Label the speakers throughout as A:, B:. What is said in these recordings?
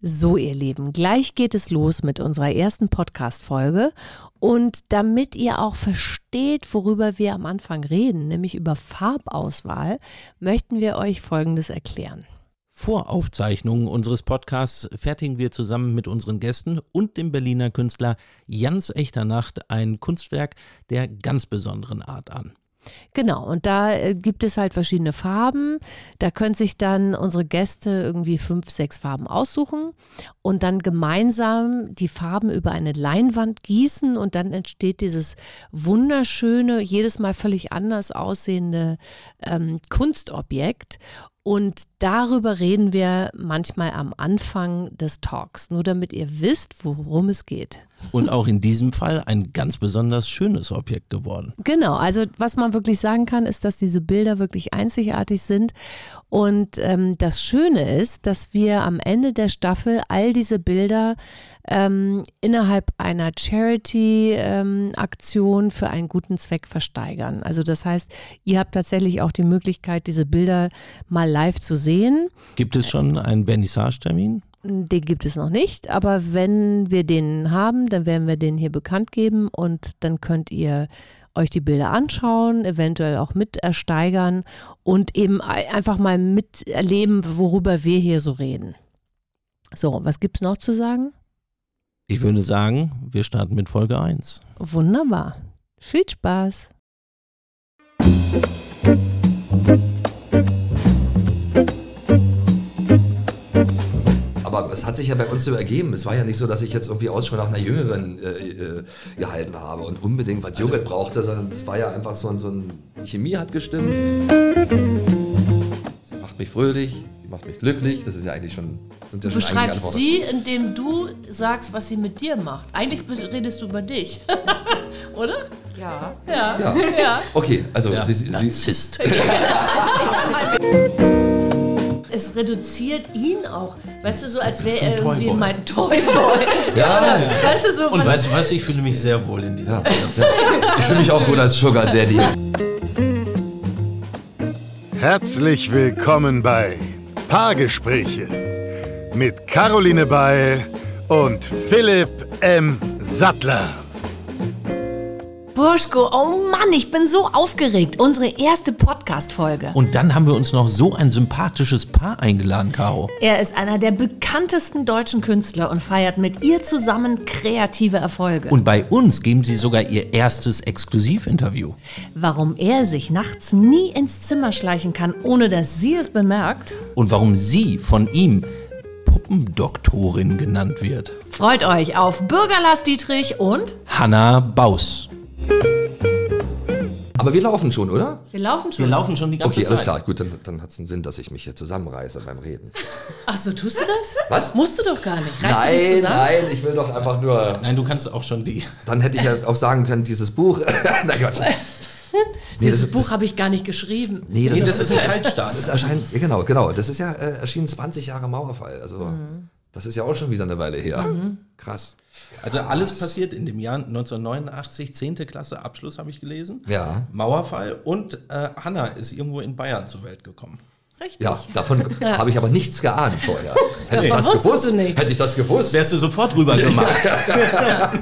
A: So, ihr Lieben, gleich geht es los mit unserer ersten Podcast-Folge. Und damit ihr auch versteht, worüber wir am Anfang reden, nämlich über Farbauswahl, möchten wir euch Folgendes erklären.
B: Vor Aufzeichnungen unseres Podcasts fertigen wir zusammen mit unseren Gästen und dem Berliner Künstler Jans Echternacht ein Kunstwerk der ganz besonderen Art an.
A: Genau, und da äh, gibt es halt verschiedene Farben. Da können sich dann unsere Gäste irgendwie fünf, sechs Farben aussuchen und dann gemeinsam die Farben über eine Leinwand gießen und dann entsteht dieses wunderschöne, jedes Mal völlig anders aussehende ähm, Kunstobjekt. Und darüber reden wir manchmal am Anfang des Talks, nur damit ihr wisst, worum es geht.
B: Und auch in diesem Fall ein ganz besonders schönes Objekt geworden.
A: Genau, also was man wirklich sagen kann, ist, dass diese Bilder wirklich einzigartig sind. Und ähm, das Schöne ist, dass wir am Ende der Staffel all diese Bilder ähm, innerhalb einer Charity-Aktion ähm, für einen guten Zweck versteigern. Also das heißt, ihr habt tatsächlich auch die Möglichkeit, diese Bilder mal live zu sehen.
B: Gibt es schon einen Vernissage-Termin?
A: Den gibt es noch nicht, aber wenn wir den haben, dann werden wir den hier bekannt geben und dann könnt ihr euch die Bilder anschauen, eventuell auch mit ersteigern und eben einfach mal miterleben, worüber wir hier so reden. So, was gibt es noch zu sagen?
B: Ich würde sagen, wir starten mit Folge 1.
A: Wunderbar. Viel Spaß.
C: Aber es hat sich ja bei uns so ergeben. Es war ja nicht so, dass ich jetzt irgendwie Ausschau nach einer Jüngeren äh, äh, gehalten habe und unbedingt was Joghurt brauchte, sondern das war ja einfach so ein, so ein Chemie hat gestimmt. Sie macht mich fröhlich, sie macht mich glücklich. Das ist ja eigentlich schon, sind ja
D: Du
C: schon einige
D: beschreibst
C: Antworten.
D: sie, indem du sagst, was sie mit dir macht. Eigentlich bes- redest du über dich. Oder?
E: Ja.
D: Ja.
C: Ja.
D: ja.
C: Okay, also
B: Ja,
C: sie, sie, sie,
B: Narzisst.
D: Es reduziert ihn auch. Weißt du, so als wäre
B: Zum
D: er irgendwie
B: Toyboy.
D: mein Toyboy.
C: ja, ja.
D: Weißt du, so
B: Und
D: von-
B: weißt du was, ich fühle mich sehr wohl in dieser.
C: Ja, ja. Ich fühle mich auch gut als Sugar Daddy.
F: Herzlich willkommen bei Paargespräche mit Caroline Beil und Philipp M. Sattler.
D: Burschko, oh Mann, ich bin so aufgeregt. Unsere erste Podcast-Folge.
B: Und dann haben wir uns noch so ein sympathisches Paar eingeladen, Caro.
D: Er ist einer der bekanntesten deutschen Künstler und feiert mit ihr zusammen kreative Erfolge.
B: Und bei uns geben sie sogar ihr erstes Exklusivinterview.
D: Warum er sich nachts nie ins Zimmer schleichen kann, ohne dass sie es bemerkt,
B: Und warum sie von ihm Puppendoktorin genannt wird.
D: freut euch auf Bürger Lars Dietrich und
B: Hanna Baus.
C: Aber wir laufen schon, oder?
D: wir laufen schon.
B: Wir laufen schon die ganze
C: Okay, alles
B: Zeit.
C: klar. Gut, dann, dann hat es einen Sinn, dass ich mich hier zusammenreiße beim Reden.
D: Ach so, tust du das?
C: Was?
D: Musst du doch gar nicht. Reißt du dich
C: Nein,
D: zusammen?
C: nein, ich will doch einfach nur.
B: Nein, du kannst auch schon die.
C: Dann hätte ich ja auch sagen können, dieses Buch. Nein, Gott. Nee,
D: Dieses
C: das-
D: Buch habe ich gar nicht geschrieben.
C: Nee, das, ist,
B: ein
C: das
B: Zeitstart.
C: ist erscheint, ja, genau, genau. Das ist ja äh, erschienen 20 Jahre Mauerfall. Also,
D: Mhm.
C: das ist ja auch schon wieder eine Weile her. Krass.
B: Also alles passiert in dem Jahr 1989, 10. Klasse Abschluss habe ich gelesen.
C: Ja.
B: Mauerfall und äh, Hanna ist irgendwo in Bayern zur Welt gekommen.
D: Richtig.
C: Ja, davon habe ich aber nichts geahnt vorher. Hätte ich
D: Davon
C: das
D: wusstest
C: gewusst,
D: du nicht.
C: hätte ich das gewusst.
B: Wärst du sofort rüber gemacht.
D: Ja,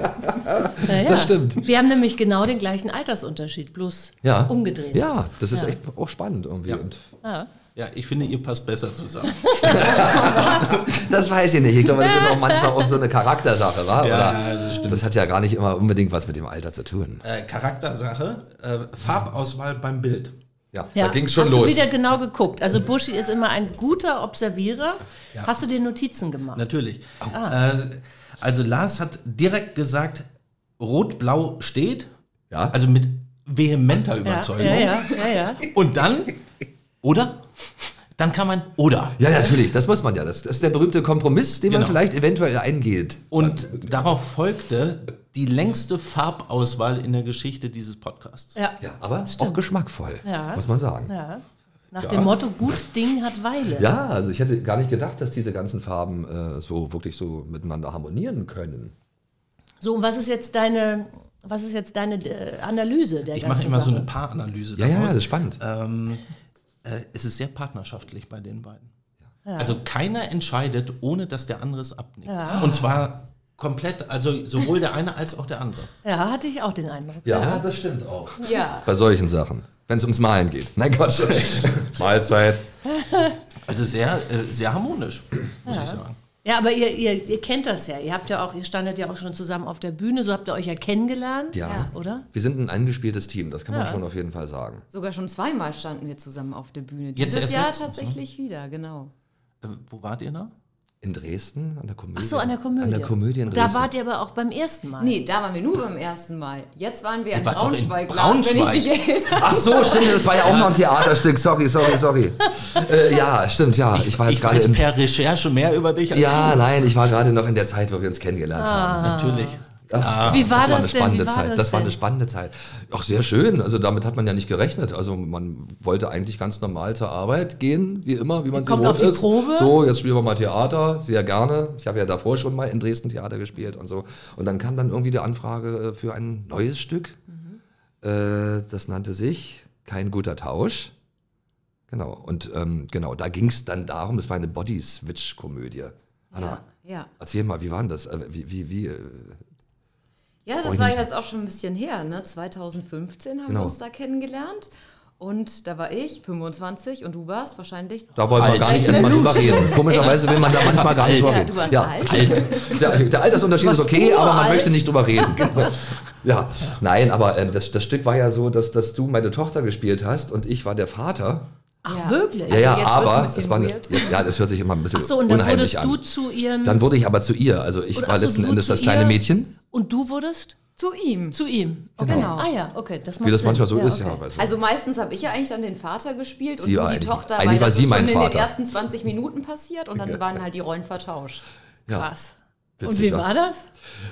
D: ja.
C: das stimmt.
D: Wir haben nämlich genau den gleichen Altersunterschied, bloß
C: ja.
D: umgedreht.
C: Ja, das ist echt auch spannend irgendwie. Und
B: Ja, ich finde, ihr passt besser zusammen.
C: Das weiß ich nicht. Ich glaube, das ist auch manchmal auch so eine Charaktersache, wa?
B: Ja,
C: Oder?
B: das stimmt.
C: Das hat ja gar nicht immer unbedingt was mit dem Alter zu tun.
B: Äh, Charaktersache, äh, Farbauswahl beim Bild.
C: Ja,
D: Ja.
C: da ging es schon
D: Hast
C: los.
D: du wieder genau geguckt. Also Buschi ist immer ein guter Observierer. Hast du dir Notizen gemacht?
B: Natürlich. Äh, also Lars hat direkt gesagt, rot-blau steht.
C: Ja.
B: Also mit vehementer
D: ja,
B: Überzeugung.
D: ja, ja, ja, ja.
B: Und dann, oder? Dann kann man, oder?
C: Ja, natürlich, das muss man ja. Das, das ist der berühmte Kompromiss, den man
B: Genau.
C: vielleicht eventuell eingeht.
B: Und darauf folgte die längste Farbauswahl in der Geschichte dieses Podcasts.
D: ja.
C: Ja, aber auch geschmackvoll,
D: Ja.
C: muss man sagen. Ja.
D: ja. Nach dem Motto, gut Ding hat Weile.
C: also ich hätte gar nicht gedacht, dass diese ganzen Farben äh, so wirklich so miteinander harmonieren können.
D: So, und was ist jetzt deine, was ist jetzt deine äh, Analyse der
B: Ich
D: ganzen
B: mache immer
D: Sache?
B: so eine Paaranalyse.
C: Ja, ja,
B: daraus.
C: das ist spannend.
B: Ähm, äh, es ist sehr partnerschaftlich bei den beiden. Also keiner entscheidet, ohne dass der andere es abnickt. Und zwar komplett, also sowohl der eine als auch der andere.
D: Ja, hatte ich auch den Eindruck.
C: Ja, das stimmt auch.
D: Ja.
C: Bei solchen Sachen. Wenn es ums Malen geht. Nein, Quatsch. Mahlzeit.
B: Also sehr, äh, sehr harmonisch, muss ich sagen.
D: Ja, aber ihr, ihr, ihr kennt das ja. Ihr habt ja auch, ihr standet ja auch schon zusammen auf der Bühne, so habt ihr euch ja kennengelernt.
C: Ja.
D: Oder?
C: Wir sind ein eingespieltes Team, das kann man schon auf jeden Fall sagen.
E: Sogar schon zweimal standen wir zusammen auf der Bühne.
B: Jetzt
E: Dieses
B: erst
E: Jahr
B: letztens, ne?
E: tatsächlich wieder, genau.
B: Äh, wo wart ihr da?
C: In Dresden, an der Komödie.
D: Ach so, an der Komödie.
C: An der Komödie in Dresden.
D: Da wart ihr aber auch beim ersten Mal.
E: Nee, da waren wir nur beim ersten Mal. Jetzt waren wir in
B: wart doch in
E: Braunschweig.
B: Braunschweig.
E: Wenn ich dich
C: Ach so, stimmt, das war ja auch noch ein Theaterstück. Sorry, sorry, sorry. Äh, ja, stimmt, ja. Ich war jetzt
B: Ich
C: gerade
B: weiß
C: in.
B: per Recherche mehr über dich als
C: Ja, nein, ich war gerade noch in der Zeit, wo wir uns kennengelernt haben.
B: du. Natürlich.
C: Ach,
D: Wie war
C: war eine
D: das denn?
C: spannende
D: Wie war
C: Zeit.
D: das
C: Das, war eine
D: denn?
C: spannende Zeit. Ach, sehr schön. Also damit hat man ja nicht gerechnet. Also man wollte eigentlich ganz normal zur Arbeit gehen, wie immer, wie man sie
D: Kommt
C: gewohnt
D: auf die
C: ist.
D: Probe.
C: So, jetzt spielen wir mal Theater, sehr gerne. Ich habe ja davor schon mal in Dresden Theater gespielt und so. Und dann kam dann irgendwie die Anfrage äh, für ein neues Stück.
D: Mhm.
C: Äh, das nannte sich Kein guter Tausch. Genau. Und ähm, genau, da ging es dann darum, das war eine Body-Switch-Komödie. Anna,
E: ja.
C: erzähl mal, wie war denn das? Äh, Wie, wie, wie, äh,
E: Ja, das war jetzt auch schon ein bisschen her, ne? 2015 haben
C: Genau.
E: wir uns da kennengelernt. Und da war ich 25 und du warst wahrscheinlich.
C: Da wollen wir
B: Alt.
C: gar nicht erstmal drüber reden. Komischerweise will man da manchmal gar nicht drüber
E: Ja,
C: reden.
E: du warst alt.
C: Der, der Altersunterschied ist okay, aber man
E: uralt.
C: möchte nicht drüber reden. ja, nein, aber ähm, das, das Stück war ja so, dass, dass du meine Tochter gespielt hast und ich war der Vater.
D: Ach,
E: Ja.
D: wirklich?
C: Ja, ja,
E: jetzt wird's ein
C: aber
E: bisschen
C: es war eine,
E: weird.
C: jetzt, ja, das hört sich immer ein bisschen
D: Ach so, und dann
C: unheimlich
D: wurdest
C: an.
D: du zu ihrem.
C: dann wurde ich aber zu ihr. Also ich
D: Oder-
C: war
D: ach so,
C: letzten
D: du
C: Endes
D: zu
C: das kleine
D: ihr?
C: Mädchen,
D: und du wurdest
E: Zu ihm.
D: zu ihm. Okay.
E: Genau.
D: Ah ja, okay. Das macht
C: wie das
D: Sinn.
C: manchmal so
D: ja,
C: ist.
D: okay.
C: Ja, bei so.
E: Also meistens habe ich ja eigentlich dann den Vater gespielt
C: Sie
E: und
C: war
E: du die
C: eigentlich-
E: Tochter,
C: eigentlich
E: weil
C: war
E: das
C: sie
E: ist
C: mein
E: schon in
C: Vater.
E: den ersten 20 Minuten passiert und dann waren halt die Rollen vertauscht.
D: Krass. Und
C: Witzig,
D: wie
C: ja.
D: war das?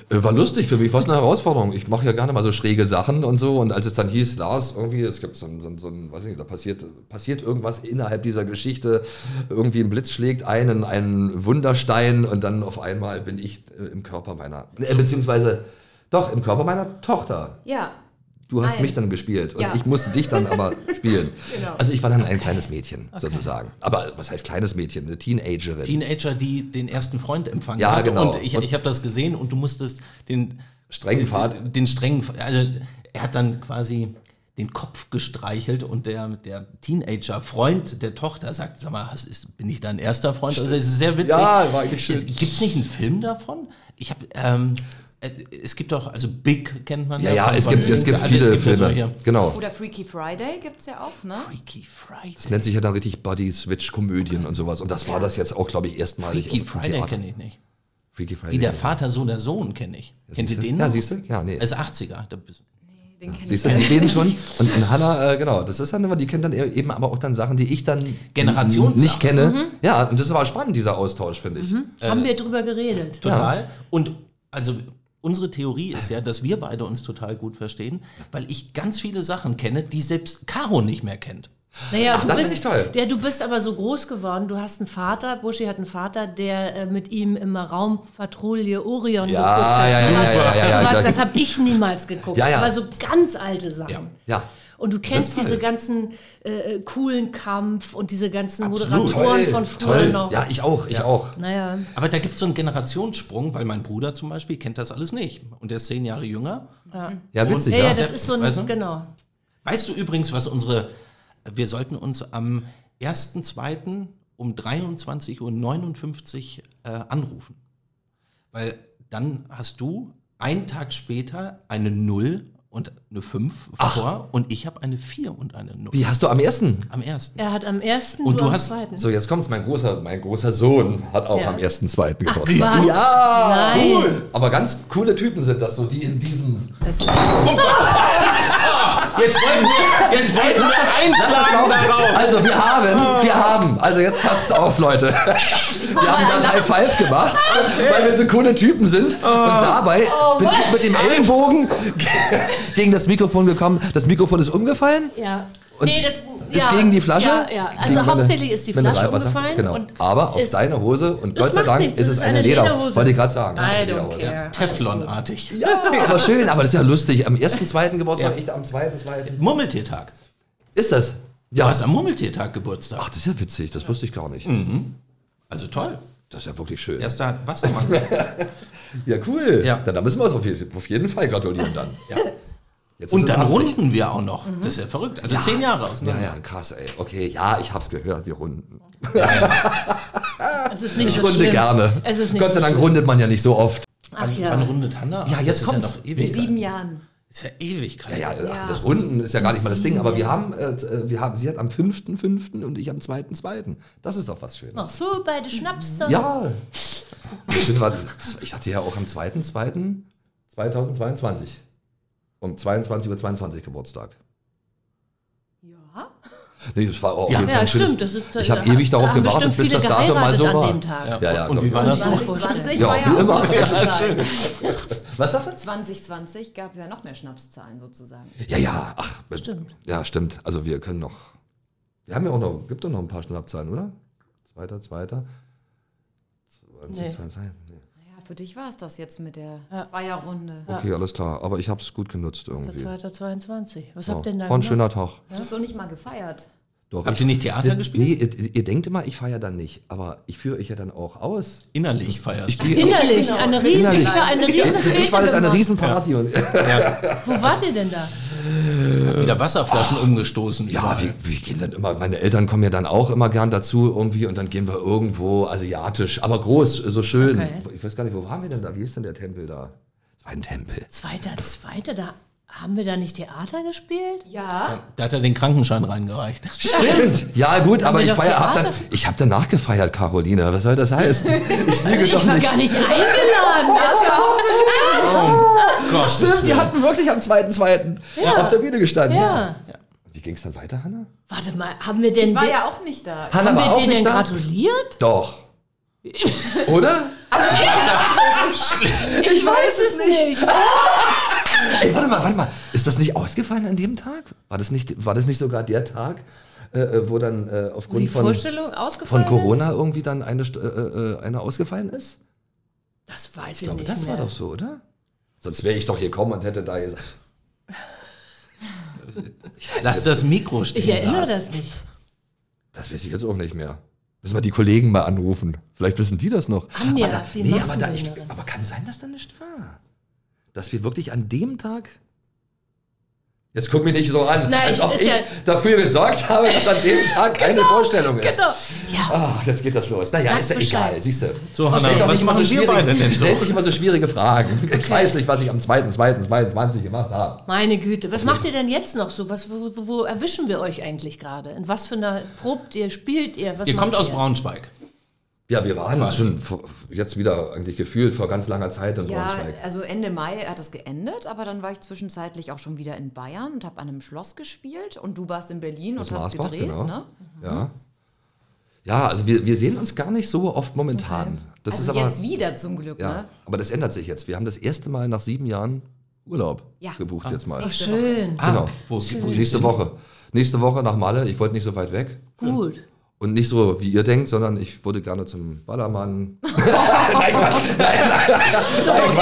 C: Äh, War lustig für mich, war es eine Herausforderung. Ich mache ja gerne mal so schräge Sachen und so. Und als es dann hieß, Lars, irgendwie, es gibt so ein, so ein, so ein weiß nicht, da passiert, passiert irgendwas innerhalb dieser Geschichte. Irgendwie ein Blitz schlägt einen, einen Wunderstein und dann auf einmal bin ich äh, im Körper meiner, äh, beziehungsweise doch, im Körper meiner Tochter.
E: Ah, Ja,
C: Du hast
E: Nein.
C: mich dann gespielt und
E: Ja. Genau.
C: ich musste dich dann aber spielen. Also ich war dann ein kleines Mädchen sozusagen. Aber was heißt kleines Mädchen? Eine Teenagerin.
B: Teenager, die den ersten Freund empfangen
C: Ja,
B: hat.
C: genau.
B: Und ich,
C: Und-
B: ich habe das gesehen und du musstest den äh,
C: Strengen Vater.
B: Den strengen, Fa- also er hat dann quasi den Kopf gestreichelt und der, der Teenager-Freund der Tochter sagt, sag mal, hast, ist, bin ich dein erster Freund? Also es ist sehr witzig.
C: Ja, war eigentlich schön.
B: Gibt es nicht einen Film davon? Ich habe, ähm, äh, es gibt doch, also Big kennt man
C: ja, ja,
B: von-
C: es
B: von
C: gibt, es gibt
B: Links. Also
C: viele
B: es gibt ja
C: Filme.
B: solche-
C: Genau.
E: oder Freaky Friday gibt es ja auch, ne?
B: Freaky Friday.
C: Das nennt sich ja dann richtig Body-Switch-Komödien und sowas. Und das war das jetzt auch, glaube ich, erstmalig
B: Freaky
C: im
B: Friday
C: Theater.
B: kenne ich nicht.
C: Freaky Friday.
B: Wie der Vater, Sohn, der Sohn kenne ich. Kennt ihr
C: siehste?
B: den?
C: Ja,
B: noch? Also,
C: siehst du? Ja, nee.
B: Das ist 80er. da bist-
E: Den kenn
C: Siehst du, die reden schon. Und, und Hannah, äh, genau, das ist dann immer, die kennt dann eben aber auch dann Sachen, die ich dann
B: Generationssachen.
C: nicht kenne. Ja, und das war spannend, dieser Austausch, finde ich.
B: Äh,
D: Haben wir drüber geredet?
B: Total. Und also unsere Theorie ist ja, dass wir beide uns total gut verstehen, weil ich ganz viele Sachen kenne, die selbst Caro nicht mehr kennt.
D: Naja, du
C: das
D: bist,
C: find ich toll.
D: Ja, du bist aber so groß geworden. Du hast einen Vater, Buschi hat einen Vater, der äh, mit ihm immer Raumpatrouille Orion
C: Ja,
D: geguckt hat.
C: ja, ja,
D: Sowas-
C: ja, ja, ja, ja,
D: sowas,
C: ja.
D: das habe ich niemals geguckt.
C: Ja, ja.
D: Aber so ganz alte Sachen.
C: Ja.
D: Und du kennst
C: toll.
D: diese ganzen äh, coolen Kampf und diese ganzen
B: Absolut.
D: Moderatoren von früher
C: toll.
D: noch.
C: Ja, ich auch, ich auch.
D: Naja,
B: Aber da gibt es so einen Generationssprung, weil mein Bruder zum Beispiel kennt das alles nicht. Und der ist zehn Jahre jünger.
C: Ja, witzig,
D: ja, ja,
C: ja.
D: das ist so ein,
B: Weißt du?
D: genau.
B: Weißt du übrigens, was unsere. Wir sollten uns am 1.2. um 23.59 Uhr äh, anrufen. Weil dann hast du einen Tag später eine Null und eine 5 vor und ich habe eine 4 und eine Null.
C: Wie hast du am ersten?
B: Am 1.
D: Er hat am ersten
B: Und du
D: am
B: hast-
D: zweiten.
C: So, jetzt kommt's, mein großer, mein großer Sohn hat auch
D: Ja.
C: am ersten, zweiten getroffen.
D: Was?
C: ja,
D: Nein.
C: cool. Aber ganz coole Typen sind das, so die in diesem
D: Das,
B: Jetzt wollen wir, jetzt wollen wir einschlagen darauf.
C: Also wir haben, wir haben, also jetzt passt's auf, Leute. Wir haben da High Five gemacht, weil wir so coole Typen sind.
D: Oh.
C: Und dabei bin ich mit dem Ellenbogen gegen das Mikrofon gekommen. Das Mikrofon ist umgefallen.
D: ja.
C: Und
D: nee, das
C: Ist gegen die Flasche?
D: Ja, ja.
C: Gegen
D: Also
C: meine-
D: hauptsächlich ist die
C: meine
D: Flasche
C: Reibwasser.
D: umgefallen.
C: Genau.
D: Und
C: Aber auf
D: ist-
C: deine Hose und
D: Das
C: Gott sei
D: macht
C: Dank
D: nichts,
C: ist es eine, Lederhose. Wollte ich gerade sagen.
D: I
C: eine
D: don't
C: Lederhose.
D: care.
B: Teflonartig.
C: Ja, aber schön, aber das ist ja lustig. Am ersten, zweiten
B: Ja.
C: Geburtstag, ich am zweiten, zweiten.
B: Murmeltiertag.
C: Ist das?
B: Du
C: Ja.
B: hast am Murmeltiertag Geburtstag. Hm.
C: Ach, das ist ja witzig, das wusste ich gar nicht.
B: Also toll.
C: Das ist ja wirklich schön. Ja,
B: Erster Wassermann.
C: cool.
B: Ja.
C: Na, da müssen wir uns auf je- auf jeden Fall gratulieren dann.
B: ja.
C: Jetzt ist
B: Und
C: es
B: dann
C: 80.
B: runden wir auch noch. Das ist ja verrückt. Also zehn Jahre
C: Ja,
B: auseinander.
C: ja, krass, ey. Okay, ja, ich hab's gehört, wir runden.
D: Es ist nicht
C: Ich
D: so
C: runde
D: schlimm.
C: gerne.
D: Es ist nicht
C: Gott sei
D: so
C: Dank
D: schlimm.
C: rundet man ja nicht so oft.
D: Ach
B: Wann,
D: ja.
B: wann rundet Hanna?
C: Ja,
B: Ach,
C: jetzt
B: das
C: kommt's.
B: Ist ja noch ewig.
E: Sieben Jahren.
B: Ist ja ewigkeit.
C: Ja, ja,
E: Ja.
C: das Runden ist ja gar nicht mal das Ding, aber wir haben, äh, äh, wir haben, sie hat am 5.5. und ich am 2.2. Das ist doch was Schönes.
D: Ach so, beide Schnaps. Ja.
C: Ja. Ich, bin, warte, das- ich hatte ja auch am 2.2. 2022. Um 22.22 Uhr Geburtstag.
E: Ja.
C: Nee, das war auch auf
B: Ja.
C: jeden Fall
D: Ja,
C: ein schönes-
D: stimmt. Das ist,
C: ich habe
D: da-
C: ewig darauf
D: da haben
C: gewartet,
D: bestimmt
C: bis
D: viele
C: das Datum mal so
D: geheiratet
C: war.
D: An dem Tag.
C: Ja, ja, genau.
B: und wie war das?
D: Ja.
E: 2020
C: Ja,
E: war
C: wie
E: ja
C: immer.
E: auch
C: Schön.
E: Schnapszahlen.
C: Was sagst du?
E: 2020 gab ja noch mehr Schnapszahlen sozusagen.
C: Ja, ja, ach. Stimmt. Ja, stimmt. Also wir können noch. Wir haben ja auch noch, gibt doch noch ein paar Schnappzahlen, oder? Zweiter, zweiter. 20,
D: Nee.
C: 22, nee.
E: Ja, für dich war es das jetzt mit der Zweierrunde.
C: Okay, alles klar. Aber ich habe es gut genutzt irgendwie.
D: 2022. Was
C: Ja.
D: habt ihr denn da
C: War ein
D: gemacht?
C: schöner Tag.
E: Hattest du nicht mal gefeiert?
C: Doch,
B: Habt
C: ich-
B: ihr nicht Theater
C: Nee,
B: gespielt?
C: Nee, ihr, ihr denkt immer, ich feiere dann nicht. Aber ich führe euch ja dann auch aus.
B: Innerlich feierst du.
C: gehe-
D: Innerlich,
E: Genau.
D: eine riesige,
C: Innerlich.
D: eine riesige
C: Für mich war das eine Riesenparty. Und,
D: Wo wart ihr denn da?
B: Wieder Wasserflaschen umgestoßen.
C: Ah. ja,
B: überall.
C: wir, wir gehen dann immer, meine Eltern kommen ja dann auch immer gern dazu irgendwie und dann gehen wir irgendwo asiatisch, aber groß, so schön.
D: Okay.
C: Ich weiß gar nicht, wo waren wir denn da? Wie ist denn der Tempel da? Es war ein Tempel.
D: Zweiter, zweiter, da haben wir da nicht Theater gespielt?
E: Ja.
B: Da hat er den Krankenschein reingereicht.
C: Stimmt! Ja, gut, aber
D: wir
C: ich
D: doch
C: feier, hab dann,
D: Theater?
C: ich habe danach gefeiert, Caroline. Was soll das heißen? Ich liege
D: Also Ich
C: doch
D: war
C: nicht.
D: gar nicht eingeladen. Also
B: Gott,
C: Stimmt, wir hatten wirklich am 2.2. auf der Bühne gestanden.
D: Ja.
C: Wie ging es dann weiter, Hanna?
D: Warte mal, haben wir denn,
E: Ich war
D: de-
E: ja auch nicht da.
C: Hanna
D: haben
C: war
D: wir
C: auch
D: dir denn
C: nicht da.
D: gratuliert?
C: Doch. Oder? ich, weiß es nicht. Ey, warte mal, warte mal. Ist das nicht ausgefallen an dem Tag? War das nicht, war das nicht sogar der Tag, äh, äh, wo dann äh, aufgrund
D: Die
C: von,
D: Vorstellung ausgefallen?
C: von
D: ist?
C: Corona irgendwie dann eine, St- äh, äh, eine ausgefallen ist?
D: Das weiß ich,
C: Ich glaube,
D: nicht.
C: das
D: mehr.
C: war doch so, oder? Sonst wäre ich doch hier gekommen und hätte da gesagt.
B: Lass das Mikro stehen.
D: ich erinnere
B: Lars.
D: das nicht.
C: Das weiß ich jetzt auch nicht mehr. Müssen wir die Kollegen mal anrufen. Vielleicht wissen die das noch.
D: Anja,
C: aber, da,
D: die
C: nee, aber, da, ich,
D: Massenmörderin.
C: aber kann sein, dass da nicht war. Dass wir wirklich an dem Tag. Jetzt guck mich nicht so an,
D: Nein,
C: als ob
D: ist
C: ich
D: ja-
C: dafür gesorgt habe, dass an dem Tag keine Vorstellung ist.
D: Genau. Ja,
C: Ah, jetzt geht das los. Naja,
D: Sag
C: ist ja
D: Bescheid.
C: egal, siehst du.
B: So, Hanna,
C: Stell doch
B: was
C: nicht immer so
B: machen wir beide
C: schwierige,
B: denn so?
C: stell nicht immer so schwierige Fragen. Ich weiß nicht, was ich am 2.2.22 gemacht habe.
D: meine Güte. Was macht ihr denn jetzt noch so? Was, wo, wo erwischen wir euch eigentlich gerade? In was für einer probt ihr, spielt ihr? Was
B: Ihr
D: macht
B: kommt aus
D: ihr?
B: Braunschweig.
C: Ja, wir waren schon vor, jetzt wieder eigentlich gefühlt vor ganz langer Zeit in
E: Ja,
C: Braunschweig.
E: also Ende Mai hat es geendet, aber dann war ich zwischenzeitlich auch schon wieder in Bayern und habe an einem Schloss gespielt und du warst in Berlin und hast
C: Marsbach,
E: gedreht,
C: genau.
E: ne?
C: Ja. Ja, also wir, wir sehen uns gar nicht so oft momentan. Das
E: also
C: ist aber.
E: jetzt wieder zum Glück,
C: ja,
E: ne?
C: aber das ändert sich jetzt. Wir haben das erste Mal nach sieben Jahren Urlaub
E: Ja.
C: gebucht jetzt mal.
D: Oh, schön,
C: Genau.
B: Wo, wo
C: Nächste Woche. Nächste Woche nach Malle. Ich wollte nicht so weit weg.
D: gut.
C: Und nicht so, wie ihr denkt, sondern ich würde gerne zum Ballermann.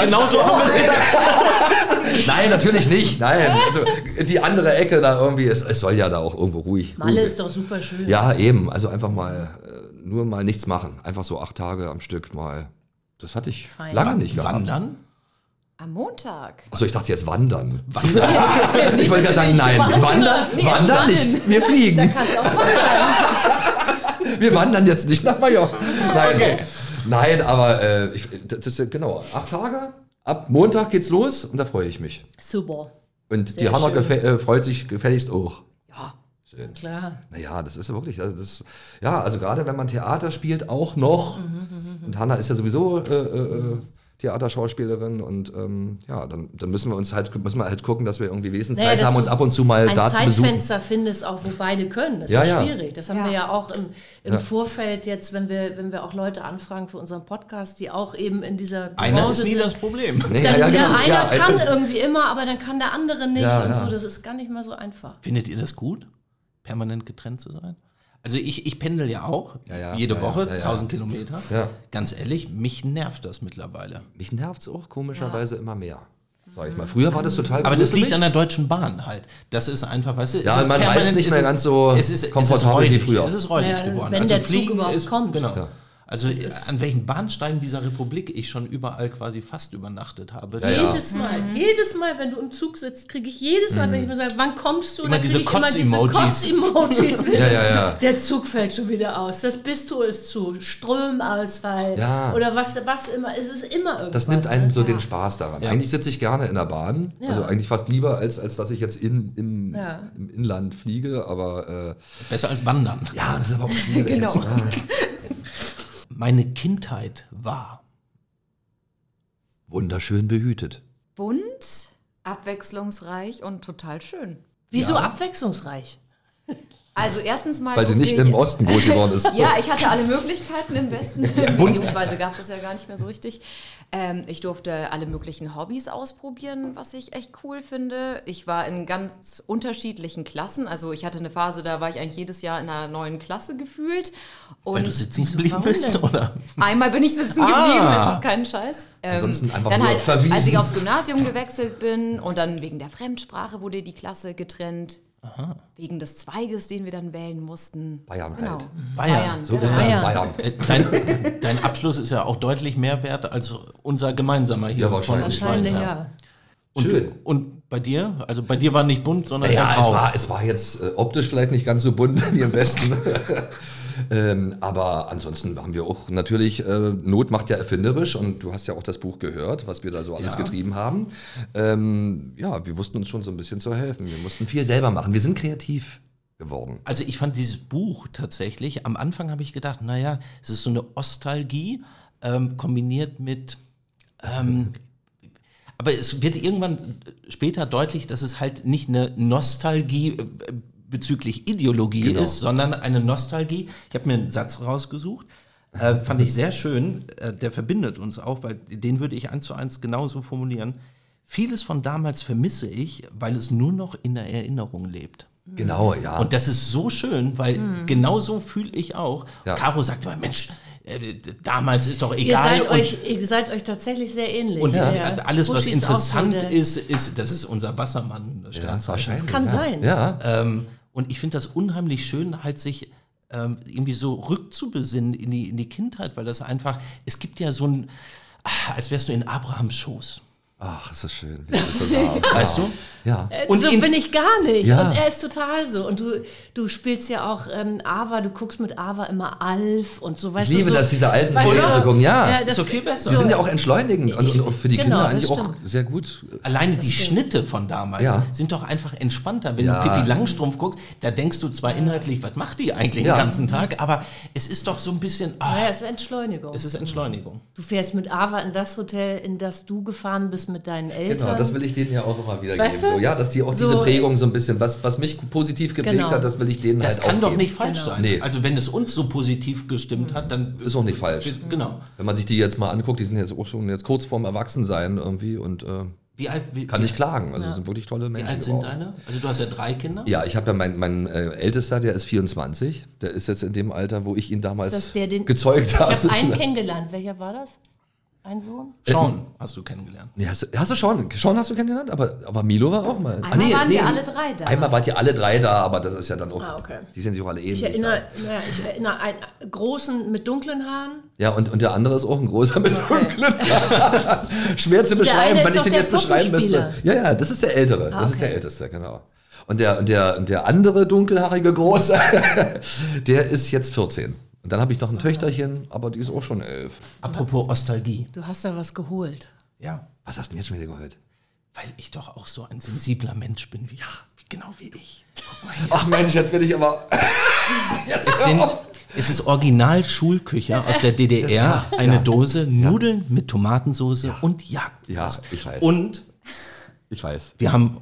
B: Genau so haben wir es gedacht.
C: Nein, natürlich nicht. Nein. Also, die andere Ecke da irgendwie. Es, es soll ja da auch irgendwo ruhig.
D: Malle
C: ruhig-
D: ist doch super schön.
C: Ja, eben. Also einfach mal, äh, nur mal nichts machen. Einfach so acht Tage am Stück mal. Das hatte ich
D: Fein.
C: lange nicht gehabt.
B: Wandern?
E: Am Montag.
C: Achso, ich dachte jetzt wandern. ich wollte gerade sagen, nein. Wandern?
E: Nee,
C: wandern
E: entspannen.
C: nicht. Wir fliegen.
E: Kannst auch wandern.
C: Wir wandern jetzt nicht nach Mallorca. Nein, nein aber äh, ich, das das ist genau. Acht Tage. Ab Montag geht's los und da freue ich mich.
D: Super,
C: Und die Hammer gefä- äh, freut sich gefälligst auch.
D: klar.
C: Naja, das ist ja wirklich, also das, ja, also gerade wenn man Theater spielt, auch noch.
D: Mhm,
C: Und Hanna ist ja sowieso äh, äh, äh, Theaterschauspielerin und ähm, ja, dann, dann müssen wir uns halt, müssen wir halt gucken, dass wir irgendwie
D: Naja,
C: Wesenszeit
D: dass
C: haben,
D: du
C: uns ab und zu mal
D: ein
C: Äh, da zu besuchen.
D: Zeitfenster findest, auch wo beide können. Das ist
C: Ja,
D: ja,
C: ja.
D: schwierig. Das haben
E: Ja.
D: wir ja auch im, im Vorfeld jetzt, wenn wir, wenn wir auch Leute anfragen für unseren Podcast, die auch eben in dieser
B: Einer ist
D: Branche
B: nie
D: sind.
B: das Problem.
C: Nee,
D: Dann ja, einer
C: ja, es
D: kann
C: ist-
D: irgendwie immer, aber dann kann der andere nicht
C: Ja,
D: und
C: ja.
D: so. Das ist gar nicht mal so einfach.
B: Findet ihr das gut, permanent getrennt zu sein? Also ich, ich pendel ja auch,
C: ja,
B: jede
C: ja,
B: Woche,
C: ja, ja.
B: 1000 Kilometer.
C: Ja.
B: Ganz ehrlich, mich nervt das mittlerweile.
C: mich nervt es auch komischerweise immer mehr. Sag ich mal. Früher war das total
B: Aber
C: cool
B: das
C: für
B: liegt
C: mich.
B: an der Deutschen Bahn halt. Das ist einfach, weißt du,
C: Ja,
B: es ist
C: man reist
B: permanent-
C: nicht mehr
B: es ist-
C: ganz so komfortabel wie
B: räudig.
C: früher.
B: Es ist räudig
D: Ja,
B: geworden. Also
D: wenn der Zug überhaupt kommt.
B: Genau.
C: Ja.
B: Also an welchen Bahnsteigen dieser Republik ich schon überall quasi fast übernachtet habe.
C: Ja, ja.
D: Jedes Mal, jedes Mal, wenn du im Zug sitzt, kriege ich jedes Mal, wenn
C: Mhm.
D: ich mir sage, wann kommst du,
B: Immer
D: krieg
B: diese
D: ich immer diese
B: Kotz-Emojis.
D: Kotz-Emojis.
C: Ja, ja, ja.
D: Der Zug fällt schon wieder aus, das Bistro ist zu, Strömausfall
C: Ja.
D: oder was, was immer, es ist immer irgendwas.
C: Das nimmt einem
D: ne?
C: so den Spaß daran. Eigentlich sitze ich gerne in der Bahn. Also eigentlich fast lieber, als, als dass ich jetzt in, im,
D: Ja.
C: im Inland fliege. Aber
B: Besser als Wandern.
C: äh, ja, das ist aber auch schwierig.
E: Genau.
C: jetzt, ne?
B: Meine Kindheit war.
C: Wunderschön behütet.
E: Bunt, abwechslungsreich und total schön.
D: Wieso abwechslungsreich?
E: Also erstens mal...
C: Weil sie
E: so
C: nicht
E: wenig-
C: im Osten groß geworden ist.
E: Ja, ich hatte alle Möglichkeiten im Westen, beziehungsweise gab es das ja gar nicht mehr so richtig. Ähm, ich durfte alle möglichen Hobbys ausprobieren, was ich echt cool finde. Ich war in ganz unterschiedlichen Klassen. Also ich hatte eine Phase, da war ich eigentlich jedes Jahr in einer neuen Klasse gefühlt. Und
B: Weil du sitzen geblieben bist, oder?
E: Einmal bin ich sitzen
B: Ah.
E: geblieben, das ist kein Scheiß. Ähm,
C: Ansonsten einfach
E: dann
C: nur
E: halt,
C: verwiesen.
E: Als ich aufs Gymnasium gewechselt bin und dann wegen der Fremdsprache wurde die Klasse getrennt. Wegen des Zweiges, den wir dann wählen mussten.
C: Bayern
E: Genau.
C: halt.
E: Bayern.
C: So ist das in Bayern.
B: Äh, Dein, dein Abschluss ist ja auch deutlich mehr wert als unser gemeinsamer hier.
C: Ja, wahrscheinlich.
B: von uns beiden,
D: Wahrscheinlich, ja.
B: Und, du-
C: Schön.
B: und bei dir? Also bei dir war nicht bunt, sondern
C: Äh, Ja,
B: eher
C: es
B: grau.
C: war, es war jetzt äh, optisch vielleicht nicht ganz so bunt wie im Westen. ähm, aber ansonsten haben wir auch natürlich, äh, Not macht ja erfinderisch und du hast ja auch das Buch gehört, was wir da so alles getrieben haben. Ähm, ja, wir wussten uns schon so ein bisschen zu helfen. Wir mussten viel selber machen. Wir sind kreativ geworden.
B: Also ich fand dieses Buch tatsächlich, am Anfang habe ich gedacht, naja, es ist so eine Ostalgie ähm, kombiniert mit, ähm, aber es wird irgendwann später deutlich, dass es halt nicht eine Nostalgie äh, bezüglich Ideologie
C: Genau.
B: ist, sondern eine Nostalgie. Ich habe mir einen Satz rausgesucht, äh, fand ich sehr schön, äh, der verbindet uns auch, weil den würde ich eins zu eins genauso formulieren. Vieles von damals vermisse ich, weil es nur noch in der Erinnerung lebt.
C: Genau, ja.
B: Und das ist so schön, weil
D: Hm.
B: genau so fühle ich auch.
C: Ja.
B: Caro sagt immer, Mensch, äh, damals ist doch
D: Ihr
B: egal.
D: seid, euch, ihr seid euch tatsächlich sehr ähnlich.
B: und
D: ja.
B: äh, alles, was
D: Buschi ist auch so
B: interessant
D: der-
B: ist, ist, das ist unser Wassermann.
C: ja,
B: Sternzeichen.
C: wahrscheinlich.
D: kann
C: ja.
D: sein.
C: Ja.
B: ähm, und ich finde das unheimlich schön, halt sich ähm, irgendwie so rückzubesinnen in die, in die Kindheit, weil das einfach, es gibt ja so ein, ah, als wärst du in Abrahams Schoß.
C: Ach, ist das schön. Wie ist das da?
B: Weißt du?
C: Ja.
B: Und
D: Und so
B: in-
D: bin ich gar nicht.
C: Ja.
D: Und er ist total so. Und du, du spielst ja auch ähm, Ava, du guckst mit Ava immer Alf und so
C: Ich
D: weißt
C: liebe
D: du, so,
C: das, diese alten
D: Weißt du,
C: Folgen zu gucken. Ja.
D: das-
B: So viel besser.
C: Die sind ja auch entschleunigend und und auch für die
D: Genau,
C: Kinder
D: das
C: eigentlich auch
D: stimmt.
C: sehr gut.
B: Alleine die Schnitte von damals
C: Ja.
B: sind doch einfach entspannter. Wenn
C: Ja.
B: du Pippi Langstrumpf guckst, da denkst du zwar inhaltlich, was macht die eigentlich
C: Ja.
B: den ganzen Tag, aber es ist doch so ein bisschen, ah,
D: Ja, es ist Entschleunigung.
B: es ist Entschleunigung.
C: Halt
D: Du fährst mit Ava in das Hotel, in das du gefahren bist mit deinen Eltern.
C: Genau, das will ich denen ja auch immer wieder
D: Weißt
C: geben.
D: du?
C: So, ja, dass die auch
D: So-
C: diese Prägung so ein bisschen, was, was mich positiv geprägt
D: Genau.
C: hat, das will ich denen
B: Das
C: halt auch
B: kann doch
C: geben.
B: nicht falsch sein.
C: Nee.
B: Also wenn es uns so positiv gestimmt hat, dann
C: Ist auch nicht falsch.
B: genau.
C: Wenn man sich die jetzt mal anguckt, die sind jetzt auch schon jetzt kurz vorm Erwachsensein irgendwie und äh,
B: Wie alt, wie,
C: kann
B: wie,
C: nicht klagen. Also sind wirklich tolle
B: wie
C: Menschen.
B: alt sind
C: geworden.
B: deine? Also du hast ja drei Kinder.
C: Ja, ich habe ja mein, mein äh, Ältester, der ist 24. Der ist jetzt in dem Alter, wo ich ihn damals
D: Ist das der, den-
C: gezeugt habe.
D: ich habe einen
C: sozusagen.
D: kennengelernt. Welcher war das? Ein Sohn?
B: Sean hast du kennengelernt.
C: Nee, hast, du- hast du Sean? Sean hast du kennengelernt? Aber, aber Milo war auch mal. Ah,
E: Einmal waren wir alle drei da.
C: Einmal wart ihr alle drei da, aber das ist ja dann auch.
D: Ah, okay.
C: Die sind sich auch alle ähnlich.
D: Ich erinnere, ja, ich erinnere einen großen mit dunklen Haaren.
C: Ja, und, und der andere ist auch ein großer mit dunklen Haaren. Schwer zu beschreiben,
D: eine ist
C: wenn ich
D: doch
C: den
D: der Ah,
C: jetzt beschreiben müsste. Ja, ja, das ist der Ältere. das ist
D: okay.
C: der Älteste, genau. Und der, und der, und der andere dunkelhaarige Große, der ist jetzt 14. Und dann habe ich noch ein Töchterchen, aber die ist auch schon elf.
B: Apropos Ostalgie.
D: Du hast da was geholt.
B: Ja.
C: Was hast du denn jetzt schon wieder gehört?
B: Weil ich doch auch so ein sensibler Mensch bin wie, ja, genau wie ich.
C: Ach Mensch, jetzt bin ich aber. Jetzt
B: Es, sind, es ist Original-Schulküche aus der DDR. eine Dose Nudeln mit Tomatensoße und Jagd.
C: Ja, ich weiß.
B: Und
C: Ich weiß.
B: wir haben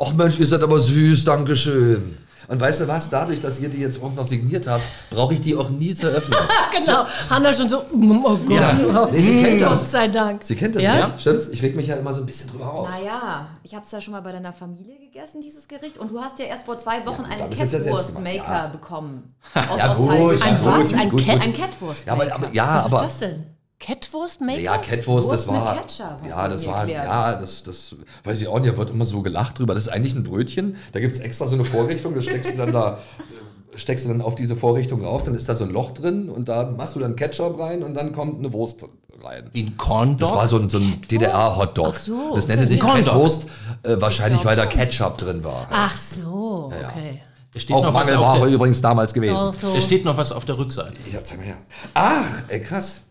C: Ach Mensch, ihr seid aber süß, Dankeschön. Und weißt du was? Dadurch, dass ihr die jetzt auch noch signiert habt, brauche ich die auch nie zu öffnen.
D: Genau. Hanna schon so, mm, oh Gott,
C: Ja. Nee, sie kennt
D: Gott
C: das.
D: sei Dank.
C: Sie kennt das
D: Ja?
C: nicht, stimmt's? Ich reg mich ja immer so ein bisschen drüber auf.
E: Naja, ich habe es ja schon mal bei deiner Familie gegessen, dieses Gericht. Und du hast ja erst vor zwei Wochen einen
C: dann ist es ja selbst
E: Catwurst-Maker
C: gemacht. Ja.
E: bekommen. Aus
C: Ja, gut,
E: Ostteil-
C: ja,
D: Ein was? Ein Cat?
E: Ein Catwurst.
C: Ja, aber, aber ja,
D: Was ist
C: aber
D: das denn? Catwurst-Maker?
C: ja, Catwurst, das
E: Wurst mit
C: war
E: Ketchup, hast
C: ja,
E: du
C: das
E: mir
C: war
E: erklärt.
C: ja, das das weiß ich auch nicht, da wird immer so gelacht drüber. Das ist eigentlich ein Brötchen, da gibt's extra so eine Vorrichtung, da steckst du dann da äh, steckst du dann auf diese Vorrichtung auf, dann ist da so ein Loch drin und da machst du dann Ketchup rein und dann kommt eine Wurst rein.
B: Wie ein Corn
C: Das war so ein, so ein DDR-Hotdog.
D: so.
C: Das nennte sich
B: Corndog.
C: Wurst, äh, wahrscheinlich weil da Ketchup drin war.
D: Ach so, okay.
B: Es steht,
C: Auch
B: noch was auf
C: Mangelware
B: der,
C: übrigens damals gewesen.
D: Auch so.
B: es steht noch was auf der Rückseite.
C: Ja, zeig mal her. Ach, ey, krass.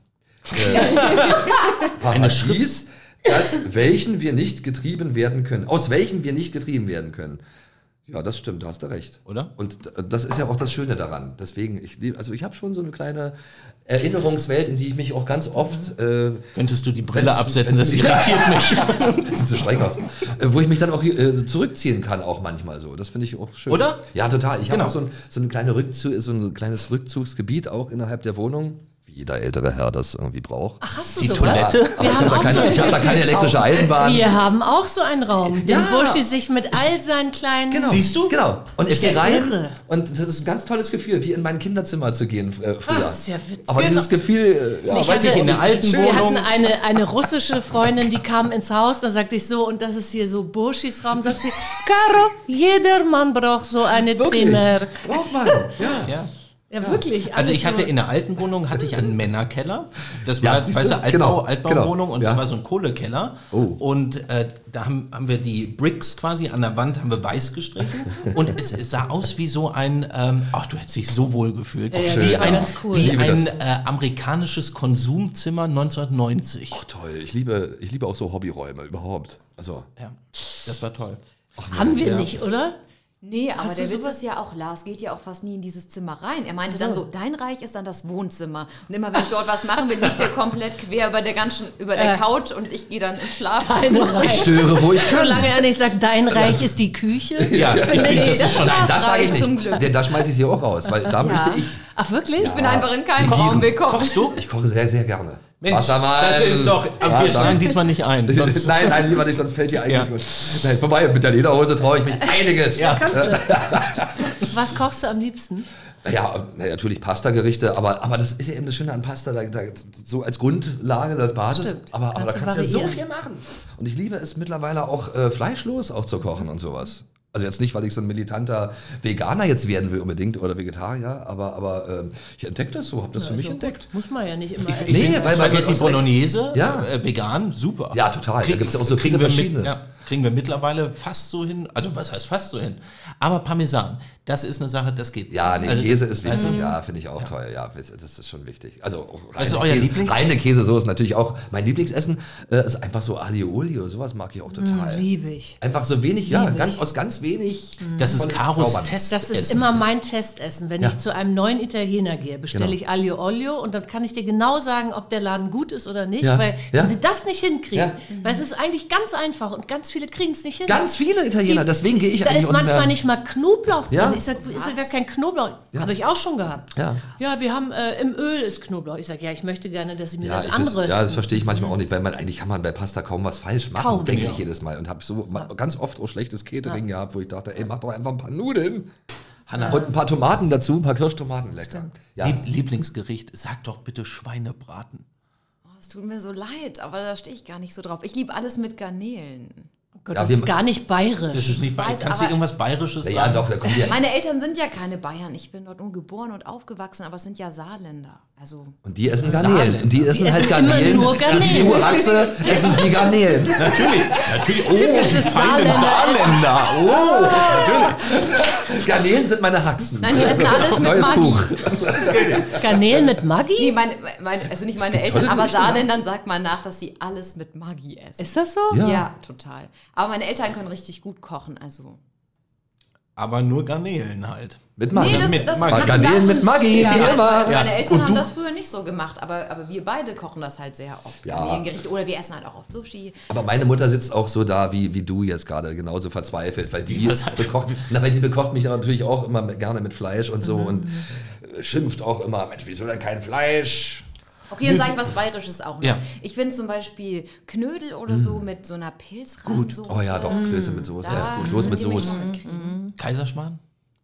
C: Äh, Paradies, das, welchen wir nicht getrieben werden können. Aus welchen wir nicht getrieben werden können. Ja, das stimmt, da hast du recht.
B: Oder?
C: Und d- das ist ja auch das Schöne daran. Deswegen, ich, lieb- also ich habe schon so eine kleine Erinnerungswelt, in die ich mich auch ganz oft äh,
B: Könntest du die Brille
C: Wenn's-
B: absetzen?
C: wenn's-
B: Das irritiert mich.
C: sieht so streng aus. Äh, Wo ich mich dann auch äh, zurückziehen kann, auch manchmal so. Das finde ich auch schön.
B: Oder?
C: Ja, total. Ich habe
B: Genau.
C: auch so ein, so, eine kleine Rückzu so ein kleines Rückzugsgebiet auch innerhalb der Wohnung. Wie jeder ältere Herr das irgendwie braucht. Ach,
D: Hast du
B: Die
D: sowas?
B: Toilette?
C: aber ich habe
D: haben
C: da,
D: auch
C: keine-
D: so
C: ich hab da keine elektrische Eisenbahn.
D: Wir haben auch so einen Raum,
C: Ja.
D: den Buschi sich mit all seinen kleinen
C: Genau.
B: Siehst du?
C: Genau. Und ich gehe
D: ja
C: rein.
D: irre.
C: Und das ist ein ganz tolles Gefühl, wie in mein Kinderzimmer zu gehen äh, früher.
D: Das ist ja witzig.
C: Aber dieses Gefühl, äh, ja,
D: Ich
C: weiß
D: hatte-
C: ich, in der alten
D: Wir hatten
B: Wohnung.
D: eine, eine russische Freundin, die kam ins Haus, da sagte ich so, und das ist hier so Burschis Raum, sagt sie, Caro, jeder Mann braucht so eine Zimmer.
C: Braucht man. Ja.
B: Ja.
D: Ja, wirklich. alles
B: Also ich hatte
D: so.
B: in der alten Wohnung hatte ich einen Männerkeller. Das
C: Ja,
B: war,
C: siehst
B: weißt
C: du?
B: du, Altbau,
C: Genau,
B: Altbauwohnung
C: genau,
B: und
C: ja.
B: es war so ein Kohlekeller. Und äh, da haben, haben wir die Bricks quasi an der Wand haben wir weiß gestrichen und es, es sah aus wie so ein, ähm, ach du hättest dich so wohl gefühlt,
D: ja,
B: wie
D: das war
B: ein,
D: ganz cool.
B: wie
C: Liebe
B: ein äh,
C: das.
B: amerikanisches Konsumzimmer 1990.
C: Ach, toll. Ich liebe, ich liebe auch so Hobbyräume überhaupt. Also.
B: Ja, das war toll.
D: Haben wir nicht, oder?
E: Nee, aber
D: Hast du
E: der Witz
D: sowas?
E: ist ja auch, Lars geht ja auch fast nie in dieses Zimmer rein. Er meinte dann so, dein Reich ist dann das Wohnzimmer. Und immer wenn ich dort was machen will, liegt er komplett quer über der ganzen, über
C: Äh.
E: der Couch und ich gehe dann ins Schlafzimmer.
D: Eine Reich.
C: Störe, wo ich kann.
D: Solange er nicht sagt, dein Reich ist die Küche.
B: Ja, ich finde,
E: Nee,
B: das,
E: das
B: ist schon
E: war-
B: ein
C: Das sage ich
E: Zum
C: nicht.
E: Glück.
C: Denn da schmeiße ich sie auch raus, weil da möchte ich.
D: Ach, wirklich?
E: Ich bin einfach in keinem
C: Viren.
E: Raum willkommen.
B: Kochst du?
C: Ich koche sehr, sehr gerne.
B: Mensch, das ist doch. Aber wir schneiden diesmal nicht ein. Sonst,
C: nein, nein, lieber nicht, sonst fällt dir eigentlich
B: Ja.
C: gut. Nein, wobei, mit der Lederhose traue ich mich einiges. Ja,
D: Kannst du. Was kochst du am liebsten?
C: naja, na, natürlich Pastagerichte, aber, aber das ist ja eben das Schöne an Pasta, da, da, so als Grundlage, als Basis. Aber, aber da
D: Kannst du
C: kannst du ja so
D: variieren.
C: viel machen. Und ich liebe es mittlerweile auch äh, fleischlos auch zu kochen und sowas. Also jetzt nicht, weil ich so ein militanter Veganer jetzt werden will unbedingt oder Vegetarier, aber, aber ähm, ich entdecke das so, habe das für mich entdeckt.
D: Muss man ja nicht immer
B: Ich
D: essen.
C: Nee,
B: finde
C: weil man wird
B: Spaghetti
C: aus Ex-
B: Bolognese,
C: Ja.
B: äh, vegan, super.
C: Ja, total. Da
B: Krieg-
C: gibt's ja auch so
B: kriegen
C: viele
B: wir
C: verschiedene.
B: Mit, ja, kriegen wir mittlerweile fast so hin, also was heißt fast so hin? Aber Parmesan, das ist eine Sache, das geht.
C: Ja, nee,
B: also,
C: Käse ist wichtig, ja, finde ich auch toll. Ja, das ist schon wichtig. Also auch reine,
B: ist euer
C: Käse,
B: Lieblings-
C: reine Käsesoße natürlich auch. Mein Lieblingsessen äh, ist einfach so Alioli oder sowas mag
D: Mm,
C: ich auch total.
D: Liebe ich.
C: einfach so wenig, ja, ganz, aus ganz wenig.
D: Mm.
B: Das ist
C: tolles
B: Karos
C: Zaubern.
B: Test.
D: Das ist immer mein Testessen. Wenn
C: Ja.
D: ich zu einem neuen Italiener gehe, bestelle
C: Genau.
D: ich Aglio Olio und dann kann ich dir genau sagen, ob der Laden gut ist oder nicht.
C: Ja.
D: Weil
C: Ja.
D: wenn sie das nicht hinkriegen,
C: Ja.
D: weil es ist eigentlich ganz einfach und ganz viele kriegen es nicht hin.
C: Ganz viele Italiener,
D: Die-
C: deswegen gehe ich
D: da
C: eigentlich äh,
D: ist manchmal
C: unter-
D: nicht mal Knoblauch drin.
C: ähm, Ja.
D: Ich sage, ist ja gar kein Knoblauch. Habe ich auch schon gehabt.
C: Ja.
D: ja wir haben äh, im Öl ist Knoblauch. Ich sage, ja, ich möchte gerne, dass sie mir
C: Ja,
D: das
C: ich
D: andere.
C: weiß, ja, das verstehe ich manchmal auch nicht, weil man eigentlich kann man bei Pasta kaum was falsch machen,
D: Kaum,
C: denke
D: ja.
C: ich jedes Mal. Und habe so ma- ganz oft auch schlechtes Catering gehabt, wo ich dachte, ey, mach doch einfach ein paar Nudeln
B: Hanna,
C: und ein paar Tomaten dazu, ein paar Kirschtomaten lecker. Ja,
B: Lieb- Lieblingsgericht, sag doch bitte Schweinebraten.
E: Oh, Es tut mir so leid, aber da stehe ich gar nicht so drauf. Ich liebe alles mit Garnelen.
D: Gott,
C: Ja,
D: das
C: wir-
D: ist gar nicht bayerisch.
B: Das ist nicht
E: weiß,
B: bayerisch. Kannst du
E: aber-
B: irgendwas bayerisches
C: ja
B: sagen?
C: doch, da kommt ja
E: Meine Eltern sind ja keine Bayern. Ich bin dort nur geboren und aufgewachsen, aber es sind ja Saarländer. Also
C: Und die essen Garnelen. Und die essen
D: Die
C: halt
D: essen immer
C: Garnelen.
D: nur Garnelen.
C: So wie du Haxe, essen sie Garnelen.
B: Natürlich, natürlich. Oh,
D: Typisches
B: die feinen
D: Saarländer.
B: Saarländer. Oh,
C: Garnelen sind meine Haxen.
E: Nein, die essen alles mit
C: Neues
E: Maggi.
C: Buch.
D: Garnelen mit Maggi?
E: Nee, meine, meine, also nicht meine Eltern, aber Saarländern sagt man nach, dass sie alles mit Maggi essen.
D: Ist das so?
E: ja. total. Aber meine Eltern können richtig gut kochen, also.
B: Aber nur Garnelen halt.
C: Mit Maggi.
B: mit Maggi.
E: kann
C: Garnelen
E: Lars
C: mit
E: und-
C: Maggi, wie
E: weil-
C: immer.
E: weil Meine
B: Ja.
E: Eltern
B: Und
E: haben
B: du?
E: das früher nicht so gemacht, aber, aber wir beide kochen das halt sehr oft.
C: Ja.
E: Garnelengerichte Oder wir essen halt auch oft Sushi.
C: Aber meine Mutter sitzt auch so da, wie, wie du jetzt gerade, genauso verzweifelt, weil die,
B: was hat-
C: bekocht, na, weil die bekocht mich natürlich auch immer gerne mit Fleisch und so
E: Mhm.
C: und äh, schimpft auch immer, Mensch, wieso denn kein Fleisch?
E: Okay, dann sage ich was Bayerisches auch noch.
B: Ja.
E: Ich finde zum Beispiel Knödel oder so mit so einer Mm. Pilzrahmsoße.
C: Oh ja, Oh doch, Klöße mit Soße.
E: Da
C: Ja, gut, los mit
E: die mich
C: Soße.
E: mitkriegen.
B: Kaiserschmarrn?
E: Mhm.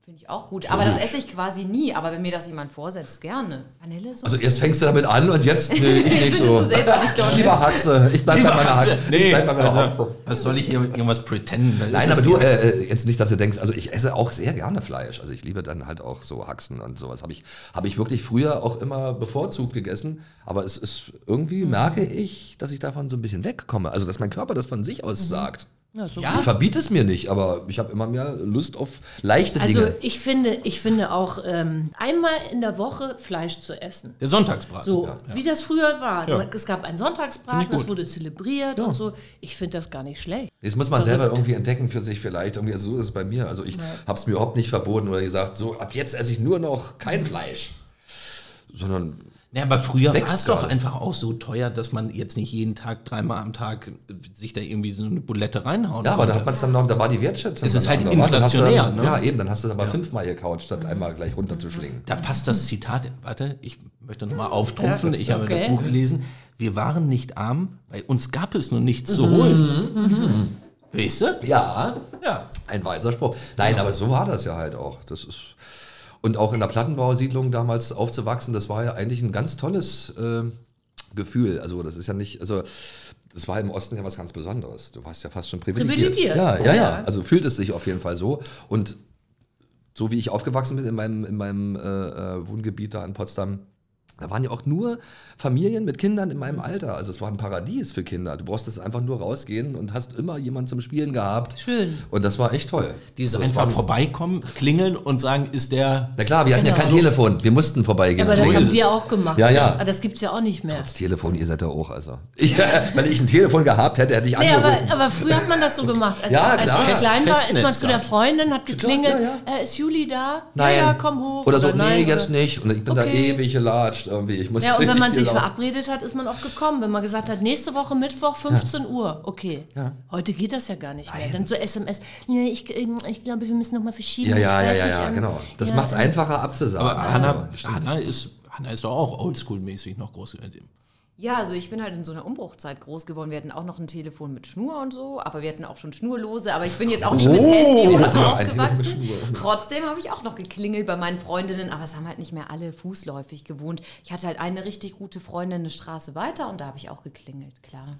E: Finde ich auch gut. Aber das esse ich quasi nie. Aber wenn mir das jemand vorsetzt, gerne. Vanille so.
C: Also erst fängst du damit an und jetzt, nee, ich nicht so.
E: du selber nicht doch, ne?
C: Lieber Haxe, ich bleib bei meiner Haxe. Ich
B: Nee,
C: bleib bei meiner
B: also,
C: Haxe.
B: was soll ich hier irgendwas pretenden? Das
C: Nein,
B: ist
C: aber du,
B: ja-
C: äh, äh, jetzt nicht, dass du denkst, also ich esse auch sehr gerne Fleisch. Also ich liebe dann halt auch so Haxen und sowas. Habe ich, hab ich wirklich früher auch immer bevorzugt gegessen. Aber es ist, irgendwie merke ich, dass ich davon so ein bisschen wegkomme. Also dass mein Körper das von sich aus sagt. Ja, so ich verbiete es mir nicht, aber ich habe immer mehr Lust auf leichte
D: Also
C: Dinge.
D: ich finde, ich finde auch ähm, einmal in der Woche Fleisch zu essen.
C: äh,
B: der Sonntagsbraten.
D: So, wie das früher war.
B: Ja.
D: Es gab einen
B: Finde
D: Sonntagsbraten,
B: ich
D: das
B: gut.
D: wurde zelebriert und so. Ich finde das gar nicht schlecht.
C: Das muss man selber irgendwie entdecken für sich vielleicht. Irgendwie, also so ist es bei mir. Also ich habe es mir überhaupt nicht verboten oder gesagt, so ab jetzt esse ich nur noch kein Fleisch. Sondern
B: Ja, aber früher war
C: Wächst
B: es doch
C: gerade.
B: einfach auch so teuer, dass man jetzt nicht jeden Tag, dreimal am Tag äh, sich da irgendwie so eine Bulette reinhauen
C: Ja, aber da
B: konnte.
C: hat man es dann noch, da war die Wertschätzung.
B: Es ist
C: dann
B: halt
C: andere. Dann hast du dann-
B: inflationär, ne?
C: Ja, eben, dann hast du es aber fünfmal gekaut, statt einmal gleich runterzuschlingen.
B: Da passt das Zitat. Warte, ich möchte nochmal auftrumpfen. Ich habe
D: Okay.
B: das Buch gelesen. Wir waren nicht arm, bei uns gab es nur nichts zu
D: Mhm,
B: holen. Weißt du?
C: Ja,
B: Ja.
C: ein weiser Spruch.
D: Genau.
C: Nein, aber so war das ja halt auch. Das ist und auch in der Plattenbausiedlung damals aufzuwachsen, das war ja eigentlich ein ganz tolles äh, Gefühl. Also das ist ja nicht, also das war im Osten ja was ganz Besonderes. Du warst ja fast schon privilegiert.
D: Privilegiert. Oh
C: Ja, ja, ja.
D: Ja.
C: Also fühlt es sich auf jeden Fall so. Und so wie ich aufgewachsen bin in meinem, in meinem äh, äh, Wohngebiet da in Potsdam, da waren ja auch nur Familien mit Kindern in meinem Alter. Also es war ein Paradies für Kinder. Du brauchst es einfach nur rausgehen und hast immer jemanden zum Spielen gehabt.
D: Schön.
C: Und das war echt toll.
B: Dieses
C: Also das
B: einfach
C: war-
B: vorbeikommen, klingeln und sagen, ist der.
C: Na klar, wir hatten ja
D: Genau.
C: kein Telefon. Wir mussten vorbeigehen.
D: Aber das
C: So ist
D: haben
C: es.
D: wir auch gemacht.
C: Ja, ja.
D: Aber das gibt es ja auch nicht mehr.
C: das Telefon, ihr seid ja auch, also. Ich, wenn ich ein Telefon gehabt hätte, hätte ich
D: Nee, aber,
C: angerufen.
D: aber früher hat man das so gemacht. Als,
C: Ja,
D: als
C: klar.
D: ich klein war, ist man
B: Festnetz
D: zu der
B: gab's.
D: Freundin, hat geklingelt,
C: ja,
D: Äh, ist Juli da?
C: Nein.
D: Ja, ja, komm hoch.
C: Oder so,
D: nein,
C: nee, jetzt
D: oder-
C: nicht. Und ich bin da
D: Okay.
C: ewig gelatscht irgendwie. Ich muss
D: Ja, und wenn
C: richtig
D: man sich
C: gelaufen.
D: verabredet hat, ist man auch gekommen. Wenn man gesagt hat, nächste Woche Mittwoch 15 Uhr, okay. Heute geht das ja gar nicht mehr. Dann so SMS, nee, ich, ähm, ich glaube, wir müssen nochmal verschieben.
C: Ja, ja,
D: ich
C: ja,
D: weiß
C: ja,
D: nicht,
C: ja,
D: ähm,
C: genau. Das
D: ja,
C: macht's
D: ähm,
C: einfacher abzusagen. Also,
B: Aber
C: Ja,
B: Hanna,
C: stimmt.
B: Hanna, ist, Hanna ist doch auch oldschool-mäßig noch groß.
E: Ja, also ich bin halt in so einer Umbruchzeit groß geworden. Wir hatten auch noch ein Telefon mit Schnur und so, aber wir hatten auch schon Schnurlose. Aber ich bin jetzt auch nicht
C: Oh,
E: mit Handy oder so
C: Ja, ein Telefon mit
E: aufgewachsen.
C: Schnur.
E: Trotzdem habe ich auch noch geklingelt bei meinen Freundinnen, aber es haben halt nicht mehr alle fußläufig gewohnt. Ich hatte halt eine richtig gute Freundin eine Straße weiter und da habe ich auch geklingelt, klar.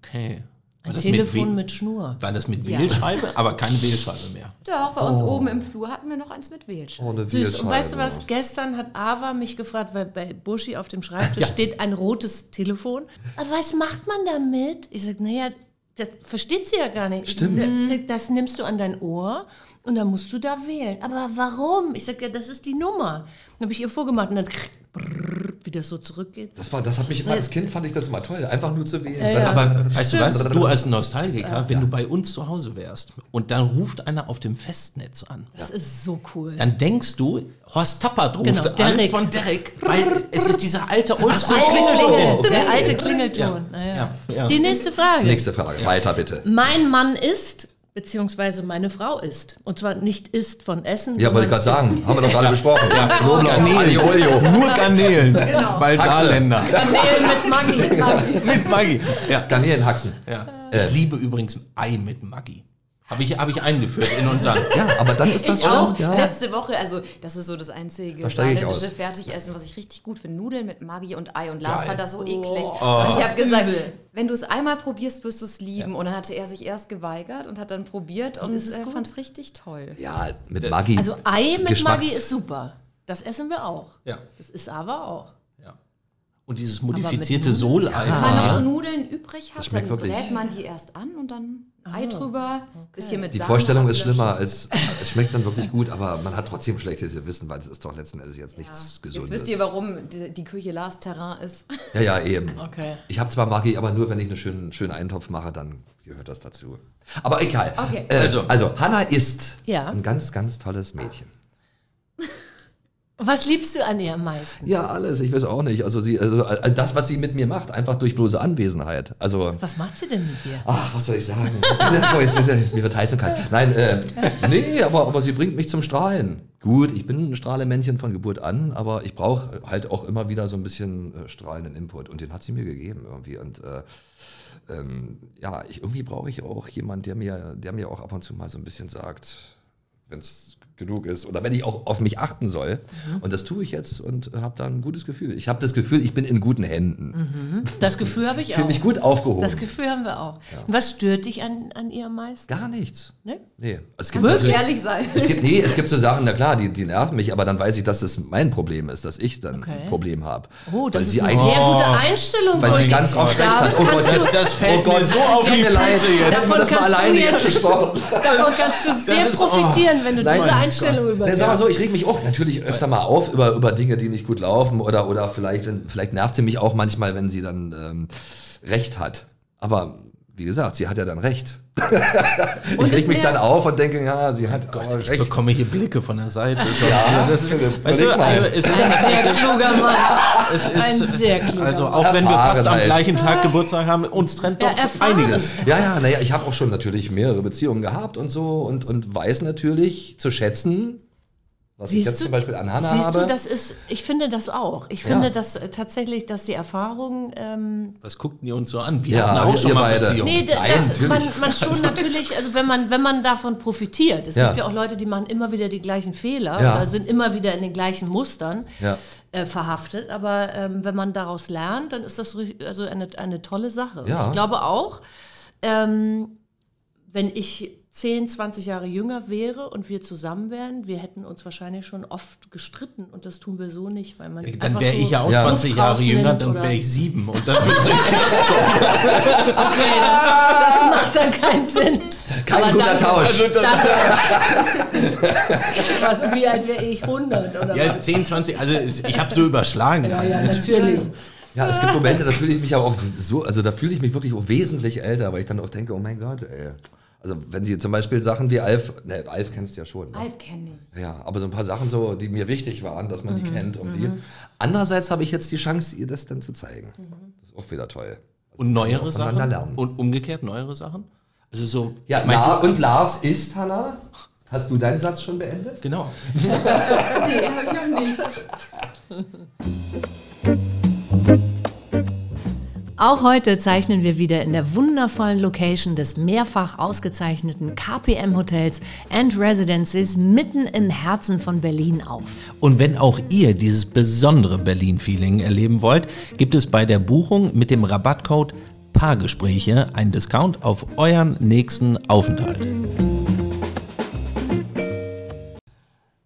B: Okay. War
D: Ein
B: das
D: Telefon
B: Wäh-
D: mit, Schnur.
B: War das mit
E: Ja.
B: Wählscheibe? Aber keine Wählscheibe mehr.
E: Doch, bei uns oben im Flur hatten wir noch eins mit Wählschein.
C: Oh, eine
D: Süß. Und weißt du
C: Wählscheibe.
D: was? Gestern hat Ava mich gefragt, weil bei Buschi auf dem Schreibtisch steht ein rotes Telefon. Aber was macht man damit? Ich sage, naja, das versteht sie ja gar nicht. Stimmt. Mhm. Das nimmst du an dein Ohr und dann musst du da wählen. Aber warum? Ich sage, ja, das ist die Nummer. Dann habe ich ihr vorgemacht und dann krrr, wie das so zurückgeht.
C: Das, war, das hat mich immer als Kind fand ich das immer toll, einfach nur zu wählen.
B: Aber weißt du was, du als Nostalgiker, wenn du bei uns zu Hause wärst und dann ruft einer auf dem Festnetz an,
D: Das ist so cool.
B: dann denkst du, Horst Tappert ruft
D: Genau,
B: an
D: Derek.
B: von Derek, weil es ist dieser alte oldschool
D: Alte Klingel, Der alte
B: Ja,
D: Klingelton. Naja.
B: ja, ja.
D: Die nächste Frage.
C: Nächste Frage, weiter bitte.
D: Mein Mann ist, beziehungsweise meine Frau ist. Und zwar nicht ist von Essen.
C: Ja, wollte ich
D: sondern
C: gerade sagen, haben wir doch gerade besprochen. Ja, Knoblauch, Aliolio.
B: Nur Garnelen, weil
C: Achse.
B: Saarländer.
D: isst. mit Maggi.
B: Mit Maggi. Ja.
C: Garnelen, Haxen.
B: Ja. Ich liebe übrigens Ei mit Maggi. Habe ich, hab ich eingeführt in unseren.
C: Ja, aber dann ist das
E: Ich auch.
C: schon. Ja.
E: Letzte Woche, also das ist so das einzige
C: Da steige ich
E: saarländische
C: aus.
E: Fertigessen, was ich richtig gut finde. Nudeln mit Maggi und Ei. Und Lars
B: Geil.
E: fand das so eklig.
C: Oh.
E: Und ich habe gesagt, wenn du es einmal probierst, wirst du es lieben. Und dann hatte er sich erst geweigert und hat dann probiert und äh, fand es richtig toll.
C: ja, mit Maggi.
D: Also Ei mit
C: Geschmacks-
D: Maggi ist super. Das essen wir auch.
B: Ja.
D: Das ist aber auch.
B: Ja. Und dieses modifizierte Solei.
E: Wenn man noch so Nudeln übrig hat, dann
C: schmeckt wirklich.
E: brät man die erst an und dann Ei drüber, bisschen mit
C: Die
E: Sahne
C: Vorstellung ist
E: ablöschen.
C: schlimmer, es, es schmeckt dann wirklich gut, aber man hat trotzdem schlechtes Gewissen, weil es ist doch letzten Endes jetzt nichts
E: Jetzt
C: Gesundes.
E: wisst ihr, warum die, die Küche Lars Terrain ist.
C: ja, ja, eben.
D: Okay.
C: Ich habe zwar Maggi, aber nur wenn ich einen schönen, schönen Eintopf mache, dann gehört das dazu. Aber egal.
E: Okay.
C: Äh, also.
B: Also.
C: Hanna ist
D: Ja.
C: ein ganz, ganz tolles Mädchen.
D: Was liebst du an ihr am meisten?
C: Ja, alles, ich weiß auch nicht. Also, sie, also äh, das, was sie mit mir macht, einfach durch bloße Anwesenheit. Also.
D: Was macht sie denn mit dir?
C: Ach, was soll ich sagen? Guck mal, Jetzt wisst ihr, mir wird heiß und kalt. Nein, äh, nee, aber, aber sie bringt mich zum Strahlen. Gut, ich bin ein Strahlemännchen von Geburt an, aber ich brauche halt auch immer wieder so ein bisschen äh, strahlenden Input. Und den hat sie mir gegeben irgendwie. Und äh, ähm, ja, ich, irgendwie brauche ich auch jemanden, der mir, der mir auch ab und zu mal so ein bisschen sagt, wenn es genug ist oder wenn ich auch auf mich achten soll. Und das tue ich jetzt und habe da ein gutes Gefühl. Ich habe das Gefühl, ich bin in guten Händen.
D: Das Gefühl habe ich
C: Ich fühle
D: auch.
C: mich gut aufgehoben.
D: Das Gefühl haben wir auch. Und Was stört dich an, an ihr am meisten?
C: Gar nichts.
D: Ne?
C: Nee. Es gibt
E: Wirklich
C: natürlich-
E: ehrlich sein.
C: Es gibt, nee, es gibt so Sachen, na klar, die, die nerven mich, aber dann weiß ich, dass das mein Problem ist, dass ich dann
D: Okay.
C: ein Problem habe.
D: Oh, das
C: weil
D: ist
C: sie
D: eine
C: eigentlich,
D: sehr gute Einstellung.
C: weil sie
D: Uschi.
C: ganz oft recht hat. Oh Gott,
B: Das, das fällt mir so auf
C: tut
B: die
C: mir leid,
B: Füße
C: dass
B: jetzt.
C: man das
D: Davon
C: mal
D: kannst du
C: alleine
D: jetzt-
C: gesprochen
D: Davon kannst du sehr
B: ist- oh,
D: profitieren, wenn du
C: nein,
D: diese Einstellung
C: mein Ne, sag mal
D: übernimmst.
C: so, ich reg mich auch natürlich öfter mal auf über, über Dinge, die nicht gut laufen oder, oder vielleicht, wenn, vielleicht nervt sie mich auch manchmal, wenn sie dann ähm, recht hat. Aber wie gesagt, sie hat ja dann recht. ich reg
E: es
C: mich dann
E: nervt.
C: auf und denke, ja, sie
D: Oh
C: hat aber
B: Ich
C: recht.
B: bekomme hier Blicke von der Seite. So.
C: Ja,
B: das ist,
C: Philipp,
B: weißt
C: überleg
B: du, also
C: mal.
B: es ist,
D: Sehr kluger Mann.
B: es ist
D: Ein sehr kluger
B: also
D: Mann.
B: auch wenn wir fast am
C: Erfahrenheit.
B: gleichen Tag Geburtstag haben, uns trennt
D: Ja,
B: doch
D: erfahren.
B: einiges.
C: Ja, ja, naja, ich habe auch schon natürlich mehrere Beziehungen gehabt und so und, und weiß natürlich zu schätzen, was ich
D: Siehst
C: jetzt
D: du-
C: zum Beispiel an Hannah
D: Siehst
C: habe.
D: du, das ist, ich finde das auch. Ich finde
C: Ja.
D: das äh, tatsächlich, dass die Erfahrung, ähm,
B: Was guckten ihr uns so an? Wir
C: Ja,
B: hatten auch
C: wir-
B: schon
C: ihr
B: mal
C: beide.
B: Beziehungen.
D: nee, da-
C: Nein,
D: das, man,
C: natürlich.
D: man schon natürlich, also wenn man, wenn man davon profitiert, es
C: Ja.
D: gibt ja auch Leute, die machen immer wieder die gleichen Fehler
C: Ja.
D: oder sind immer wieder in den gleichen Mustern
C: Ja.
D: äh, verhaftet, aber ähm, wenn man daraus lernt, dann ist das ri- also eine, eine tolle Sache. Und
C: Ja.
D: Ich glaube auch, ähm, wenn ich 10, 20 Jahre jünger wäre und wir zusammen wären, wir hätten uns wahrscheinlich schon oft gestritten und das tun wir so nicht, weil man
B: Dann
D: einfach
B: wäre
D: so
B: ich ja auch
C: Ja.
B: 20 Jahre
D: Luft
B: jünger,
D: rausnimmt
B: dann
D: oder-
B: wäre ich sieben. Und dann würde ich
D: Okay, das, das macht dann keinen Sinn.
C: Kein
D: Aber
C: guter
D: dann-
C: Tausch.
D: Was, Also wie alt wäre ich? 100 oder
B: ja,
D: was?
B: 10, 20, also es- ich habe so überschlagen.
D: Ja, ja, natürlich.
C: Ja, es gibt Momente, da fühle ich mich aber auch so, also da fühle ich mich wirklich auch wesentlich älter, weil ich dann auch denke, oh mein Gott, ey. Also wenn sie zum Beispiel Sachen wie Alf, ne, Alf kennst du ja schon. Ne?
E: Alf kenne ich.
C: Ja, aber so ein paar Sachen so, die mir wichtig waren, dass man die
D: Mhm,
C: kennt irgendwie. Andererseits habe ich jetzt die Chance, ihr das dann zu zeigen.
D: Mhm.
C: Das ist auch wieder toll.
B: Und neuere Sachen?
C: voneinander lernen.
B: Und umgekehrt neuere Sachen? Also so,
C: Ja,
B: mein-
C: La und Lars ist Hanna. Hast du deinen Satz schon beendet?
B: genau.
D: Auch heute zeichnen wir wieder in der wundervollen Location des mehrfach ausgezeichneten KPM Hotels and Residences mitten im Herzen von Berlin auf.
B: Und wenn auch ihr dieses besondere Berlin-Feeling erleben wollt, gibt es bei der Buchung mit dem Rabattcode Paargespräche einen Discount auf euren nächsten Aufenthalt.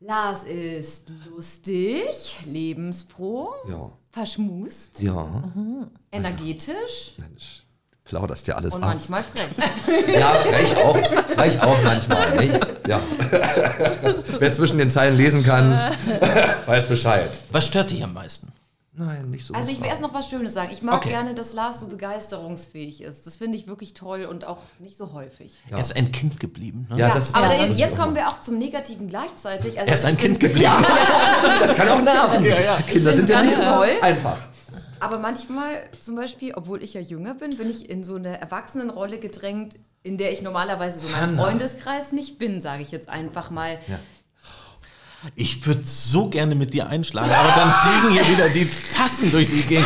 E: Lars ist lustig, lebensfroh,
C: Ja.
E: verschmust,
C: Ja.
E: Mhm. energetisch
C: Mensch, du plauderst ja alles
E: und
C: ab.
E: manchmal frech.
C: Ja, frech auch. Frech auch manchmal, nicht? Ja. Wer zwischen den Zeilen lesen kann,
E: Äh.
C: weiß Bescheid.
B: Was stört dich am meisten?
C: Nein, nicht so.
E: Also ich will erst noch was Schönes sagen. Ich mag
B: Okay.
E: gerne, dass Lars so begeisterungsfähig ist. Das finde ich wirklich toll und auch nicht so häufig.
B: Er ist ein Kind geblieben. Ne?
C: Ja,
E: Ja,
C: das,
E: aber
C: das
E: jetzt,
C: muss
E: jetzt
C: ich
E: kommen wir auch zum Negativen gleichzeitig. Also
B: Er ist ein
E: ich
B: Kind
E: find's-
B: geblieben.
C: auch- Das kann auch nerven. Kinder sind ja
E: ganz
C: nicht
E: toll.
C: einfach.
E: Aber manchmal zum Beispiel, obwohl ich ja jünger bin, bin ich in so eine Erwachsenenrolle gedrängt, in der ich normalerweise so meinen
B: Hanna.
E: Freundeskreis nicht bin, sage ich jetzt einfach mal.
B: Ich würde so gerne mit dir einschlagen, aber dann fliegen hier wieder die Tassen durch die Gegend.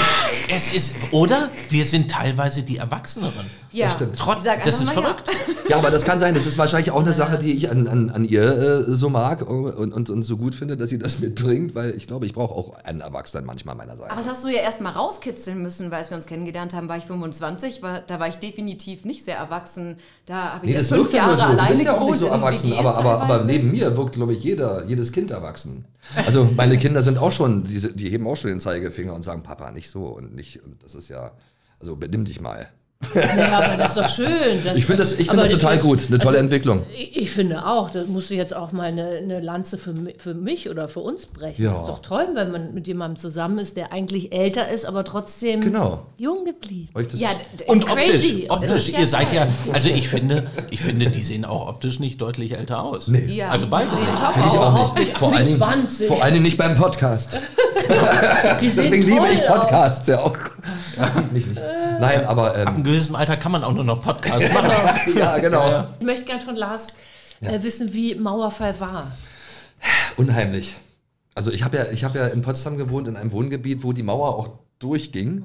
B: Es ist, oder? Wir sind teilweise die Erwachseneren.
E: Ja,
C: stimmt.
E: Ich
B: Trotz,
E: sag
B: das ist
E: einfach mal ja.
B: verrückt.
C: Ja, aber das kann sein. Das ist wahrscheinlich auch eine Sache, die ich an, an, an ihr äh, so mag und, und, und so gut finde, dass sie das mitbringt, weil ich glaube, ich brauche auch einen Erwachsenen manchmal meiner Seite.
E: Aber das hast du ja erst mal rauskitzeln müssen, weil als wir uns kennengelernt haben, war ich 25, war, da war ich definitiv nicht sehr erwachsen. Da habe ich
C: Nee,
E: erst
C: das
E: fünf
C: wirkt ja
E: Jahre
C: nur so. Du
E: alleine
C: bist ja auch
E: gewohnt
C: nicht so
E: in
C: erwachsen,
E: WGs
C: aber, aber, aber
E: teilweise.
C: neben mir wirkt, glaube ich, jeder, jedes Kind erwachsen. Also meine Kinder sind auch schon, die, die heben auch schon den Zeigefinger und sagen, Papa, nicht so und nicht, und das ist ja, also benimm dich mal.
D: Oh Ja, aber das ist doch schön. Das-
C: Ich finde das, ich find
D: aber
C: das total
D: das-
C: gut, ne? eine tolle Entwicklung.
D: Ich ich finde auch, da musst du jetzt auch mal eine, eine Lanze für, mi- für mich oder für uns brechen.
C: Ja.
D: Das ist doch toll, wenn man mit jemandem zusammen ist, der eigentlich älter ist, aber trotzdem
C: Genau.
D: jung geblieben.
C: Euch das
E: Ja, d- d-
B: Und
D: Crazy.
B: optisch, optisch,
E: Das ist
B: ihr
E: ja
B: seid
E: geil.
B: ja, also ich finde, ich finde, die sehen auch optisch nicht deutlich älter aus.
E: Ja.
B: Also beide.
E: Sehen
B: nicht.
E: top
C: finde ich
E: aus.
C: auch nicht. Vor allen, Dingen,
D: 20.
C: vor allen Dingen nicht beim Podcast.
D: Die sehen
C: Deswegen liebe
D: toll
C: ich
D: aus.
C: Podcasts ja auch. Das sieht mich nicht. Nein, aber
B: Ab einem
C: ähm,
B: gewissen Alter kann man auch nur noch Podcast machen.
C: ja, genau.
D: Ich möchte gern von Lars äh, wissen, wie Mauerfall war.
C: Unheimlich. Also ich habe ja, ich habe ja in Potsdam gewohnt, in einem Wohngebiet, wo die Mauer auch durchging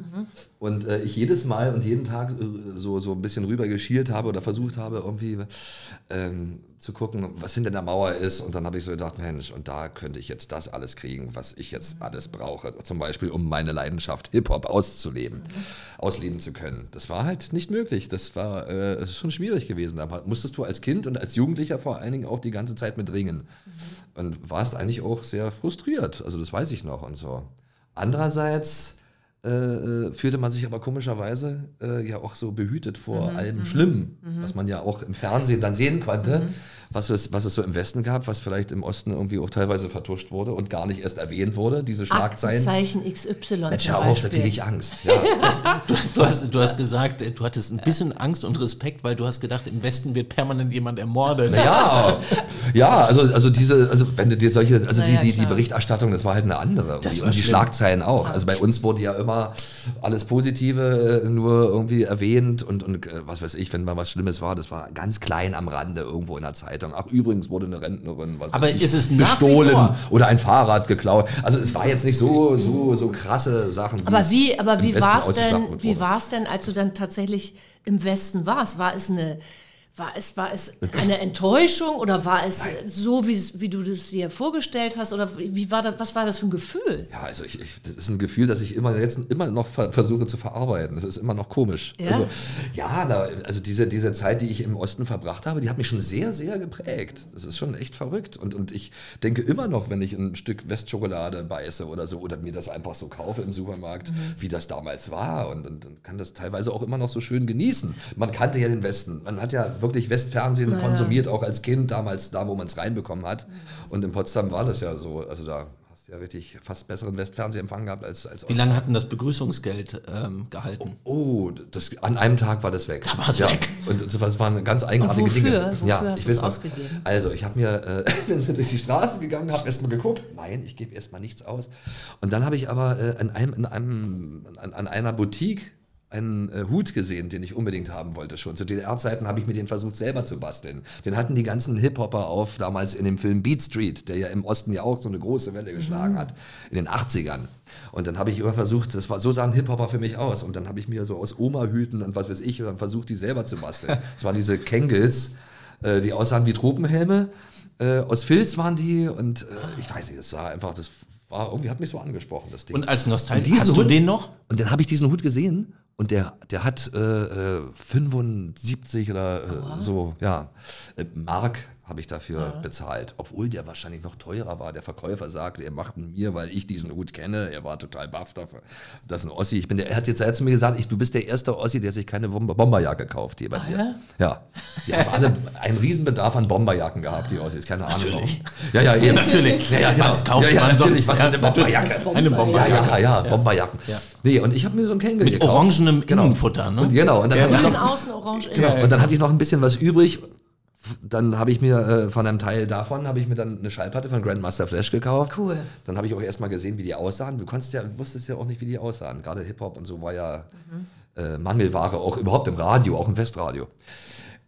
C: und äh, ich jedes Mal und jeden Tag äh, so, so ein bisschen rüber geschielt habe oder versucht habe, irgendwie ähm, zu gucken, was hinter der Mauer ist. Und dann habe ich so gedacht, Mensch, und da könnte ich jetzt das alles kriegen, was ich jetzt alles brauche. Zum Beispiel, um meine Leidenschaft Hip-Hop auszuleben, ausleben zu können. Das war halt nicht möglich. Das war äh, es ist schon schwierig gewesen. Da musstest du als Kind und als Jugendlicher vor allen Dingen auch die ganze Zeit mit ringen. Und warst eigentlich auch sehr frustriert. Also das weiß ich noch und so. Andererseits äh, äh, fühlte man sich aber komischerweise äh, ja auch so behütet vor
D: Mhm,
C: allem Schlimmen, was man ja auch im Fernsehen dann sehen konnte,
D: Mhm.
C: was, es, was es so im Westen gab, was vielleicht im Osten irgendwie auch teilweise vertuscht wurde und gar nicht erst erwähnt wurde, diese Schlagzeilen.
D: Aktenzeichen XY.
C: Mensch,
D: zum
C: hör auf, da
D: Beispiel.
C: kriege ich Angst. Ja, das,
B: Du, du, hast, du hast gesagt, äh, du hattest ein bisschen Angst und Respekt, weil du hast gedacht, im Westen wird permanent jemand ermordet.
C: ja, ja also, also diese, also wenn du dir solche, also
D: Naja,
C: die, die, die
D: klar.
C: Berichterstattung, das war halt eine andere.
B: Das
C: und die,
B: war
C: und die
B: schlimm.
C: Schlagzeilen auch. Also bei uns wurde ja immer alles Positive äh, nur irgendwie erwähnt und, und äh, was weiß ich, wenn mal was Schlimmes war, das war ganz klein am Rande irgendwo in der Zeitung. Ach, übrigens wurde eine Rentnerin, was
B: Aber
C: weiß ich,
B: ist es nach wie
C: gestohlen
B: vor?
C: oder ein Fahrrad geklaut. Also es war jetzt nicht so, so, so krasse Sachen. wie
D: Aber
C: es
D: wie, aber
C: im
D: wie
C: Westen
D: war es
C: ausgeschlachtet
D: denn, wie
C: wurde.
D: war's denn, als du dann tatsächlich im Westen warst? War es eine, war es, war es eine Enttäuschung oder war es so, wie, es- wie du das dir vorgestellt hast? Oder wie war das, was war das für ein Gefühl?
C: Ja, also ich, ich, das ist ein Gefühl, das ich immer jetzt immer noch ver versuche zu verarbeiten. Das ist immer noch komisch.
D: Ja?
C: Also ja, na, also diese, diese Zeit, die ich im Osten verbracht habe, die hat mich schon sehr, sehr geprägt. Das ist schon echt verrückt. Und, und ich denke immer noch, wenn ich ein Stück Westschokolade beiße oder so oder mir das einfach so kaufe im Supermarkt, wie das damals war und, und, und kann das teilweise auch immer noch so schön genießen. Man kannte ja den Westen. Man hat ja wirklich Westfernsehen konsumiert, auch als Kind damals, da wo man es reinbekommen hat. Und in Potsdam war das ja so. Also da hast du ja richtig fast besseren Westfernsehempfang gehabt als, als
B: Wie lange hat denn das Begrüßungsgeld ähm, gehalten?
C: Oh, das, an einem Tag war das weg. Da
B: war's
C: ja.
B: weg.
C: Und das- das waren ganz eigenartige
D: Und wofür?
C: Dinge.
D: Wofür hast
C: ich
D: du's
C: weiß noch.
D: ausgegeben?
C: Also, ich habe mir, äh, bin so durch die Straße gegangen, habe erstmal geguckt. Nein, ich gebe erstmal nichts aus. Und dann habe ich aber äh, an, einem, in einem, an, an einer Boutique einen äh, Hut gesehen, den ich unbedingt haben wollte schon. Zu DDR-Zeiten habe ich mir den versucht selber zu basteln. Den hatten die ganzen Hip-Hopper auf, damals in dem Film Beat Street, der ja im Osten ja auch so eine große Welle geschlagen hat, in den 80ern. Und dann habe ich immer versucht, das war, so sahen Hip-Hopper für mich aus. Und dann habe ich mir so aus Oma-Hüten und was weiß ich, dann versucht, die selber zu basteln. Das waren diese Kengels, äh, die aussahen wie Tropenhelme. Äh, aus Filz waren die und äh, ich weiß nicht, das war einfach, das war irgendwie, hat mich so angesprochen, das Ding.
B: Und als
C: Und
B: Nostalgie,
C: diesen
B: hast du
C: Hund-
B: den noch?
C: Und dann habe ich diesen Hut gesehen und der, der hat äh, äh, 75 oder äh, so, ja, äh, Mark habe ich dafür bezahlt, obwohl der wahrscheinlich noch teurer war. Der Verkäufer sagte, er macht ihn mir, weil ich diesen Hut kenne. Er war total baff dafür. Das ist ein Ossi. Ich bin der, er hat jetzt er hat zu mir gesagt, ich, du bist der erste Ossi, der sich keine Bomber, Bomberjacke kauft hier bei dir. Ah, Ja. Die haben alle einen Riesenbedarf an Bomberjacken gehabt, die Ossis. Keine Ahnung. Natürlich. Ja, ja, eben.
B: Natürlich.
C: Ja, ja, genau.
B: Was kauft
C: ja, ja,
B: man
C: natürlich.
B: sonst?
C: Was
B: Ja,
C: eine Bomberjacke.
B: Eine Bomberjacke.
C: Ja, ja, ja, Bomberjacken. Nee, und ich habe mir so einen Kängel
B: Mit
C: gekauft.
B: orangenem Innenfutter, ne?
C: Und genau, und dann hab ich
D: Von
C: noch
D: außen orange. innen.
C: Genau. Und dann hatte ich noch ein bisschen was übrig. Dann habe ich mir äh, von einem Teil davon habe ich mir dann eine Schallplatte von Grandmaster Flash gekauft. Cool. Dann habe ich auch erstmal gesehen, wie die aussahen. Du konntest ja, wusstest ja auch nicht, wie die aussahen. Gerade Hip Hop und so war ja äh, Mangelware auch überhaupt im Radio, auch im Westradio.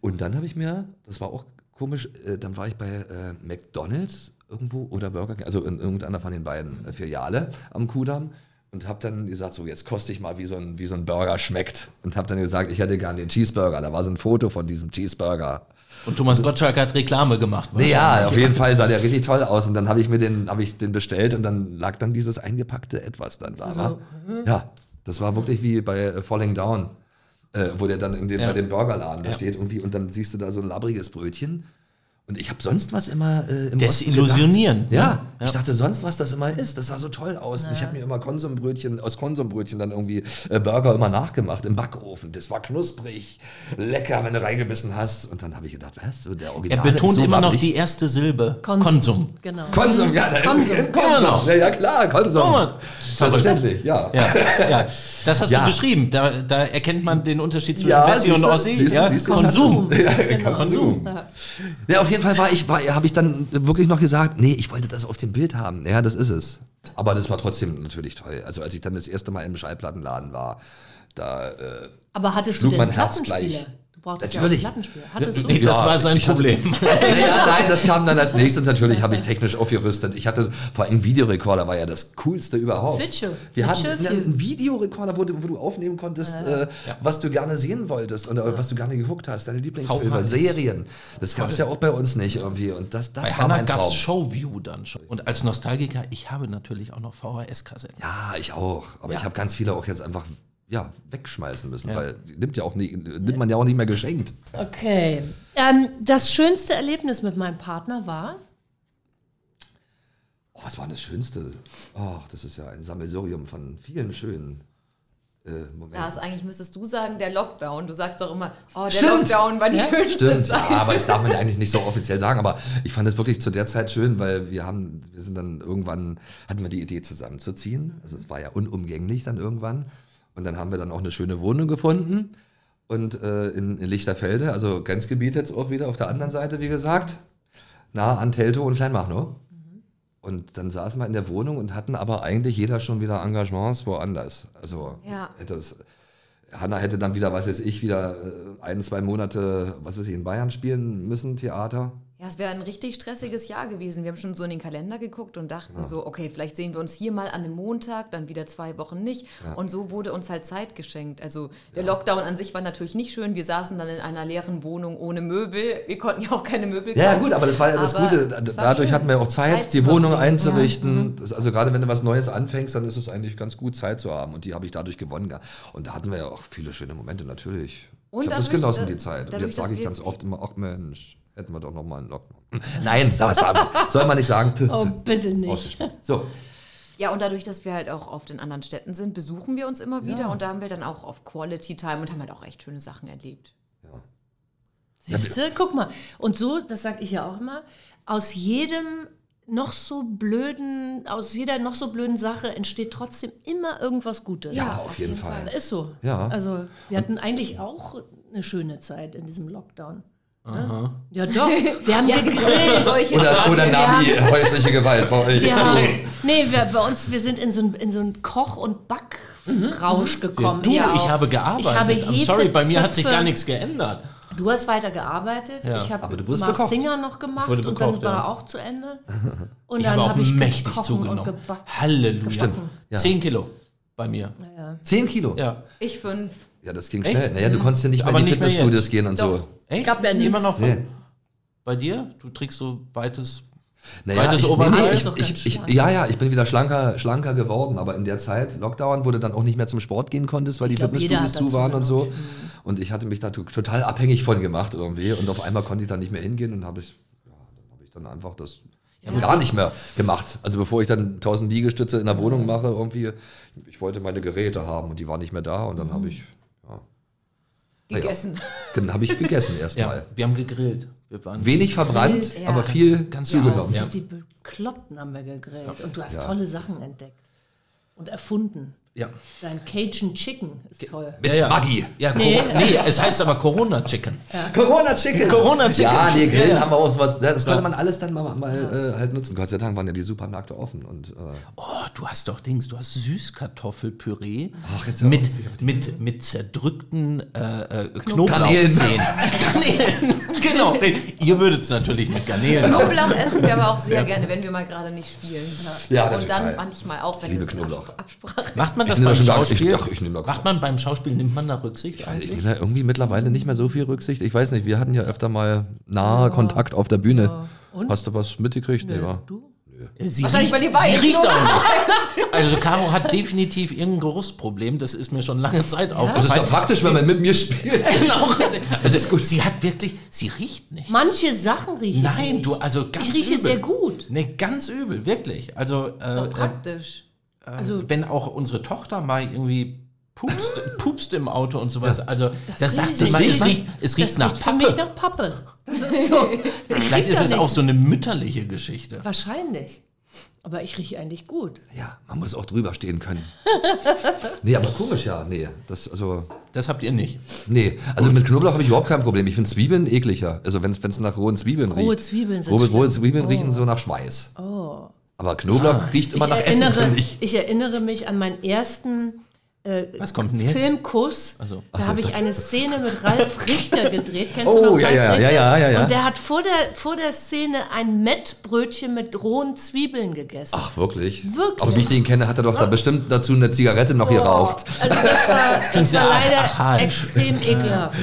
C: Und dann habe ich mir, das war auch komisch, äh, dann war ich bei äh, McDonald's irgendwo oder Burger King, also in irgendeiner von den beiden äh, Filiale am Kudamm und habe dann gesagt, so jetzt koste ich mal, wie so ein, wie so ein Burger schmeckt. Und habe dann gesagt, ich hätte gerne den Cheeseburger. Da war so ein Foto von diesem Cheeseburger.
B: Und Thomas Gottschalk hat Reklame gemacht.
C: Nee, ja, auf jeden Fall sah der richtig toll aus. Und dann habe ich mir den, habe ich den bestellt und dann lag dann dieses eingepackte Etwas dann da. wa? Ja, das war wirklich wie bei äh, Falling Down, äh, wo der dann in dem,
B: Ja.
C: bei dem Burgerladen da steht irgendwie und dann siehst du da so ein labriges Brötchen. Und ich habe sonst was immer äh, im
B: Desillusionieren,
C: Osten gedacht. Ja,
B: ne? Ja.
C: ich dachte sonst was das immer ist. Das sah so toll aus. Und ich habe mir immer Konsumbrötchen aus Konsumbrötchen dann irgendwie äh, Burger immer nachgemacht im Backofen. Das war knusprig, lecker, wenn du reingebissen hast. Und dann habe ich gedacht, was? So der Original
B: Er betont
C: ist so
B: immer noch
C: wabbelig.
B: die erste Silbe.
D: Konsum.
B: Konsum.
D: Genau.
C: Konsum, ja, da-
D: Konsum.
C: Konsum. Ja, ja, klar, Konsum.
B: Guck mal.
C: Selbstverständlich, ja.
B: Ja, ja, das hast
C: Ja.
B: du beschrieben. Da, da erkennt man den Unterschied zwischen
C: Ja,
B: Wessi und
C: siehste,
B: Ossi.
C: siehste,
B: ja,
C: siehste,
B: Konsum.
C: Ja, Konsum. Ja, auf jeden Fall war ich, war, habe ich dann wirklich noch gesagt, nee, ich wollte das auf dem Bild haben. Ja, das ist es. Aber das war trotzdem natürlich toll. Also als ich dann das erste Mal im Schallplattenladen war, da äh,
D: Aber hattest
C: schlug
D: du denn
C: mein
D: einen
C: Herz gleich.
D: Plattenspieler? brauchtest ja auch
C: Natürlich.
D: einen Plattenspieler. Hattest du?
B: Nee, das
C: Ja,
B: war sein
C: ich hatte-
B: Problem.
C: Naja, nein, das kam dann als nächstes. Natürlich habe ich technisch aufgerüstet. Ich hatte vor allem Videorekorder, war ja das Coolste überhaupt.
D: Fitsche.
C: Wir hatten
D: Fitsche,
C: ja,
D: viel.
C: einen Videorekorder, wo du, wo du aufnehmen konntest, äh, was du gerne sehen wolltest und äh, was du gerne geguckt hast. Deine Lieblingsfilme,
B: VHS.
C: Serien. Das gab es ja auch bei uns nicht irgendwie. Und das, das
B: Bei
C: war
B: Hannah
C: mein
B: gab es
C: Traum.
B: Showview dann schon. Und als Nostalgiker, ich habe natürlich auch noch VHS-Kassetten.
C: Ja, ich auch. Aber ich habe ganz viele auch jetzt einfach ja, wegschmeißen müssen, weil die nimmt, ja auch nie, nimmt man ja auch nicht mehr geschenkt.
D: Okay. Ähm, das schönste Erlebnis mit meinem Partner war,
C: Oh, was war das Schönste? Ach, das ist ja ein Sammelsurium von vielen schönen äh, Momenten.
E: Lars, eigentlich müsstest du sagen, der Lockdown. Du sagst doch immer, oh, der
C: Stimmt.
E: Lockdown war die schönste
C: Stimmt, ja,
E: Zeit.
C: aber das darf man ja eigentlich nicht so offiziell sagen. Aber ich fand es wirklich zu der Zeit schön, weil wir haben, wir sind dann irgendwann, hatten wir die Idee zusammenzuziehen. Also es war ja unumgänglich dann irgendwann. Und dann haben wir dann auch eine schöne Wohnung gefunden. Und äh, in, in Lichterfelde, also Grenzgebiet jetzt auch wieder auf der anderen Seite, wie gesagt, nah an Teltow und Kleinmachnow. Und dann saßen wir in der Wohnung und hatten aber eigentlich jeder schon wieder Engagements woanders. Also
E: Ja.
C: hätte es, Hanna hätte dann wieder, was weiß ich, wieder äh, ein, zwei Monate, was weiß ich, in Bayern spielen müssen, Theater.
E: Ja, es wäre ein richtig stressiges Jahr gewesen. Wir haben schon so in den Kalender geguckt und dachten so, okay, vielleicht sehen wir uns hier mal an dem Montag, dann wieder zwei Wochen nicht. Und so wurde uns halt Zeit geschenkt. Also der Lockdown an sich war natürlich nicht schön. Wir saßen dann in einer leeren Wohnung ohne Möbel. Wir konnten ja auch keine Möbel
C: Ja, ja,
E: kaufen.
C: gut, aber das war ja das
E: Aber
C: Gute.
E: es war
C: Dadurch
E: schön,
C: hatten wir auch Zeit,
E: zu mhm.
C: die Wohnung
E: verbringen.
C: einzurichten. Das, also gerade wenn du was Neues anfängst, dann ist es eigentlich ganz gut, Zeit zu haben. Und die habe ich dadurch gewonnen. ge- Und da hatten wir ja auch viele schöne Momente, natürlich.
E: Und
C: ich habe das
E: dadurch,
C: genossen,
E: da-
C: die Zeit. Und
E: dadurch,
C: jetzt sage
E: dass
C: ich
E: wir-
C: ganz oft immer, ach Mensch, hätten wir doch nochmal einen Lockdown. Hm, Nein, soll, soll man nicht sagen.
D: oh bitte nicht.
C: Ausgesprochen. So,
E: Ja, und dadurch, dass wir halt auch oft in anderen Städten sind, besuchen wir uns immer wieder. Und da haben wir dann auch oft Quality Time und haben halt auch echt schöne Sachen erlebt.
D: Siehste, guck mal. Und so, das sage ich ja auch immer, aus jedem noch so blöden, aus jeder noch so blöden Sache entsteht trotzdem immer irgendwas Gutes.
C: ja, auf jeden, Fall.
D: Ist so.
C: Ja.
D: Also wir hatten eigentlich auch eine schöne Zeit in diesem Lockdown. Ne? Ja doch, wir haben
C: genau.
D: gegrillt.
E: Solche
C: Oder, oder Navi, häusliche Gewalt bei euch.
D: Wir haben, nee, wir, bei uns, wir sind in so ein, in so ein Koch- und Backrausch gekommen.
B: Mhm. Du,
D: Ja,
B: ich
D: auch.
B: habe gearbeitet.
D: Ich habe
B: I'm sorry, bei mir hat sich
D: Hefezöpfe.
B: gar nichts geändert.
D: Du hast weiter gearbeitet.
B: Ja.
D: Ich
C: Aber
D: habe
C: du wurdest
D: Mars
C: bekocht.
D: Singer noch gemacht
B: Wurde
D: und
B: bekocht,
D: dann war
B: ja.
D: auch zu Ende. Und
B: Ich
D: dann
B: habe auch
D: ich
B: mächtig
D: gekochen und
B: zugenommen.
D: gebacken.
B: Halleluja.
C: Ja.
B: Zehn Kilo bei mir.
C: Zehn Kilo.
B: Ja.
E: Ich fünf.
C: Ja, das ging
B: Echt? Mhm.
C: schnell. Naja, du konntest ja nicht mehr
B: Aber
C: in die
B: nicht mehr
C: Fitnessstudios
B: jetzt.
C: gehen und so.
B: Echt?
D: Gab ja
B: Immer
D: nichts.
B: noch
C: Nee.
B: bei dir? Du trägst so weites.
C: Naja,
B: Weites
C: ich, nee,
B: Oberweite
C: nee,
B: ist
C: ich,
D: doch ganz
C: ich, ich, ja, ja, ich bin wieder schlanker, schlanker geworden, aber in der Zeit, Lockdown, wo du dann auch nicht mehr zum Sport gehen konntest, weil die
D: glaub, jeder
C: Fitnessstudios
D: hat
C: zu
D: dazu
C: waren und so. Und ich hatte mich da to- total abhängig von gemacht irgendwie und auf einmal konnte ich da nicht mehr hingehen und habe ich, ja, dann habe ich dann einfach das gar nicht mehr gemacht. Also bevor ich dann 1000 Liegestütze in der Wohnung mache, irgendwie, ich wollte meine Geräte haben und die waren nicht mehr da und dann habe ich, ja,
E: Gegessen.
C: dann habe ich gegessen
B: Ja,
C: erstmal.
B: wir haben gegrillt. Wir waren
C: Wenig verbrannt,
E: Wild, ja.
C: aber viel
B: Ganz- ganz
C: zugenommen.
B: Ja.
D: Die Bekloppten haben wir gegrillt. Und du hast tolle Sachen entdeckt. Und erfunden.
B: ja.
D: Dein Cajun Chicken ist toll.
C: Mit
B: ja.
C: Maggi.
B: Ja,
D: Nee.
B: Cor- nee, es heißt aber Corona Chicken.
C: Corona Chicken.
B: Corona Chicken.
C: Ja, die Grillen
B: Ja.
C: haben wir auch sowas. Das konnte man alles dann mal, mal äh, halt nutzen. Gott sei Dank waren ja die Supermärkte offen. Und, äh,
B: Oh, du hast doch Dings, du hast Süßkartoffelpüree
C: Ach, jetzt hör auf, jetzt bin ich auf
B: mit, mit, mit zerdrückten äh, äh, Knoblauchzehen. Garnelen. genau. Nee, Ihr würdet es natürlich mit Garnelen. machen.
E: Knoblauch essen wir aber auch sehr gerne, wenn wir mal gerade nicht spielen.
C: Ja, das
E: Und
C: ist
E: dann
C: geil.
E: manchmal auch, wenn
C: liebe
E: es in
C: Knoblauch.
E: Absp- Absprache
B: Macht man das
C: nehme
B: beim
C: schon gar- ich-
B: Schauspiel?
C: ach, ich nehme da-
B: Macht man beim Schauspiel, nimmt man da Rücksicht?
C: also ich
B: eigentlich?
C: nehme da irgendwie mittlerweile nicht mehr so viel Rücksicht. Ich weiß nicht, wir hatten ja öfter mal nahe Kontakt auf der Bühne.
D: Und?
C: Hast du was mitgekriegt? Nee, wa?
D: Du?
B: Sie
E: Wahrscheinlich, weil ihr beide
B: sie riecht auch
E: Knoblauch
B: nicht. Also Caro hat definitiv irgendein Geruchsproblem, das ist mir schon lange Zeit
C: Das ist doch
B: aufgefallen.
C: praktisch, wenn man mit mir spielt.
B: Genau. Also ist gut. sie hat wirklich, sie riecht nicht.
D: Manche Sachen riechen
B: Nein,
D: nicht.
B: du, also ganz
D: Ich rieche
B: übel.
D: sehr gut.
B: Nee, ganz übel, wirklich. Also, äh,
E: doch praktisch.
B: also wenn auch unsere Tochter mal irgendwie pupst, pupst im Auto und sowas, also das sagt sie
D: riecht-
B: mal, es
D: das
B: riecht, es riecht
D: das
B: nach
D: riecht für mich
B: Pappe.
D: nach Pappe. Das ist so.
B: Vielleicht
D: riecht
B: ist
D: doch
B: es auch
D: nichts.
B: so eine mütterliche Geschichte.
D: Wahrscheinlich. Aber ich rieche eigentlich gut.
C: Ja, man muss auch drüber stehen können. Nee, aber komisch ja. Nee, das, also,
B: Das habt ihr nicht.
C: nee. also mit Knoblauch habe ich überhaupt kein Problem. Ich finde Zwiebeln ekliger. Also wenn es nach rohen Zwiebeln riecht.
D: Rohe Zwiebeln sind
C: Rohe, rohe
D: schlimm. Oh.
C: Zwiebeln riechen so nach Schweiß. Aber Knoblauch riecht immer nach Essen,
D: Ah. erinnere,
C: finde ich.
D: ich. erinnere mich an meinen ersten äh,
B: Was kommt denn jetzt?
D: Filmkuss.
B: Also,
D: da
B: ach so,
D: habe ich
B: das-
D: eine Szene mit Ralf Richter gedreht. Kennst
C: Oh,
D: du noch
C: ja,
D: Ralf
C: ja,
D: Richter?
C: ja, ja, ja, ja.
D: Und der hat vor der, vor der Szene ein Mettbrötchen mit rohen Zwiebeln gegessen.
C: Ach, wirklich?
D: Wirklich?
C: Aber wie ich den kenne, hat er doch da bestimmt dazu eine Zigarette noch geraucht.
D: Also das war, das
B: sehr
D: war leider
B: archaisch.
D: extrem ekelhaft.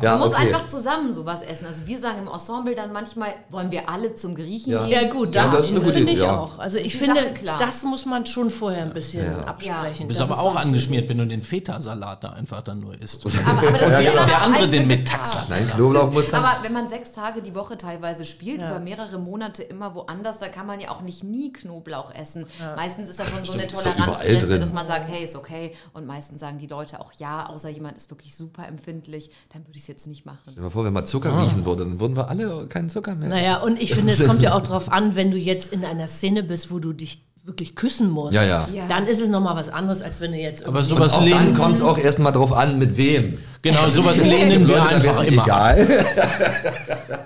C: Ja,
E: Man muss
C: Ah, okay.
E: einfach zusammen sowas essen. Also wir sagen im Ensemble dann manchmal, wollen wir alle zum Griechen
C: Ja.
E: gehen?
D: Ja gut,
C: Ja,
D: da
C: das ist eine gute
D: finde ich
C: Idee, ja.
D: auch. Also ich
E: Die
D: finde,
E: Sache klar.
D: das muss man schon vorher ein bisschen absprechen.
B: Du bist
D: Das
B: aber
D: ist
B: auch
D: sonst-
B: angeschmiert, wenn du den Feta-Salat da einfach dann nur isst.
E: Aber, aber das ist ja, dann
B: Der
E: auch
B: andere
E: ein
B: den mit
E: Bedarf.
B: Taxa.
C: Nein, Knoblauch muss dann.
E: Aber wenn man sechs Tage die Woche teilweise spielt, über mehrere Monate immer woanders, da kann man ja auch nicht nie Knoblauch essen. Meistens ist da schon so eine
C: ist doch überall
E: Toleranzgrenze,
C: drin.
E: dass man sagt, hey, ist okay. Und meistens sagen die Leute auch ja, außer jemand ist wirklich super empfindlich, dann würde ich es jetzt nicht machen.
C: Stell dir mal vor, wenn mal Zucker riechen würde, dann würden wir alle keinen Zucker mehr.
D: Ah. Naja, und ich finde, es kommt ja auch drauf an, wenn du jetzt in einer Szene bist, wo du dich wirklich küssen musst.
C: Ja, ja.
E: Ja.
D: Dann ist es nochmal was anderes, als wenn du jetzt.
B: Aber
C: Und
B: sowas
C: auch dann
B: lehnen,
C: kommt es auch erstmal drauf an, mit wem.
B: genau, sowas
C: Es gibt
B: lehnen wir
C: Leute, da
B: einfach
C: wär's
B: immer ab.
C: Egal.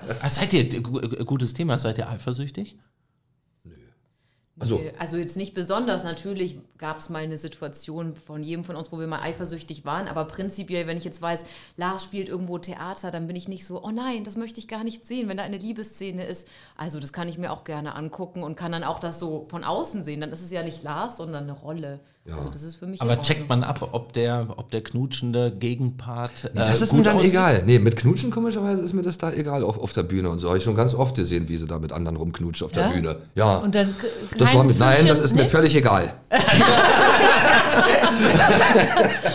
B: Ah, seid ihr, gu- äh, gutes Thema, seid ihr eifersüchtig?
C: Also-
E: Nee, also jetzt nicht besonders. Natürlich gab es mal eine Situation von jedem von uns, wo wir mal eifersüchtig waren. Aber prinzipiell, wenn ich jetzt weiß, Lars spielt irgendwo Theater, dann bin ich nicht so, oh nein, das möchte ich gar nicht sehen, wenn da eine Liebesszene ist. Also das kann ich mir auch gerne angucken und kann dann auch das so von außen sehen. Dann ist es ja nicht Lars, sondern eine Rolle. Also das ist für mich. in
B: Aber
E: Ordnung.
B: checkt man ab, ob der, ob der knutschende Gegenpart. Äh,
C: Das ist
B: gut
C: mir dann
B: aussieht?
C: egal. Nee, mit Knutschen komischerweise ist mir das da egal auf, auf der Bühne und so. Habe ich schon ganz oft gesehen, wie sie da mit anderen rumknutscht auf der
D: Ja?
C: Bühne. Ja.
D: und dann
C: das war mit, nein, das
E: ne?
C: ist mir
D: völlig.
C: völlig egal.
E: Äh,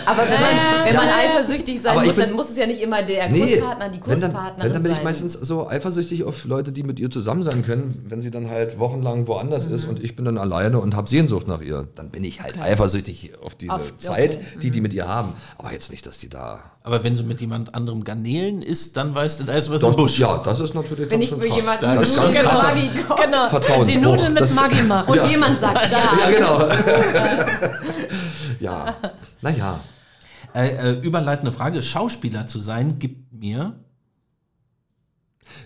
E: Aber wenn man, wenn man eifersüchtig sein
C: Aber ich
E: muss,
C: bin-
E: dann muss es ja nicht immer der
C: Nee,
E: Kurspartner, die
C: wenn dann,
E: Kurspartnerin
C: wenn dann bin ich
E: sein.
C: meistens so eifersüchtig auf Leute, die mit ihr zusammen sein können, wenn sie dann halt wochenlang woanders ist
E: Mhm.
C: und ich bin dann alleine und habe Sehnsucht nach ihr. Dann bin ich halt eifersüchtig auf diese Zeit, die
E: Mhm.
C: die mit ihr haben. Aber jetzt nicht, dass die da.
B: Aber wenn sie mit jemand anderem Garnelen isst, dann weißt du, da ist was
C: Doch,
B: im Busch.
C: Ja, das ist natürlich
E: Wenn
C: dann
E: ich
C: schon
E: mir
C: krass.
E: jemanden
C: das ist ganz
E: Nudeln mit
C: krasser
E: Maggi koche
D: Wenn sie
C: Vertrauensbruch.
D: Nudeln mit
C: Das-
D: Maggi macht.
E: und jemand sagt da.
C: Ja, genau. ja, naja.
B: Äh, äh, überleitende Frage: Schauspieler zu sein gibt mir.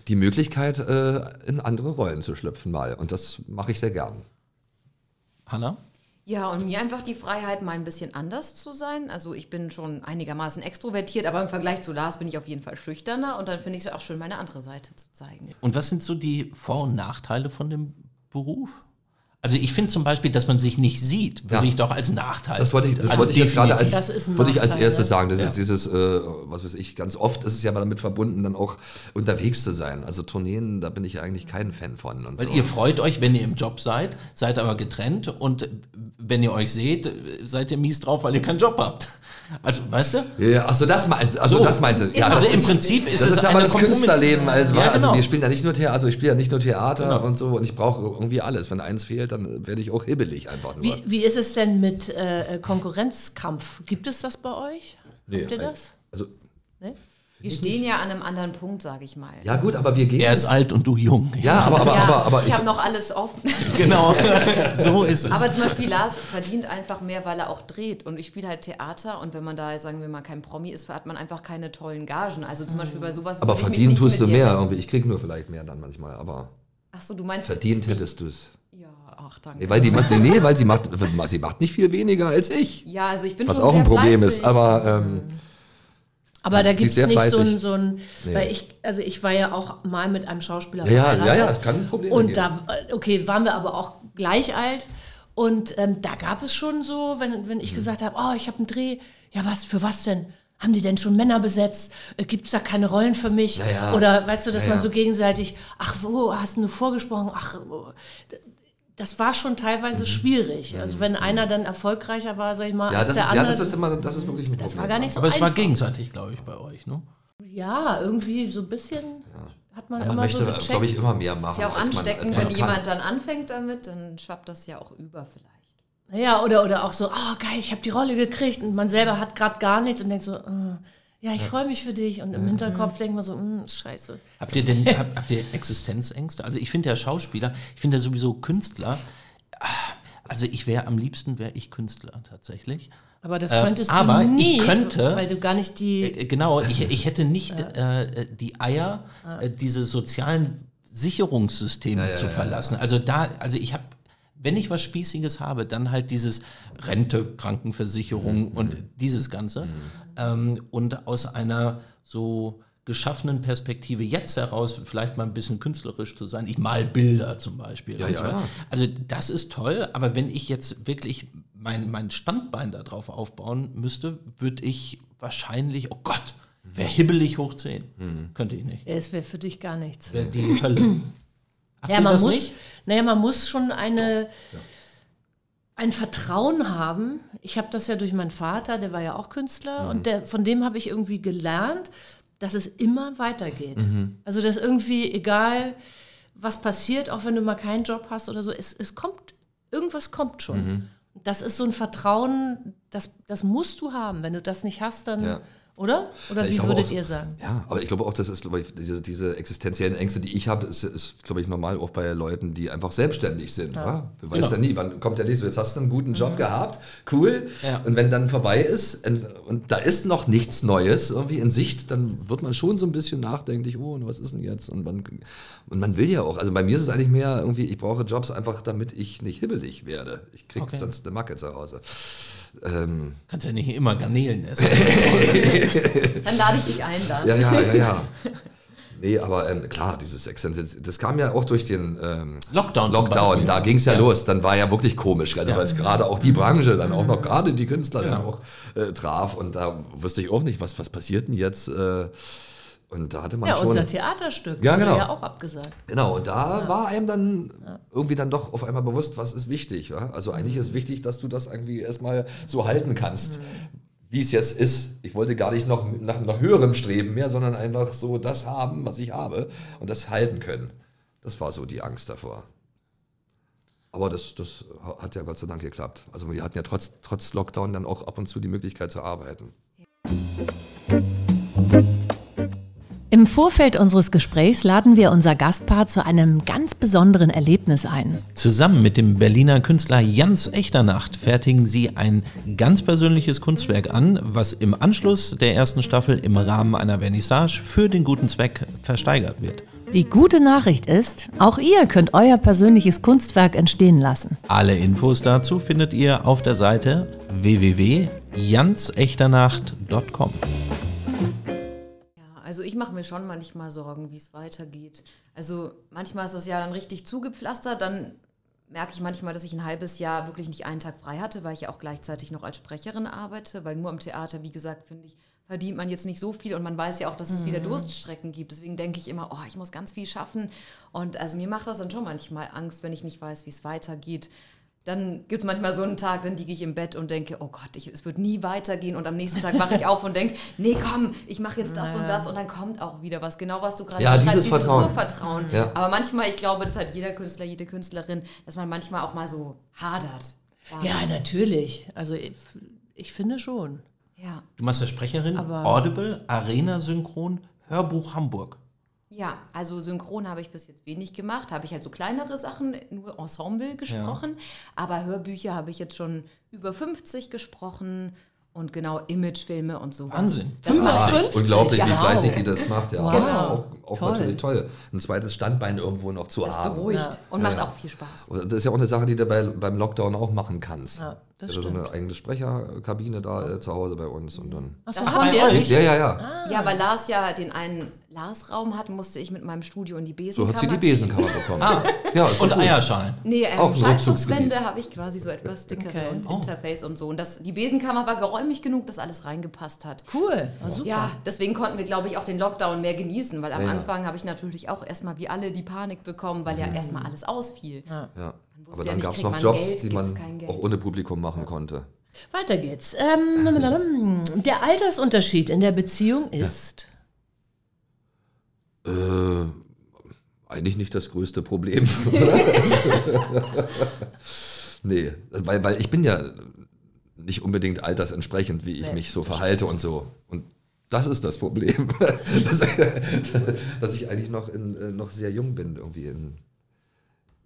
C: Die Möglichkeit, äh, in andere Rollen zu schlüpfen mal. Und das mache ich sehr gern.
B: Hanna?
E: Ja, und mir einfach die Freiheit, mal ein bisschen anders zu sein. Also ich bin schon einigermaßen extrovertiert, aber im Vergleich zu Lars bin ich auf jeden Fall schüchterner und dann finde ich es auch schön, meine andere Seite zu zeigen.
B: Und was sind so die Vor- und Nachteile von dem Beruf? Also ich finde zum Beispiel, dass man sich nicht sieht, würde
C: Ja.
B: ich doch als Nachteil.
C: Das wollte ich, das
B: Also
C: wollte ich jetzt gerade als,
B: definitiv.
D: Das ist ein
C: wollte ich als
D: Nachteil,
C: erstes
D: ne?
C: sagen. Das ist dieses, äh, was weiß ich, ganz oft ist es ja mal damit verbunden, dann auch unterwegs zu sein. Also Tourneen, da bin ich ja eigentlich kein Fan von. Und
B: Weil
C: so.
B: ihr freut euch, wenn ihr im Job seid, seid aber getrennt und wenn ihr euch seht, seid ihr mies drauf, weil ihr keinen Job habt. Also, weißt du?
C: ja, achso, das, meinst- also
B: So.
C: das meinst du. Ja,
B: also
C: das
B: im
C: ist-
B: Prinzip ist
C: das
B: es
C: ist aber
B: eine
C: das
B: Kompromiss-
C: Künstlerleben als
B: Ja,
C: wahr. Also
B: genau.
C: wir spielen ja nicht nur Theater, also ich spiele ja nicht nur Theater und so und ich brauche irgendwie alles. Wenn eins fehlt, dann werde ich auch hibbelig einfach nur.
D: Wie, wie ist es denn mit äh, Konkurrenzkampf? Gibt es das bei euch? Habt ihr das?
C: Also,
E: Wir stehen ja an einem anderen Punkt, sage ich mal.
C: ja gut, aber wir gehen.
B: Er ist alt und du jung.
C: ja, aber, aber,
E: Ja,
C: aber, aber
E: ich habe noch alles offen.
B: Genau. so ist es.
E: Aber zum Beispiel Lars verdient einfach mehr, weil er auch dreht. Und ich spiele halt Theater und wenn man da, sagen wir mal, kein Promi ist, hat man einfach keine tollen Gagen. Also zum Beispiel bei sowas.
C: Hm. aber
E: würd ich mich
C: verdienen
E: nicht
C: tust
E: mit
C: du
E: dir
C: mehr.
E: messen.
C: Irgendwie. Ich kriege nur vielleicht mehr dann manchmal, aber
E: Ach so, du meinst.
C: verdient hättest du es.
E: Ja, ach danke.
C: Nee, weil die macht, nee, nee, weil sie macht, sie macht nicht viel weniger als ich.
E: ja, also ich bin
C: Was
E: schon
C: auch
E: sehr
C: ein Problem
E: fleißig.
C: ist, aber ähm,
D: Aber da
C: Sie ist
D: gibt es
C: sehr
D: nicht so
C: fleißig.
D: ein, so ein
C: Nee.
D: weil ich, also ich war ja auch mal mit einem Schauspieler
C: ja, ja, ja,
D: verheiratet.
C: es kann ein Problem
D: Und
C: geben.
D: da, äh, okay, waren wir aber auch gleich alt. Und ähm, da gab es schon so, wenn, wenn ich
C: Mhm.
D: gesagt habe, oh, ich habe einen Dreh. Ja, was, für was denn? Haben die denn schon Männer besetzt? Gibt es da keine Rollen für mich?
C: ja.
D: Oder weißt du, dass
C: Ja,
D: man
C: ja.
D: so gegenseitig, ach, wo hast du nur vorgesprochen? Ach, oh. D- das war schon teilweise schwierig. Also wenn einer dann erfolgreicher war, sag ich mal,
C: Mhm. ja,
D: als
C: das
D: der
C: ist, ja,
D: andere.
C: das ist immer, das ist wirklich ein Problem.
D: das war gar nicht so
B: aber es war
D: einfach.
B: gegenseitig, glaube ich, bei euch. Ne?
D: Ja, irgendwie so ein bisschen hat man
C: ja, man
D: immer
C: möchte,
D: so
C: glaube ich,
D: gecheckt.
C: immer mehr machen.
E: Ist ja auch
C: als man-
E: ansteckend,
C: als man
E: wenn
C: kann.
E: jemand dann anfängt damit, dann schwappt das ja auch über vielleicht.
D: Ja, oder, oder auch so, oh geil, ich habe die Rolle gekriegt und man selber hat gerade gar nichts und denkt so, äh, ja, ich freue mich für dich und
C: Mhm.
D: im Hinterkopf denkt man so, mh, scheiße.
B: Habt ihr denn hab, habt ihr Existenzängste? Also ich finde ja Schauspieler, ich finde ja sowieso Künstler. ah, Also ich wäre am liebsten wäre ich Künstler tatsächlich.
D: Aber das
B: Äh,
C: Ähm,
D: könntest
B: aber
D: du
B: ich
D: nie,
B: könnte-
D: weil du gar nicht die...
B: Äh, Genau, ich, ich hätte nicht äh, die Eier, äh, diese sozialen Sicherungssysteme zu verlassen. Also da, also ich habe wenn ich was Spießiges habe, dann halt dieses Rente, Krankenversicherung
C: Mhm.
B: und dieses Ganze. Ähm, und aus einer so geschaffenen Perspektive jetzt heraus vielleicht mal ein bisschen künstlerisch zu sein. Ich mal Bilder zum Beispiel.
C: Ja,
B: und
C: ja,
B: zwar-
C: ja.
B: Also das ist toll, aber wenn ich jetzt wirklich mein, mein Standbein darauf aufbauen müsste, würde ich wahrscheinlich, oh Gott, wäre hibbelig hoch 10. Könnte ich nicht.
D: Es wäre für dich gar nichts.
B: Wäre Mhm. die Hölle. Habt
D: Ja,
B: ihr
D: man
B: das
D: muss,
B: nicht?
D: Naja, man muss schon eine, ein Vertrauen haben. Ich habe das ja durch meinen Vater, der war ja auch Künstler
C: Mhm.
D: und der, von dem habe ich irgendwie gelernt, dass es immer weitergeht.
C: Mhm.
D: Also, dass irgendwie, egal was passiert, auch wenn du mal keinen Job hast oder so, es, es kommt, irgendwas kommt schon.
C: Mhm.
D: Das ist so ein Vertrauen, das, das musst du haben. Wenn du das nicht hast, dann,
C: Ja.
D: oder? Oder
C: Ja, ich
D: wie
C: glaube
D: würdet
C: auch-
D: ihr sagen?
C: Ja, aber ich glaube auch, das ist, glaube ich, diese, diese existenziellen Ängste, die ich habe, ist, ist glaube ich, normal auch bei Leuten, die einfach selbstständig sind. Ja. Du weißt ja nie, wann kommt der nächste. Jetzt hast du einen guten
D: Mhm.
C: Job gehabt, cool.
B: Ja.
C: Und wenn dann vorbei ist ent- und da ist noch nichts Neues irgendwie in Sicht, dann wird man schon so ein bisschen nachdenklich, oh, und was ist denn jetzt? Und, wann, und man will ja auch. Also bei mir ist es eigentlich mehr irgendwie, ich brauche Jobs einfach, damit ich nicht hibbelig werde. Ich kriege
B: Okay.
C: sonst eine Macke zu Hause.
B: Kannst ja nicht immer Garnelen essen.
E: Dann lade ich dich ein, Lars.
C: Ja, ja, ja, ja. Nee, aber ähm, klar, dieses Exzens, das kam ja auch durch den ähm,
B: Lockdown zum
C: Lockdown,
B: Beispiel. Mhm.
C: da ging es ja, los. Dann war ja wirklich komisch, also weil es gerade auch die Branche, dann auch noch gerade die Künstler dann auch äh, traf und da wusste ich auch nicht, was, was passiert denn jetzt. Äh, und da hatte man
D: Ja,
C: schon.
D: unser Theaterstück
C: Ja,
D: wurde
C: genau.
D: ja auch abgesagt.
C: Genau, und da war einem dann irgendwie dann doch auf einmal bewusst, was ist wichtig. Ja? Also eigentlich ist wichtig, dass du das irgendwie erstmal so halten kannst, wie es jetzt ist. Ich wollte gar nicht noch nach, nach höherem Streben mehr, sondern einfach so das haben, was ich habe und das halten können. Das war so die Angst davor. Aber das, das ha- hat ja Gott sei Dank geklappt. Also wir hatten ja trotz, trotz Lockdown dann auch ab und zu die Möglichkeit zu arbeiten.
A: Im Vorfeld unseres Gesprächs laden wir unser Gastpaar zu einem ganz besonderen Erlebnis ein.
B: Zusammen mit dem Berliner Künstler Jans Echternacht fertigen sie ein ganz persönliches Kunstwerk an, was im Anschluss der ersten Staffel im Rahmen einer Vernissage für den guten Zweck versteigert wird.
A: Die gute Nachricht ist, auch ihr könnt euer persönliches Kunstwerk entstehen lassen.
B: Alle Infos dazu findet ihr auf der Seite www.jansechternacht.com.
E: Ja, also ich mache mir schon manchmal Sorgen, wie es weitergeht. Also manchmal ist das Jahr dann richtig zugepflastert, dann merke ich manchmal, dass ich ein halbes Jahr wirklich nicht einen Tag frei hatte, weil ich ja auch gleichzeitig noch als Sprecherin arbeite, weil nur am Theater, wie gesagt, finde ich, verdient man jetzt nicht so viel und man weiß ja auch, dass es wieder Durststrecken gibt. Deswegen denke ich immer, oh, ich muss ganz viel schaffen. Und also mir macht das dann schon manchmal Angst, wenn ich nicht weiß, wie es weitergeht. Dann gibt es manchmal so einen Tag, dann liege ich im Bett und denke, oh Gott, ich, es wird nie weitergehen. Und am nächsten Tag wache ich auf und denke, nee, komm, ich mache jetzt das und das. Und dann kommt auch wieder was. Genau, was du gerade
C: Ja,
E: beschreibst,
C: dieses Vertrauen.
E: Urvertrauen.
C: Ja.
E: Aber manchmal, ich glaube, das hat jeder Künstler, jede Künstlerin, dass man manchmal auch mal so hadert.
D: Ja, natürlich. Also ich, ich finde schon.
E: Ja.
B: Du machst ja Sprecherin, Audible, Arena Synchron, Hörbuch Hamburg.
E: Ja, also synchron habe ich bis jetzt wenig gemacht. Habe ich halt so kleinere Sachen, nur Ensemble gesprochen. Aber Hörbücher habe ich jetzt schon über 50 gesprochen und genau Imagefilme und sowas.
B: Wahnsinn.
E: Das macht schon.
C: Ah, Unglaublich, wie
E: Ja.
C: fleißig die das macht. Ja,
D: Genau.
C: auch, auch
D: Toll.
C: natürlich toll, ein zweites Standbein irgendwo noch zu
E: Das
C: haben.
E: beruhigt und
C: Ja,
E: macht
C: ja.
E: auch viel Spaß.
C: Und Das ist ja auch eine Sache, die du bei, beim Lockdown auch machen kannst.
D: Ja, das
C: also so eine eigene Sprecherkabine da äh, zu Hause bei uns und dann.
D: Ach so,
E: Das
D: habt
E: macht
D: ihr nicht?
C: Ja, ja, ja.
E: Ja, weil Lars ja den einen Lars-Raum hat, musste ich mit meinem Studio in die
C: So
E: Besenkammer.
C: hat sie die Besenkammer bekommen.
E: Ah.
C: Ja, ist
B: Und
C: doch gut.
B: Eierschalen.
E: Nee,
C: Auch
E: ähm,
C: ein Oh.
E: Schaltungswände habe ich quasi so etwas dickere und Interface und so. Und das, die Besenkammer war geräumig genug, dass alles reingepasst hat.
D: Cool. Ah, super.
E: Ja, deswegen konnten wir, glaube ich, auch den Lockdown mehr genießen, weil am
C: Ja, ja.
E: Anfang habe ich natürlich auch erstmal wie alle die Panik bekommen, weil ja
C: Mhm.
E: erstmal alles ausfiel.
C: Ja. Aber
E: wusste ja
C: dann
E: nicht,
C: gab es
E: kriegt
C: noch
E: man
C: Jobs,
E: Geld,
C: die
E: gibt's kein
C: man
E: Geld.
C: auch ohne Publikum machen konnte.
D: Weiter geht's. Ähm, der Altersunterschied in der Beziehung ist.
C: Äh, eigentlich nicht das größte Problem. nee, weil, weil ich bin ja nicht unbedingt altersentsprechend, wie ich mich so verhalte und so. Und das ist das Problem. dass, dass ich eigentlich noch, in, äh, noch sehr jung bin, irgendwie in,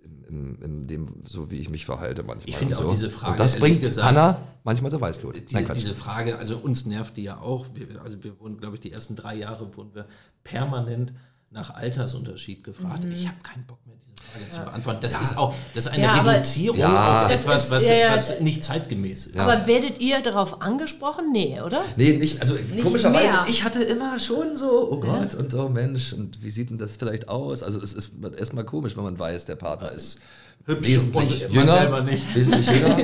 C: in, in, in dem, so wie ich mich verhalte manchmal.
B: Ich finde
C: und
B: auch
C: so.
B: diese Frage,
C: Und das
B: ehrlich
C: bringt
B: gesagt, Äh,
C: Hanna manchmal so Weißblut.
B: Diese, diese Frage, also uns nervt die ja auch. Wir, also wir wurden, glaube ich, die ersten drei Jahre wurden wir permanent nach Altersunterschied gefragt. Ich habe keinen Bock mehr, diese Frage zu beantworten. Das ist auch das ist eine
D: Mhm. Ja, aber-
B: Reduzierung
C: Ja.
B: auf
D: Das
B: etwas,
D: ist-
B: was,
D: ja, ja.
B: was nicht zeitgemäß ist.
D: Aber werdet ihr darauf angesprochen? Nee, oder?
C: Nee, nicht, also komischerweise,
E: mehr.
C: ich hatte immer schon so, oh Gott, und oh Mensch, und wie sieht denn das vielleicht aus? Also es ist erstmal komisch, wenn man weiß, der Partner ist
B: Hübsch
C: wesentlich
B: und man selber
C: jünger.
B: nicht.
C: Wesentlich jünger.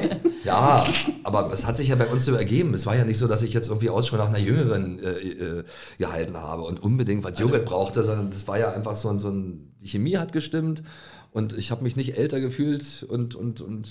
C: ja, aber es hat sich ja bei uns so ergeben. Es war ja nicht so, dass ich jetzt irgendwie Ausschau nach einer Jüngeren äh, äh, gehalten habe und unbedingt
B: Also
C: was Joghurt brauchte, sondern das war ja einfach so ein, so ein die Chemie hat gestimmt und ich habe mich nicht älter gefühlt und, und, und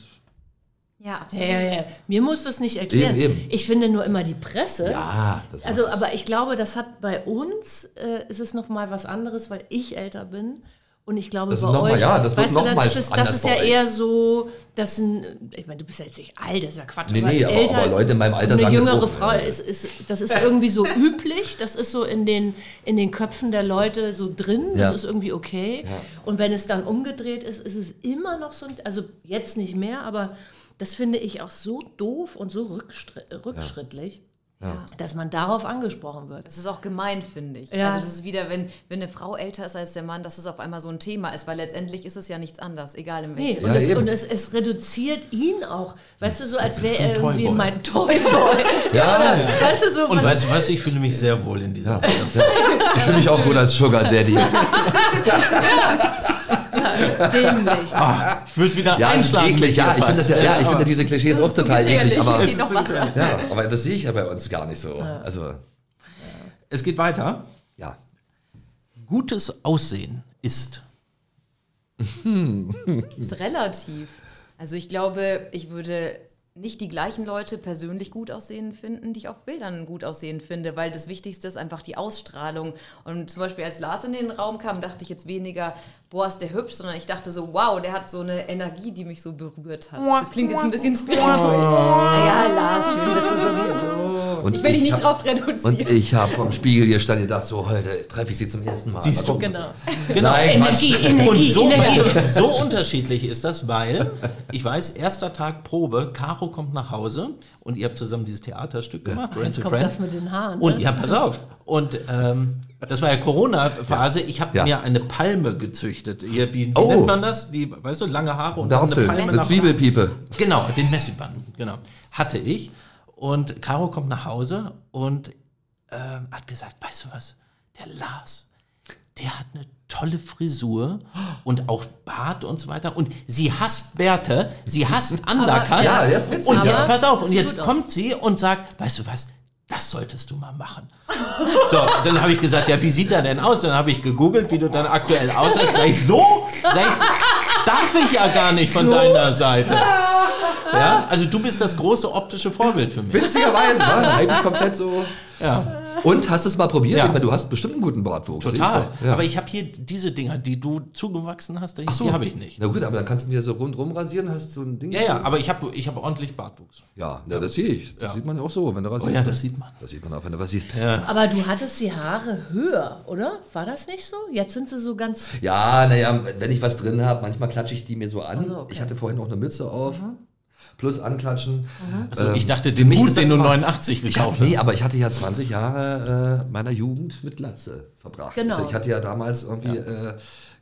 E: Ja,
D: Ja,
E: absolut.
D: ja, ja. Mir muss das nicht erklären.
C: Eben, eben.
D: Ich finde nur immer die Presse.
B: Ah,
C: ja, das
D: Also,
C: ist-
D: aber ich glaube, das hat bei uns äh, ist es noch mal was anderes, weil ich älter bin. Und ich glaube,
C: Das ist
D: bei
C: noch mal-
D: euch,
C: ja, das wird
D: weißt
C: noch
D: du, dann
C: mal
D: ist es, das
C: anders
D: ist ja
C: bei euch.
D: eher so, dass ein, ich meine, du bist ja jetzt nicht alt, das ist ja Quatsch.
C: Nee, nee, aber- aber Leute in meinem Alter
D: eine
C: sagen jetzt
D: jüngere
C: auch,
D: Frau,
C: äh,
D: ist, ist, das ist irgendwie so üblich, das ist so in den, in den Köpfen der Leute so drin, das
C: Ja.
D: ist irgendwie okay. Und wenn es dann umgedreht ist, ist es immer noch so, ein- also jetzt nicht mehr, aber das finde ich auch so doof und so rückstr- rückschrittlich dass man darauf angesprochen wird.
E: Das ist auch gemein, finde ich.
D: Ja.
E: Also das ist wieder, wenn, wenn eine Frau älter ist als der Mann, dass es auf einmal so ein Thema ist, weil letztendlich ist es ja nichts anderes, egal in
D: Nee,
E: welchem.
D: und, es,
C: eben.
D: und es, es reduziert ihn auch. Weißt du, so als wäre er
B: Zum
D: irgendwie
B: Toyboy.
D: mein Toyboy.
C: ja, ja.
D: Weißt du, so
B: Und
D: was-
B: weißt du was, ich fühle mich sehr wohl in dieser Welt.
C: Ich fühle mich auch gut als Sugar Daddy.
D: dämlich.
B: Ich würde wieder
C: Ja, es ist
B: einschlagen.
C: eklig. Ja, ich finde das ja, ja, ich finde
B: die
C: diese Klischees auch
E: so
C: total
E: gefährlich.
C: eklig. Aber,
E: Steht noch Wasser.
C: ja, aber das sehe ich ja bei uns gar nicht so. Also,
B: Es geht weiter.
C: ja.
B: Gutes Aussehen ist.
E: ist relativ. Also ich glaube, ich würde nicht die gleichen Leute persönlich gut aussehen finden, die ich auf Bildern gut aussehen finde, weil das Wichtigste ist einfach die Ausstrahlung. Und zum Beispiel als Lars in den Raum kam, dachte ich jetzt weniger, boah, ist der hübsch, sondern ich dachte so, wow, der hat so eine Energie, die mich so berührt hat. Das klingt jetzt ein bisschen spirituell. Naja, Lars, schön bist du sowieso.
C: Und
E: Oh, Ich will dich nicht
C: hab,
E: drauf reduzieren.
C: Und ich habe vom Spiegel gestanden und gedacht, so heute treffe ich sie zum ersten Mal.
B: Siehst du.
D: Genau.
B: Genau.
C: Nein, Quatsch.
D: Energie, Energie,
B: Und so,
D: Energie.
B: so unterschiedlich ist das, weil ich weiß, erster Tag Probe, Caro kommt nach Hause und ihr habt zusammen dieses Theaterstück gemacht, Rent a
D: Kommt
B: Friend.
D: das mit den Haaren.
B: Und
D: ne?
B: ja, pass auf. Und ähm, das war ja Corona-Phase. Ich habe
C: Ja.
B: mir eine Palme gezüchtet. Hier, wie wie
C: Oh.
B: nennt man das? Die, weißt du, lange Haare und dann
C: Barzel,
B: eine Palme.
C: Um eine
B: nach-
C: Zwiebelpiepe.
B: Genau, den Messiband, genau. Hatte ich. Und Caro kommt nach Hause und ähm, hat gesagt, weißt du was, der Lars, der hat eine tolle Frisur und auch Bart und so weiter. Und sie hasst Bärte, sie hasst Undercuts.
C: ja, das ist witzig.
B: Und
C: Aber
B: jetzt, pass auf, und
D: sieht
B: jetzt
D: gut aus.
B: kommt sie und sagt, weißt du was, das solltest du mal machen. So, dann habe ich gesagt, ja, wie sieht er denn aus? Dann habe ich gegoogelt, wie du dann aktuell aussiehst. Sag ich, so? Sag ich, darf ich ja gar nicht von deiner Seite. Ja, also du bist das große optische Vorbild für mich.
C: Witzigerweise, war eigentlich komplett so.
B: Ja,
C: Und hast du es mal probiert?
B: Ja.
C: Ich meine, du hast bestimmt einen guten Bartwuchs. sehe ich
B: total.
C: doch. Ja.
B: Aber ich habe hier diese Dinger, die du zugewachsen hast, die, die habe ich nicht.
C: Na gut, aber dann kannst du dir so rundrum rasieren, hast so ein Ding.
B: Ja, ja, aber ich habe ich hab ordentlich Bartwuchs.
C: Ja, na, das sehe ich. Das
B: Ja. Oh
C: sieht man ja auch so, wenn du rasierst.
B: ja, das sieht man.
C: Das sieht man auch, wenn du rasierst.
D: Aber du hattest die Haare höher, oder? War das nicht so? Jetzt sind sie so ganz.
C: Ja, naja, wenn ich was drin habe, manchmal klatsche ich die mir so an.
D: so, okay. Mhm.
C: Ich hatte vorhin auch eine Mütze auf. Plus anklatschen.
B: Also
C: Ähm,
B: ich dachte,
C: für
B: den
C: mich
B: Hut,
C: ist das
B: den du
C: immer-
B: 89
C: Ich hab,
B: gekauft
C: nee,
B: hast.
C: aber ich hatte ja 20 Jahre äh, meiner Jugend mit Glatze verbracht.
D: Genau.
C: Also ich hatte ja damals irgendwie äh,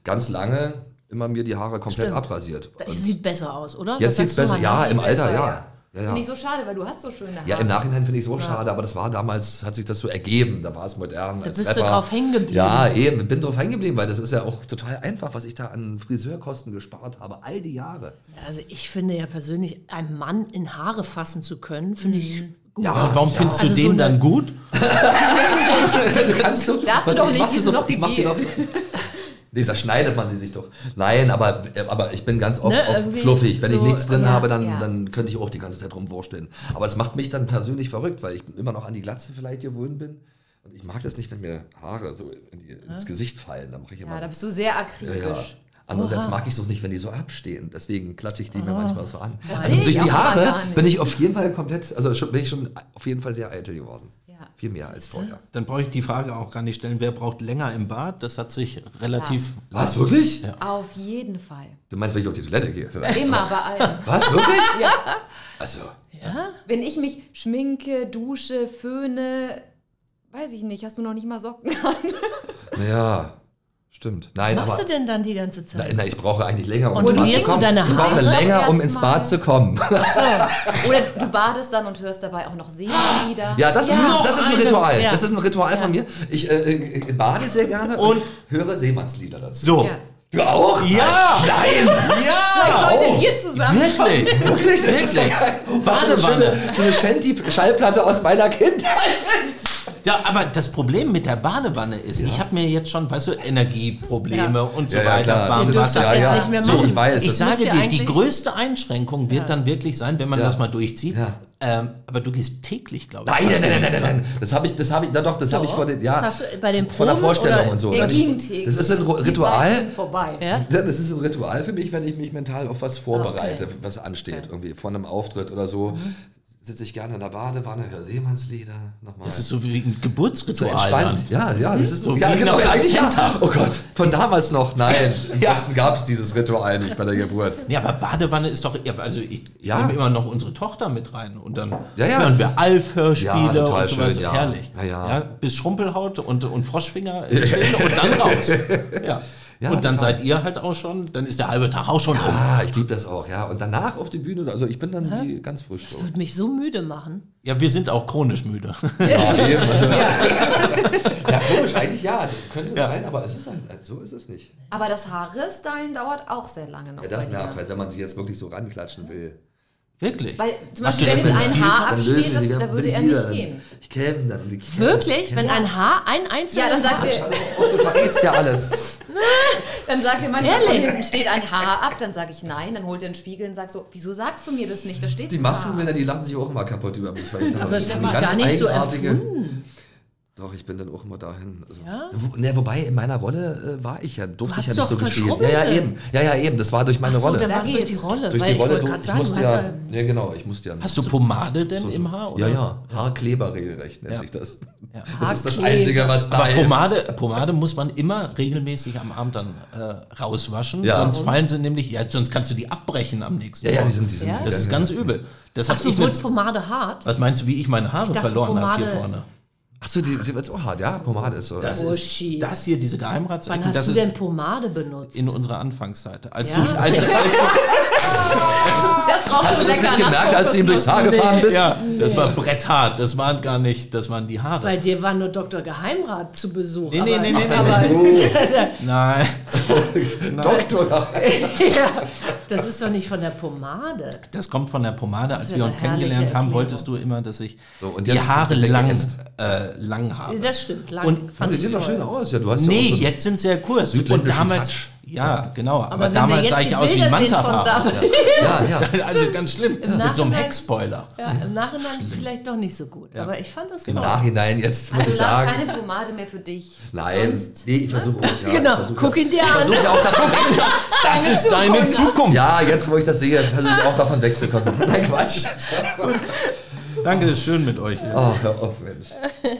C: ganz lange immer mir die Haare komplett
D: Stimmt.
C: abrasiert. Und
D: Das sieht besser aus, oder?
C: jetzt
D: Was
C: sieht es
D: sagst du,
C: besser.
D: Hanna?
C: Ja, im Alter,
E: Besser,
C: ja. Ja, ja.
E: Nicht so schade, weil du hast so schöne Haare.
C: ja, im Nachhinein finde ich es auch schade, aber das war damals, hat sich das so ergeben. Da war es modern. Da
D: bist du drauf hängen geblieben.
C: Ja, eben, bin drauf hängen geblieben, weil das ist ja auch total einfach, was ich da an Friseurkosten gespart habe, all die Jahre.
D: Also, ich finde ja persönlich, einem Mann in Haare fassen zu können, finde ich gut.
C: Ja,
B: Und warum findest du
D: Also so
B: den
D: eine-
B: dann gut?
C: Kannst du?
E: Darfst du
C: Was,
E: doch
C: ich
E: nicht,
C: mach
E: die
C: sie
E: sind
C: so-
E: doch
C: ich mach sie
E: gegelt.
C: doch- Nee, da schneidet man sie sich doch. Nein, aber, aber ich bin ganz oft
D: Ne,
C: auch
D: irgendwie
C: fluffig. Wenn ich
D: so,
C: nichts drin
D: ja,
C: habe, dann,
E: ja.
C: dann könnte ich auch die ganze Zeit rumwursteln. Aber es macht mich dann persönlich verrückt, weil ich immer noch an die Glatze vielleicht gewohnt bin. Und ich mag das nicht, wenn mir Haare so in die, ins Gesicht fallen. Da mache ich immer.
E: Ja, da bist du sehr
C: Ja,
E: akribisch.
C: ja. Andererseits mag ich es auch nicht, wenn die so abstehen. Deswegen klatsche ich die mir manchmal so an. also
E: sehe ich
C: durch die
E: auch
C: Haare
E: gar nicht.
C: bin ich auf jeden Fall komplett, also schon, bin ich schon auf jeden Fall sehr eitel geworden.
E: Ja.
C: Viel mehr als vorher.
B: Dann brauche ich die Frage auch gar nicht stellen, wer braucht länger im Bad? Das hat sich relativ.
C: Was, wirklich?
E: Auf jeden Fall.
C: Du meinst, wenn ich auf die Toilette gehe?
E: Immer bei allem.
C: Was, wirklich? ja. Also,
E: Wenn ich mich schminke, dusche, föhne, weiß ich nicht, hast du noch nicht mal Socken an?
C: naja. Stimmt. Nein,
D: Was machst
C: aber,
D: du denn dann die ganze Zeit?
C: nein, nein, ich brauche eigentlich länger, um
D: Und
C: ins Bad
D: probierst
C: zu
D: du
C: kommen.
D: deine
C: ich brauche
E: Haare?
C: länger, um
E: Erst
C: ins
E: mal.
C: Bad zu kommen.
E: Oder du badest dann und hörst dabei auch noch Seelenlieder.
C: Ja, das,
D: Ja.
C: ist, das ist ein
D: Noch eine.
C: Ritual.
D: Ja.
C: Das ist ein Ritual von mir. Ich äh, äh, bade sehr gerne und,
B: Und-
C: höre Seemannslieder dazu.
B: So.
E: Ja.
C: Du auch?
B: Ja!
C: Nein!
B: Ja!
E: Sollte ihr zusammen?
B: Wirklich!
C: Wirklich? Das ist ja
B: Wirklich?
C: geil.
B: Badewanne.
C: So eine schöne- So eine Shanty-Schallplatte aus meiner Kindheit.
B: Ja, aber das Problem mit der Badewanne ist, ich habe mir jetzt schon, weißt du, Energieprobleme
D: Ja.
B: und so
C: Ja, ja,
B: weiter.
C: klar.
B: warm
C: Du
D: darfst
B: Wasser.
D: das jetzt nicht mehr
B: So,
D: machen.
B: ich weiß. Ich
C: das
B: sage
D: musst ja
B: dir, die
D: eigentlich-
B: größte Einschränkung wird dann wirklich sein, wenn man
C: Ja.
B: das mal durchzieht.
C: Ja.
B: Ähm, aber du gehst täglich, glaube ich.
C: Nein, nein,
B: fast
C: nein,
B: in
C: nein,
B: die
C: nein, nein. Das habe ich, das habe ich, na doch, das habe ich vor den, ja,
D: Das hast du bei den
C: vor der
D: Proben
C: Vorstellung
D: oder-
C: und so.
E: Der
C: Wenn ich-
E: Gegentheke.
C: Das ist ein Ru-
E: Die
C: Ritual.
E: Zeiten sind vorbei.
D: Ja?
C: Ja, Ah, Das ist ein Ritual für mich, wenn ich mich mental auf was vorbereite, was ansteht, irgendwie vor einem Auftritt oder so. Sitze ich gerne in der Badewanne, höre Seemannslieder nochmal.
B: Das ist so wie ein Geburtsritual.
C: so entspannt.
B: dann.
C: Ja, ja, das ist
B: So
C: ja,
B: geht's auch
C: eigentlich ja.
B: dahinter.
C: Oh Gott, von damals noch. Nein, im Osten gab es dieses Ritual nicht bei der Geburt.
B: Ja, aber Badewanne ist doch, ja, also ich, ich
C: Ja.
B: nehme immer noch unsere Tochter mit rein und dann
C: Ja, ja,
B: hören
C: das
B: wir
C: ist-
B: Alf-Hörspiele
C: Ja, total
B: und sowas.
C: schön, ja.
B: Herrlich.
C: Ja, ja.
B: bis Schrumpelhaut und, und Froschfinger äh, und dann raus. Ja.
C: Ja,
B: und dann
C: total.
B: seid ihr halt auch schon, dann ist der halbe Tag auch schon um. rum.
C: Ah, ich liebe das auch, ja. Und danach auf die Bühne, also ich bin dann wie ganz frisch. So.
D: Würde mich so müde machen.
B: Ja, wir sind auch chronisch müde.
C: Ja, eben, also, ja, komisch, eigentlich ja, könnte sein, aber es ist ein, so ist es nicht.
E: Aber das Haare-Stylen dauert auch sehr lange noch.
C: Ja, das
E: bei dir.
C: nervt halt, wenn man sie jetzt wirklich so ranklatschen will.
B: Wirklich.
E: Weil zum
B: Hast du
E: Beispiel,
B: das mit
E: wenn
B: dem
E: jetzt ein
B: Stiel?
E: Haar
C: Dann lösen
E: absteht,
C: sie
E: das,
C: sich,
E: da
C: dann
E: würde
C: will
E: er
C: ich wieder,
E: nicht
C: dann-
E: gehen.
C: Ich käme dann. die kämen.
D: Wirklich? Wenn ein Haar, ein
E: Ja,
D: einzelnes
E: dann sagt,
D: Haar.
E: er,
C: Und du verrätst ja alles.
E: dann sagt er manchmal, von
D: Ehrlich?
E: hinten steht ein Haar ab, dann sage ich nein, dann holt er den Spiegel und sagt so, wieso sagst du mir das nicht, da steht
C: Die
E: ein Haar.
C: Maskenbilder, die lachen sich auch immer kaputt über mich, weil ich da
D: Aber ich hab mal gar nicht so
C: Doch, ich bin dann auch immer dahin. Also, wo, ne, wobei, in meiner Rolle äh, war ich ja, durfte ich ja
D: hast
C: nicht
D: doch
C: so gespielt. Ja, ja,
D: verschrubbelte.
C: eben. Ja, ja, eben. Das war durch meine
D: Ach so,
C: Rolle.
D: dann
E: Da
D: warst du durch die
E: geht's.
D: Rolle.
C: durch
D: weil
C: die Rolle,
D: ich wollte
C: du,
D: gerade
C: ich
D: sagen,
C: musste
D: du hast
C: ja. Ja, genau, ich musste ja.
B: Hast du Pomade denn im Haar? Oder?
C: Ja, ja. Haarkleber regelrecht nennt
B: Ja.
C: sich das.
B: Ja.
C: Das ist das
D: Haarkleber.
C: Einzige, was da
B: Aber
C: hilft.
B: Pomade, Pomade muss man immer regelmäßig am Abend dann äh, rauswaschen,
C: Ja.
B: sonst fallen sie nämlich, ja, sonst kannst du die abbrechen am nächsten
C: Ja, ja, die
B: Morgen.
C: sind, die sind.
D: Ja?
B: Das ist ganz übel. Das hab
D: Ach so,
B: ich Also, mit-
D: wurde Pomade hart?
B: was meinst du, wie ich meine Haare
D: dachte,
B: verloren habe hier
D: Pomade-
B: vorne?
C: Achso, die, die wird's auch hart, ja? Pomade ist so.
B: Das
D: Burschi.
B: ist das hier, diese Geheimratsecken,
D: Wann hast
B: das
D: du
B: ist
D: denn Pomade benutzt?
B: in unserer Anfangszeit. Als
D: Ja?
B: du, als, als,
E: Das raucht
C: Hast du Also das
E: so lecker
C: nicht
E: nach.
C: gemerkt, als du ihm durchs Haar gefahren bist?
B: ja, das war bretthart, das waren gar nicht, das waren die Haare.
D: Bei dir war nur Dr. Geheimrat zu Besuch.
B: Nee, nee,
D: aber,
B: nee, nee, nee. Oh,
D: aber,
B: Nein.
C: Doktor.
D: ja, das ist doch nicht von der Pomade.
B: Das kommt von der Pomade. Als
D: ja
B: wir
D: eine
B: uns kennengelernt
D: herrliche
B: haben,
D: Erklärung.
B: wolltest du immer, dass ich
C: So, und
B: die
C: jetzt
B: Haare
C: sind sie
B: lang,
C: weggehetzt.
B: äh, lang habe.
D: Das stimmt, lang.
B: Und-
C: Ja,
D: fand
C: die
D: ich
C: sehen doch
D: toll.
C: schön aus. Ja, du hast
B: Nee,
C: ja auch so
B: jetzt sind sie ja kurz. Und
C: südländischen
B: damals,
C: Touch.
B: ja, genau. Aber,
D: Aber wenn wir
B: damals
D: jetzt
B: sah ich
D: die
B: aus wie
D: Bilder
B: ein
D: sehen von
B: Manta-Fahrer.
D: damals-
C: Ja, ja.
B: Also ganz schlimm. Mit so einem
D: Nachhinein-
B: Heckspoiler.
D: Ja, im Nachhinein vielleicht doch nicht so gut, aber ich fand das
C: Im
D: toll.
C: Nachhinein, jetzt muss
E: Also
C: ich
E: lass
C: sagen.
E: keine Pomade mehr für dich.
C: Nein,
E: Sonst-
C: nee, ich versuche auch. Ja,
D: Genau,
C: ich versuche-
D: guck ihn dir
C: Ich
D: an.
C: versuche ja auch davon wegzukommen.
B: Das ist deine Zukunft.
C: Ja, jetzt wo ich das sehe, versuche ich auch davon wegzukommen. Nein, Quatsch.
B: Danke, ist schön mit euch. hier.
C: Oh, hör auf, Mensch.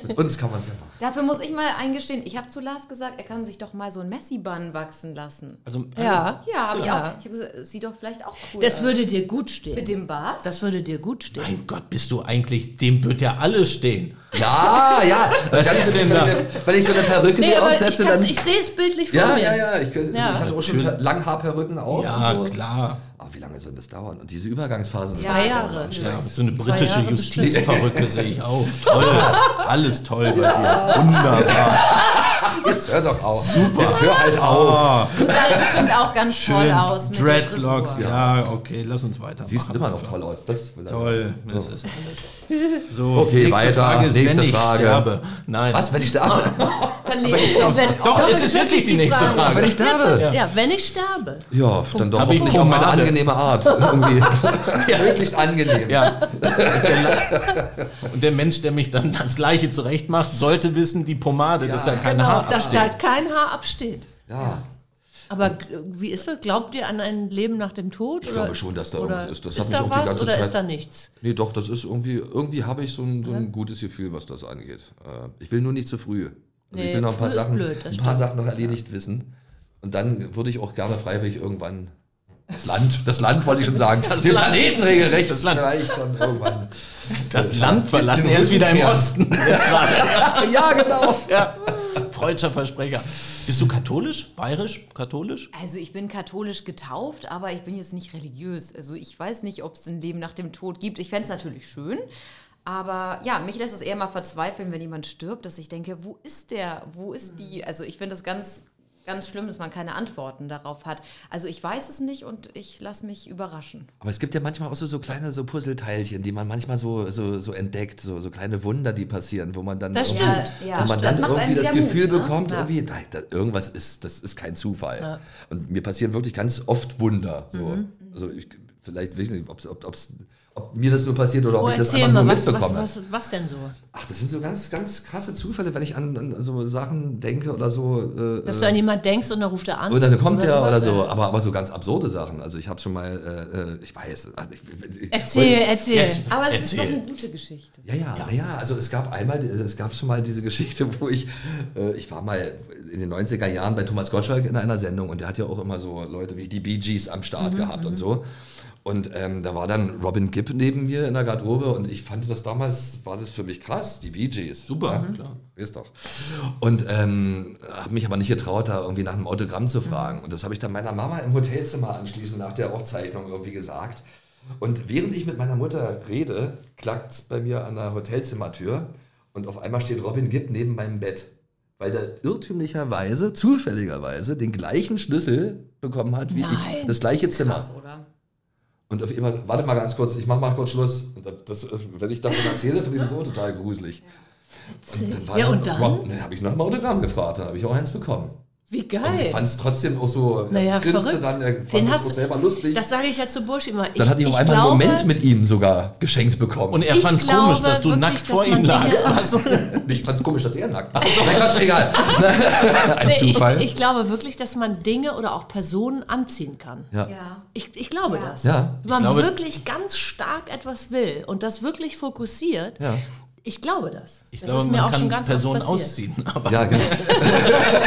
C: Mit uns kann man es ja machen.
E: Dafür muss ich mal eingestehen, ich habe zu Lars gesagt, er kann sich doch mal so ein Messi-Bun wachsen lassen.
B: Also,
D: Ja,
E: Ja, habe
D: Ja.
E: ich auch. Ich habe gesagt, sieht doch vielleicht auch cool
D: das
E: aus.
D: würde dir gut stehen.
E: Mit dem Bart?
D: das würde dir gut stehen.
B: Mein Gott, bist du eigentlich, dem wird ja alles stehen.
C: Ja, ja. Das
B: Was ist
C: Ganze,
B: denn da?
C: Wenn ich so eine Perücke
D: Nee,
C: mir
D: aber ich,
C: aufsetze,
D: kann's-
C: dann.
D: ich sehe es bildlich vor
C: Ja,
D: mir.
C: ja, ja. Ich, könnte,
D: Ja.
C: ich hatte auch schon
B: Schön.
C: Langhaarperücken auf.
B: Ja, also
C: und so.
B: klar.
C: Aber Oh, wie lange soll das dauern? Und diese Übergangsphasen sind
D: Zwei
E: Ja, das
D: Jahre.
B: Ja, so eine britische
D: Jahre
B: Justizperücke sehe ich auch. Toll. Alles toll bei dir. Wunderbar.
C: Jetzt hör doch auf. Super. Jetzt hör halt auf.
E: Du sahst halt bestimmt auch ganz toll aus. mit der
B: Dreadlocks.
E: Frisur.
B: Ja, okay, lass uns weiter.
C: Siehst immer noch toll aus. Das will er.
B: Toll, das ist alles. So,
C: Okay, weiter. Nächste
B: wenn ich
C: Frage.
B: sterbe. Nein.
C: Was, wenn ich sterbe?
D: Dann lebe ich doch, wenn,
B: Doch, es ist wirklich die nächste Frage.
C: Wenn ich sterbe?
D: Ja, wenn ich sterbe.
C: Ja, dann doch
B: Hab ich
C: hoffentlich auf eine
B: Pomade?
C: angenehme Art. Irgendwie. Möglichst angenehm.
B: Ja. Und der Mensch, der mich dann das Gleiche zurecht macht, sollte wissen, die Pomade, dass da keine
D: Genau,
B: Haare
D: dass da halt kein Haar absteht.
C: Ja.
D: Aber g- wie ist das? Glaubt ihr an ein Leben nach dem Tod?
C: Ich glaube schon, dass da
D: oder
C: irgendwas ist. Das
D: ist
C: hab ich
D: da
C: auch die
D: was
C: ganze
D: oder
C: Zeit-
D: ist da nichts?
C: Nee, doch, das ist irgendwie, irgendwie habe ich so ein, so ein gutes Gefühl, was das angeht. Äh, Ich will nur nicht zu früh. Also ich
D: Nee,
C: will noch ein paar,
D: früh ist
C: Sachen,
D: blöd, das
C: ein paar
D: stimmt.
C: Sachen noch erledigt wissen. Und dann würde ich auch gerne freiwillig irgendwann das Land, das Land wollte ich schon sagen, das den
B: Land.
C: Planeten regelrecht
B: Das Land.
C: vielleicht dann irgendwann.
B: Das Land verlassen, er ist wieder im
C: Rückkehr.
B: Osten. Jetzt gerade.
C: Ah, ja, genau.
B: Ja. Freudscher Versprecher. Bist du katholisch? Bayerisch? Katholisch?
E: Also ich bin katholisch getauft, aber ich bin jetzt nicht religiös. Also ich weiß nicht, ob es ein Leben nach dem Tod gibt. Ich fände es natürlich schön. Aber ja, mich lässt es eher mal verzweifeln, wenn jemand stirbt, dass ich denke, wo ist der? Wo ist die? Also ich finde das ganz, ganz schlimm, dass man keine Antworten darauf hat. Also ich weiß es nicht und ich lasse mich überraschen.
C: Aber es gibt ja manchmal auch so, so kleine so Puzzleteilchen, die man manchmal so, so, so entdeckt, so, so kleine Wunder, die passieren, wo man dann
D: Das
C: irgendwie,
D: stimmt.
E: Ja,
C: wo man
E: stimmt.
C: dann
E: Das macht
C: irgendwie
E: einen
C: das
E: wieder
C: Gefühl
E: Mut, ne?
C: bekommt,
E: Ja.
C: irgendwie, da, da, irgendwas ist, das ist kein Zufall. Und mir passieren wirklich ganz oft Wunder. So. Also ich, vielleicht weiß ich nicht, ob's, ob, ob's, ob mir das nur passiert oder
D: Oh,
C: ob ich das
D: erzähl mal,
C: einfach nur
D: was, was,
C: mitbekomme.
D: was, was denn so?
C: Ach, das sind so ganz, ganz krasse Zufälle, wenn ich an, an so Sachen denke oder so. Äh,
D: Dass du an jemand denkst und dann ruft er an.
C: und dann kommt er
D: sowas,
C: oder so,
D: äh.
C: aber, aber so ganz absurde Sachen. Also ich habe schon mal, äh, äh, ich weiß. ach, Ich, ich,
D: Erzähl, erzähl.
E: Aber es ist doch
B: Erzähl.
E: eine gute Geschichte.
C: Ja, ja, ja, ja, also es gab einmal, es gab schon mal diese Geschichte, wo ich, äh, ich war mal in den 90er Jahren bei Thomas Gottschalk in einer Sendung und der hat ja auch immer so Leute wie die Bee Gees am Start gehabt und so. Und ähm, da war dann Robin Gibb neben mir in der Garderobe und ich fand das damals, war das für mich krass, die Bee Gees.
B: Super,
C: ja,
B: klar.
C: Ist doch. Und ähm, habe mich aber nicht getraut, da irgendwie nach einem Autogramm zu fragen. Und das habe ich dann meiner Mama im Hotelzimmer anschließend nach der Aufzeichnung irgendwie gesagt. Und während ich mit meiner Mutter rede, klackt es bei mir an der Hotelzimmertür und auf einmal steht Robin Gibb neben meinem Bett, weil der irrtümlicherweise, zufälligerweise, den gleichen Schlüssel bekommen hat wie ich.
D: Nein.
C: Das gleiche Zimmer.
E: Krass, oder?
C: Und auf immer, warte mal ganz kurz, ich mach mal kurz Schluss. Und das, das, wenn ich davon erzähle, finde ich das auch total gruselig. Und dann war
D: Ja, und dann?
C: Rob- dann habe ich nach dem Autogramm gefragt, dann habe ich auch eins bekommen.
D: Wie
C: Und ich
D: geil.
C: fand es trotzdem auch so,
D: Naja,
C: er grinste
D: verrückt.
C: dann, er fand
D: Den
C: das
D: hast
C: auch
D: du-
C: selber lustig.
D: Das sage ich ja zu Bursch immer. Ich,
C: dann hatte ich auch
D: ich
C: einfach
D: glaube,
C: einen Moment mit ihm sogar geschenkt bekommen.
B: Und er
D: Ich
B: fand es
D: glaube
B: komisch, dass du
D: wirklich,
B: nackt
D: dass
B: vor
D: man
B: ihm
D: Dinge-
B: lagst. Also, Was?
C: ich fand es komisch, dass er nackt war. Nein, Quatsch, egal. Ein
D: Nee,
C: Zufall.
D: Ich, ich glaube wirklich, dass man Dinge oder auch Personen anziehen kann.
C: ja. Ja.
E: Ja.
D: Ich, ich glaube das.
C: Ja.
D: Wenn man
B: glaube-
D: wirklich ganz stark etwas will und das wirklich fokussiert, ich glaube das.
B: Ich
D: das
B: glaube,
D: ist mir
B: man
D: auch
B: kann
D: schon ganz oft
B: Personen
D: passiert.
B: ausziehen. Aber
C: Ja, genau.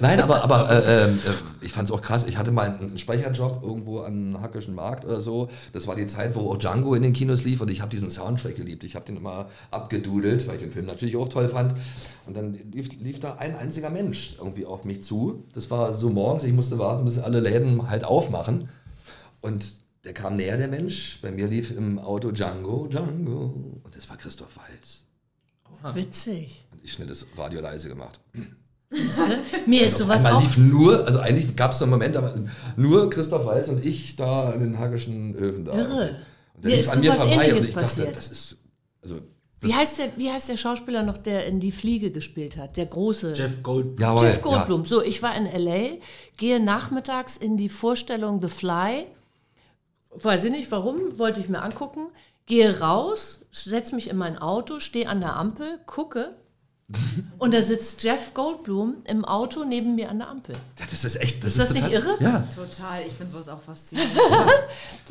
C: Nein, aber, aber äh, ähm, äh, ich fand es auch krass. Ich hatte mal einen Speicherjob irgendwo an Hackischen Markt oder so. Das war die Zeit, wo auch Django in den Kinos lief und ich habe diesen Soundtrack geliebt. Ich habe den immer abgedudelt, weil ich den Film natürlich auch toll fand. Und dann lief, lief da ein einziger Mensch irgendwie auf mich zu. Das war so morgens. Ich musste warten, bis alle Läden halt aufmachen. Und der kam näher, der Mensch. Bei mir lief im Auto Django, Django. Und das war Christoph Waltz.
D: Ah. Witzig.
C: Und ich schnell das Radio leise gemacht.
D: Siehste? Mir ist sowas
C: Also Einmal
D: auch.
C: lief nur, also eigentlich gab es so einen Moment, aber nur Christoph Walz und ich da an den Hackischen Öfen da.
D: Irre.
C: Und der
D: Mir
C: lief
D: ist
C: an mir
D: sowas
C: vorbei und
D: Ähnliches
C: ich dachte,
D: passiert.
C: das ist, also,
D: Wie heißt, der, wie heißt der Schauspieler noch, der in die Fliege gespielt hat? Der große.
B: Jeff Goldblum.
C: jawohl,
D: Jeff Goldblum. So, ich war in L.A., gehe nachmittags in die Vorstellung The Fly. Weiß ich nicht warum, wollte ich mir angucken. Gehe raus, setze mich in mein Auto, stehe an der Ampel, gucke. Und da sitzt Jeff Goldblum im Auto neben mir an der Ampel.
C: Ja, das ist echt, das ist,
D: Ist das
C: total,
D: nicht irre?
C: Ja,
E: Total, ich finde sowas auch faszinierend.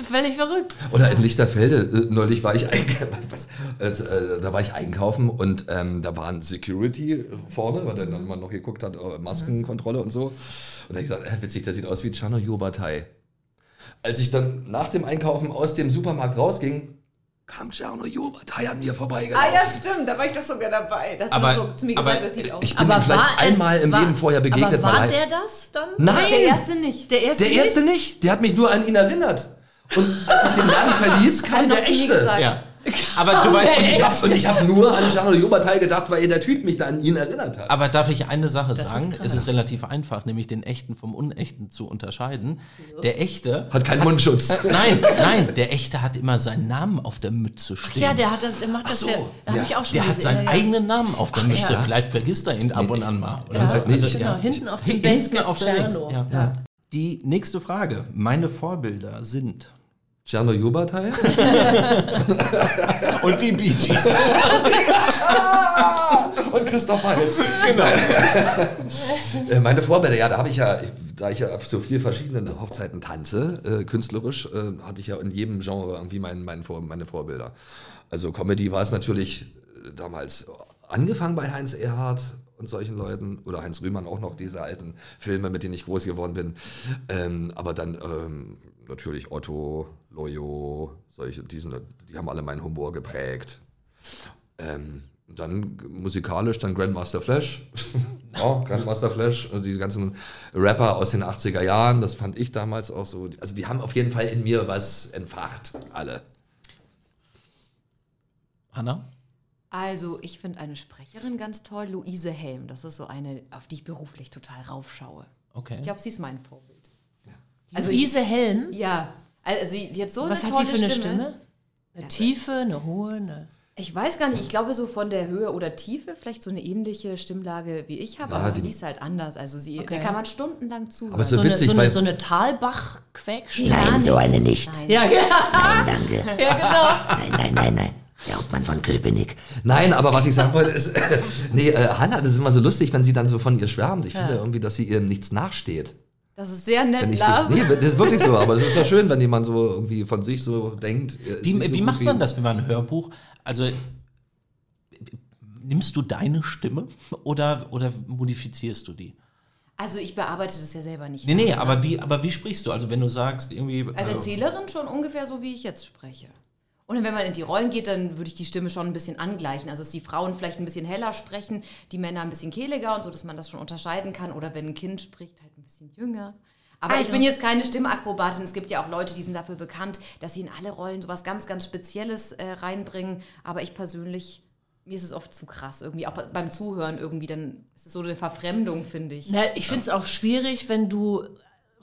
D: Völlig verrückt.
C: Oder in Lichterfelde, äh, neulich war ich einkaufen, was, also, äh, da war ich einkaufen und ähm, da waren Security vorne, weil dann man noch geguckt hat, äh, Maskenkontrolle und so. Und da hab ich gesagt, äh, witzig, der sieht aus wie Chano Yobatai. Als ich dann nach dem Einkaufen aus dem Supermarkt rausging, kam Chano Yobatai an mir vorbeigelaufen.
E: Ah ja, stimmt, da war ich doch sogar dabei. Das
B: Aber-
E: aber, so zu mir gesagt,
B: aber
E: das sieht auch.
C: Ich bin ihm vielleicht
D: er-
C: einmal im
D: war-
C: Leben vorher begegnet.
D: Aber war
C: mal
D: der das dann?
E: der
C: Nein,
E: erste nicht.
D: Der erste?
C: der erste nicht. Der hat mich nur an ihn erinnert. Und als ich den Laden verließ, kam
E: Hat
C: der
E: noch zu mir
C: echte.
E: gesagt.
B: Ja. Aber du weißt, und ich
C: Ich hab, und ich habe nur an Charlo Jobertal gedacht, weil der Typ mich da an ihn erinnert hat.
B: Aber darf ich eine Sache
D: ist
B: sagen?
D: krass.
B: es ist relativ einfach, nämlich den echten vom unechten zu unterscheiden. Der echte.
C: Hat keinen Mundschutz.
B: Nein, nein, der echte hat immer seinen Namen auf der Mütze stehen.
D: Ja, der hat das, der macht das,
C: so,
D: der, da
C: ja.
D: habe ich auch schon
B: Der hat
D: gesehen,
B: seinen
D: ja, ja.
B: eigenen Namen auf der Mütze. Vielleicht vergisst er ihn ab und an mal. Oder so.
C: Nee, ich-
D: Genau, hinten auf dem
B: Hinten
D: Basecamp
B: auf der Links,
D: Tscherno.
B: ja. Die nächste Frage. Meine Vorbilder sind.
C: Charlo Jobertal?
B: Und die Bee Gees.
C: und Christoph Heinz. Genau. Äh, Meine Vorbilder, ja, da habe ich ja, ich, da ich ja auf so vielen verschiedenen Hochzeiten tanze, äh, künstlerisch, äh, hatte ich ja in jedem Genre irgendwie mein, mein Vor, meine Vorbilder. Also Comedy war es natürlich äh, damals angefangen bei Heinz Erhardt und solchen Leuten oder Heinz Rühmann auch noch diese alten Filme, mit denen ich groß geworden bin. Ähm, aber dann ähm, natürlich Otto, Loyo, solche, diesen, die haben alle meinen Humor geprägt. Ähm, dann musikalisch dann Grandmaster Flash. Oh, Grandmaster Flash und die ganzen Rapper aus den 80er Jahren, das fand ich damals auch so. Also die haben auf jeden Fall in mir was entfacht, alle.
B: Hanna?
E: Also, ich finde eine Sprecherin ganz toll, Luise Helm. Das ist so eine, auf die ich beruflich total raufschaue.
B: Okay.
E: Ich glaube, sie ist mein Vorbild.
D: Also Luise Helm.
E: Ja, also die hat so
D: Was
E: eine
D: hat sie
E: tolle
D: für eine Stimme?
E: Stimme.
D: Eine tiefe, eine hohe, eine.
E: Ich weiß gar nicht, ich glaube so von der Höhe oder Tiefe vielleicht so eine ähnliche Stimmlage wie ich habe,
C: Ja,
E: aber sie
C: die-
E: liest halt anders. Also sie,
D: Okay.
E: da kann man stundenlang zuhören.
C: Aber es ist so
D: eine,
C: witzig,
D: so eine,
C: weil
D: so eine Talbach-Quäkstimme.
E: Nein, so eine nicht.
D: Ja, ja,
G: Danke.
D: ja, genau.
G: Nein, nein, nein, nein. Der Hauptmann von Köpenick.
C: Nein, aber was ich sagen wollte ist, nee, äh, Hannah, das ist immer so lustig, wenn sie dann so von ihr schwärmt. Ich finde irgendwie, dass sie ihrem nichts nachsteht.
E: Das ist sehr nett,
C: Wenn ich,
E: Lars.
C: nee, das ist wirklich so, aber das ist ja schön, wenn jemand so irgendwie von sich so denkt. er ist
B: Wie,
C: nicht so
B: wie
C: gut
B: macht man das, wenn man ein Hörbuch? Also äh, nimmst du deine Stimme oder, oder modifizierst du die?
E: Also ich bearbeite das ja selber nicht.
B: Nee, nee, aber wie, aber wie sprichst du? Also wenn du sagst, irgendwie.
E: Als
D: Also,
B: äh,
E: Erzählerin schon ungefähr so, wie ich jetzt spreche. Und dann, wenn man in die Rollen geht, dann würde ich die Stimme schon ein bisschen angleichen. Also, dass die Frauen vielleicht ein bisschen heller sprechen, die Männer ein bisschen kehliger und so, dass man das schon unterscheiden kann. Oder wenn ein Kind spricht, halt ein bisschen jünger. Aber
D: Also.
E: ich bin jetzt keine Stimmakrobatin. Es gibt ja auch Leute, die sind dafür bekannt, dass sie in alle Rollen sowas ganz, ganz Spezielles äh, reinbringen. Aber ich persönlich, mir ist es oft zu krass irgendwie. Auch beim Zuhören irgendwie, dann ist es so eine Verfremdung, finde ich.
D: Na, ich finde es auch schwierig, wenn du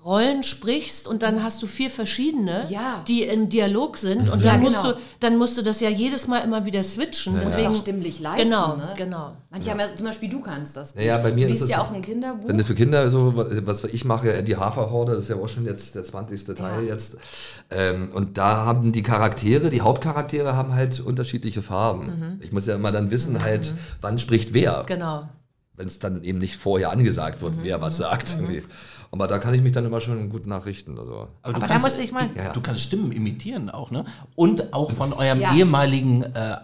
D: Rollen sprichst und dann hast du vier verschiedene,
E: Ja.
D: die im Dialog sind und dann,
E: Ja,
D: musst
E: genau.
D: du, dann musst du das ja jedes Mal immer wieder switchen.
E: Das ist
D: Deswegen,
E: auch stimmlich leisten.
D: genau,
E: ne?
D: genau.
E: Manche haben ja zum Beispiel, du kannst das. gut.
C: Ja, bei mir
E: du
C: ist
E: liest
C: es
E: ja
C: so-
E: auch ein Kinderbuch.
C: Wenn du für Kinder so, was ich mache, die Haferhorde, das ist ja auch schon jetzt der 20. Teil jetzt. Ähm, und da haben die Charaktere, die Hauptcharaktere haben halt unterschiedliche Farben. Ich muss ja immer dann wissen halt, wann spricht wer,
D: genau.
C: wenn es dann eben nicht vorher angesagt wird, wer was sagt. irgendwie. Aber da kann ich mich dann immer schon gut nachrichten. Also.
B: Aber du
C: Aber
B: kannst,
C: da muss ich
B: mal.
C: Ja, ja.
B: Du kannst Stimmen imitieren auch, ne? Und auch von eurem
E: Ja.
B: ehemaligen äh,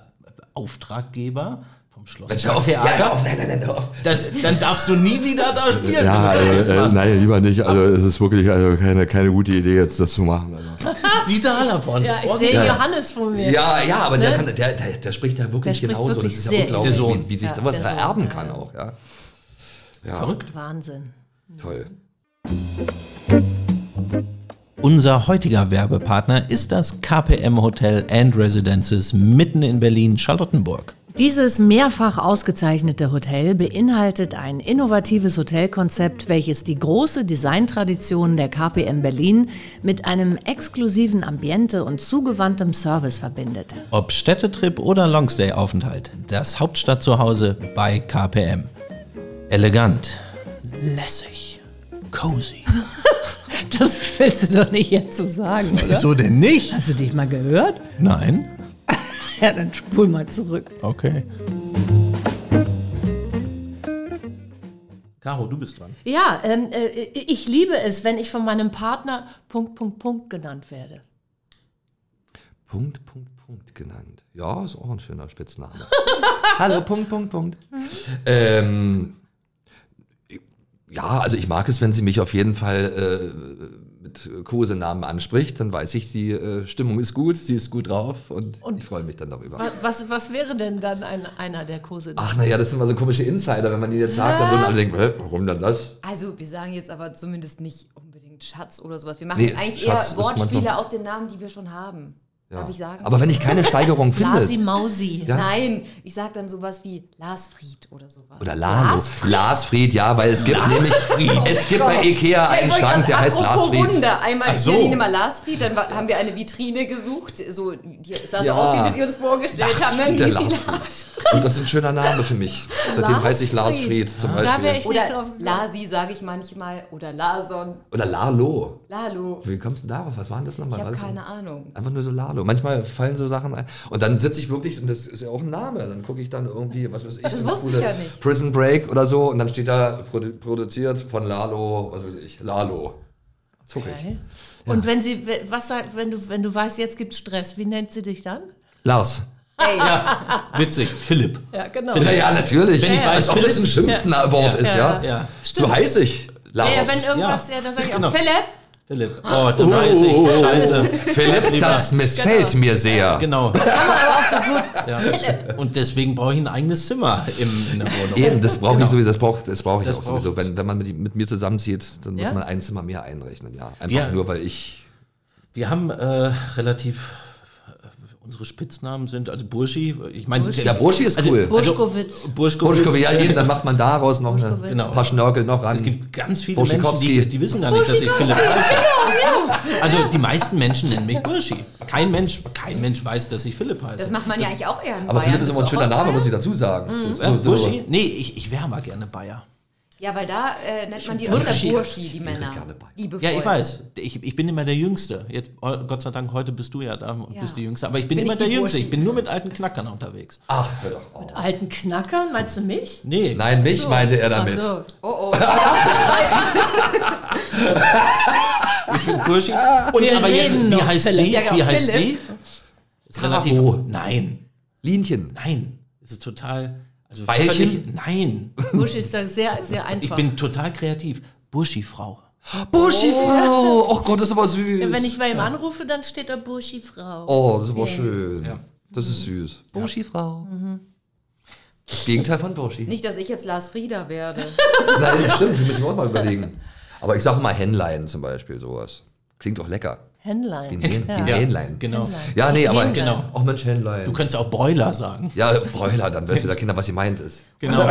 B: Auftraggeber vom
C: Mensch, hör auf, ja,
B: Schlosstheater.
C: hör auf, nein, nein, nein, hör auf.
B: Das, dann darfst du nie wieder da spielen.
H: Ja,
B: wenn du das
H: also,
B: jetzt
H: äh,
B: machst.
H: nein, lieber nicht. Also es ist wirklich also keine, keine gute Idee, jetzt das zu machen. Also.
B: Dieter Hallervorden.
D: Ja, ich sehe
B: Original.
D: Johannes vor mir.
C: Ja, ja, aber der, kann, der, der, der spricht ja wirklich
D: ne? Der spricht
C: genauso.
D: wirklich
C: das ist ja
D: sehr
C: unglaublich,
B: ähnlich. Der Sohn.
C: wie, wie sich
D: Ja,
C: sowas
D: der Sohn,
C: vererben
D: ja.
C: kann auch. Ja. Ja,
B: Verrückt.
D: Wahnsinn.
C: toll.
B: Unser heutiger Werbepartner ist das KPM Hotel and Residences mitten in Berlin-Charlottenburg.
A: Dieses mehrfach ausgezeichnete Hotel beinhaltet ein innovatives Hotelkonzept, welches die große Designtradition der KPM Berlin mit einem exklusiven Ambiente und zugewandtem Service verbindet.
B: Ob Städtetrip oder Longstay-Aufenthalt, das Hauptstadtzuhause bei KPM. Elegant, lässig, cozy.
A: Das willst du doch nicht jetzt so sagen, oder?
B: Wieso denn nicht?
A: Hast du dich mal gehört?
B: Nein.
A: Ja, dann spul mal zurück.
B: Okay. Caro, du bist dran.
D: Ja, ähm, äh, ich liebe es, wenn ich von meinem Partner Punkt, Punkt, Punkt genannt werde.
C: Punkt, Punkt, Punkt genannt. Ja, ist auch ein schöner Spitzname. Hallo, Punkt, Punkt, Punkt.
D: Mhm.
C: ähm, ja, also ich mag es, wenn sie mich auf jeden Fall äh, mit Kosenamen anspricht, dann weiß ich, die äh, Stimmung ist gut, sie ist gut drauf und, ich freue mich dann darüber.
D: Wa- Was, was wäre denn dann ein, einer der Kurse?
C: Ach naja, das sind mal so komische Insider, wenn man die jetzt sagt, dann würden alle denken, "Hä, warum dann das?
E: Also, wir sagen jetzt aber zumindest nicht unbedingt Schatz oder sowas. Wir machen
C: Nee,
E: eigentlich
C: Schatz ist
E: eher Wortspiele
C: manchmal-
E: aus den Namen, die wir schon haben. Darf ich sagen?
C: Aber wenn ich keine Steigerung finde,
D: Lasi Mausi.
C: Ja.
E: Nein, ich sage dann sowas wie Larsfried oder sowas.
C: Oder Lalo. Lasfried, ja, weil es gibt nämlich, es gibt bei Ikea einen Schrank, der heißt Lasfried.
E: Wunder. Einmal
B: Ach so.
E: so. Janine mal Larsfried, dann wa- haben wir eine Vitrine gesucht. So, die sah
C: Ja.
E: so aus, wie wir sie uns vorgestellt haben. Dann
C: der
E: hieß sie
C: Larsfried.
E: Lars.
C: Und das ist ein schöner Name für mich. Seitdem heiße ich Lasfried zum
D: Da wäre
C: Beispiel.
D: ich nicht drauf.
E: Oder Lasi sage ich manchmal. Oder Larson.
C: Oder Lalo.
E: Lalo.
C: Wie kommst du darauf? Was war denn das nochmal?
E: Ich habe
C: Weiß nicht.
E: keine Ahnung.
C: Einfach nur so Lalo. Manchmal fallen so Sachen ein. Und dann sitze ich wirklich, und das ist ja auch ein Name, dann gucke ich dann irgendwie, was weiß ich,
E: Das
C: so eine
E: wusste ich
C: coole
E: ja nicht.
C: Prison Break oder so. Und dann steht da, produ produziert von Lalo, was weiß ich, Lalo. Zuck ich.
D: Okay. Und wenn sie, we- was sagt, wenn du, wenn du weißt, jetzt gibt's Stress, wie nennt sie dich dann?
C: Lars.
E: Ey,
B: Witzig, Philipp.
D: Ja, genau.
C: Ja, ja, natürlich.
B: Wenn ich weiß,
C: Als ob das ein Schimpfwort ist, ja.
B: Ja.
C: So heiße ich. Lars.
D: Ja, wenn irgendwas, ja, dann sage ich auch,
B: Genau.
D: Philipp,
B: Philipp. Oh, da weiß ich. Scheiße.
C: Philipp,
B: Lieber-
C: das missfällt mir sehr.
B: Genau.
D: Kann man aber auch so gut.
B: Und deswegen brauche ich ein eigenes Zimmer im, in der Wohnung.
C: Eben, das brauche ich sowieso, das brauche das brauch ich
B: Genau. Das
C: auch
B: braucht-
C: sowieso. Wenn, wenn man mit, mit mir zusammenzieht, dann muss
D: Ja?
C: man ein Zimmer mehr einrechnen, ja. Einfach
B: Ja.
C: nur, weil ich.
B: Wir haben äh, relativ. äh, Unsere Spitznamen sind, also Burschi, ich meine. also,
C: Ja, Burschi ist cool.
D: Burschkowitz.
B: Burschkowitz.
C: Burschkow, ja, jeden, dann macht man daraus noch eine,
B: Genau.
C: ein paar Schnörkel noch ran.
B: Es äh, gibt ganz viele Menschen,
C: Burschikowski.
B: die, die wissen gar nicht, dass ich Philipp heiße. Also die meisten Menschen nennen mich Burschi. Kein Mensch, kein Mensch weiß, dass ich Philipp heiße.
E: Das macht man ja eigentlich auch eher in
C: aber
E: Bayern.
C: Philipp ist immer ein
E: Bist du
C: schöner
E: auch aus
C: Name, muss ich
E: Bayern?
C: dazu sagen.
B: Mhm. ja, Burschi? Nee, ich, ich wäre mal gerne Bayer.
E: Ja, weil da äh, nennt man die
B: Burschi.
E: unter Burschi, die
C: gerne
E: Männer.
C: Bayern.
E: Liebevoll.
B: Ja, ich weiß. Ich, ich bin immer der Jüngste. Jetzt, oh, Gott sei Dank, heute bist du ja da und
E: Ja.
B: bist die Jüngste. Aber ich bin,
E: Bin
B: immer
E: ich die
B: der Jüngste.
E: Burschi?
B: Ich bin nur mit alten Knackern unterwegs.
C: Ach, hör doch auf.
D: Alten Knacker, meinst du mich?
B: Nee,
C: Nein, mich meinte er damit.
D: Ach so.
E: Oh, oh.
B: ich finde Burschi. Und
D: Wir
B: aber jetzt,
D: reden
B: wie
D: noch,
B: heißt
D: Philipp.
B: sie?
E: Ja, genau,
B: Wie heißt
E: Philipp.
B: sie? Ist relativ.
C: Caro.
B: Nein,
C: Linchen.
B: nein. Es ist total. Also
C: Weilchen?
B: völlig- Nein.
D: Burschi ist da sehr, sehr
B: Ich
D: einfach.
B: bin total kreativ. Burschi-Frau.
C: Burschi-Frau! Oh Gott, das ist aber süß.
D: Ja, wenn ich bei ihm anrufe, dann steht da Burschi-Frau.
C: oh, das ist aber
D: Sehr.
C: schön.
B: Ja.
C: Das ist süß. Burschi-Frau. Das Gegenteil von Burschi.
E: Nicht, dass ich jetzt Lars Frieda werde.
C: Nein, stimmt, das müssen wir auch mal überlegen. Aber ich sage mal Henlein zum Beispiel, sowas. Klingt doch lecker. Wie ein
D: Händlein.
C: Hähn- wie ein Hähnlein.
B: Genau.
C: Ja, nee, aber.
B: Genau.
C: Ach Mensch, Hähnlein.
B: Du könntest auch Broiler sagen.
C: ja, Bräuler, dann weißt wieder Kinder, was sie meint ist.
B: Genau.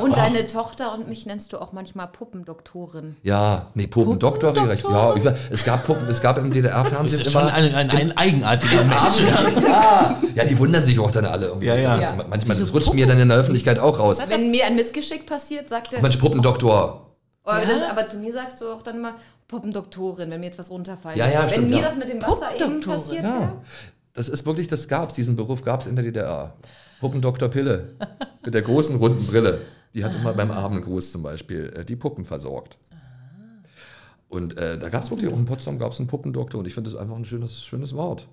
E: Und deine Tochter und mich nennst du auch manchmal Puppendoktorin.
C: Ja, nee, Puppendoktor, wie recht. Ja, ich, war- es gab Puppen, es gab im
B: Das
C: DDR-Fernsehen
B: ist schon
C: immer.
B: ein, ein, ein eigenartiger Mensch.
C: Ja. ja, die wundern sich auch dann alle. irgendwie.
B: Ja, ja.
E: Ja.
C: Manchmal, das rutscht mir dann in der Öffentlichkeit auch raus.
E: Wenn mir ein Missgeschick passiert, sagt er.
C: Mensch, Puppendoktor.
E: Aber, das, aber zu mir sagst du auch dann mal Puppendoktorin, wenn mir jetzt was runterfallen
C: Ja, ja,
E: würde. Wenn
C: stimmt,
E: mir
C: ja.
E: das mit dem Wasser eben
D: Puppendoktorin,
E: passiert
C: Ja.
E: wäre.
C: Das ist wirklich, das gab's, diesen Beruf gab's in der DDR. Puppendoktor Pille. Mit der großen runden Brille. Die hat immer beim Abendgruß zum Beispiel äh, die Puppen versorgt. Und äh, da gab's wirklich auch in Potsdam gab's einen Puppendoktor und ich finde das einfach ein schönes, schönes Wort.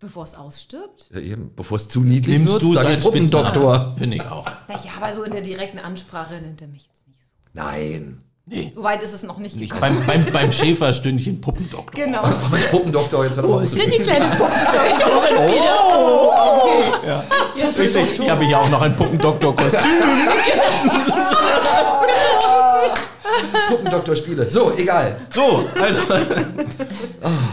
E: Bevor es ausstirbt?
C: Ja, eben, bevor es zu niedlich
B: Nimmst
C: wird,
B: du
C: sag ich
B: als
C: Puppendoktor.
B: Spitznamen? Finde ich auch.
E: Naja, aber so in der direkten Ansprache nennt er mich jetzt nicht so.
C: Nein.
E: So weit ist es noch nicht
B: Ich,
E: gekommen.
B: beim, beim, beim Schäferstündchen Puppendoktor.
E: Genau.
C: Mensch, Puppendoktor, jetzt hat er
D: Wo ist denn die kleine Puppendoktorin wieder?
B: Richtig. Ich habe ja auch noch ein Puppendoktor-Kostüm.
C: Puppendoktor-Spiele. So, egal.
B: So, also.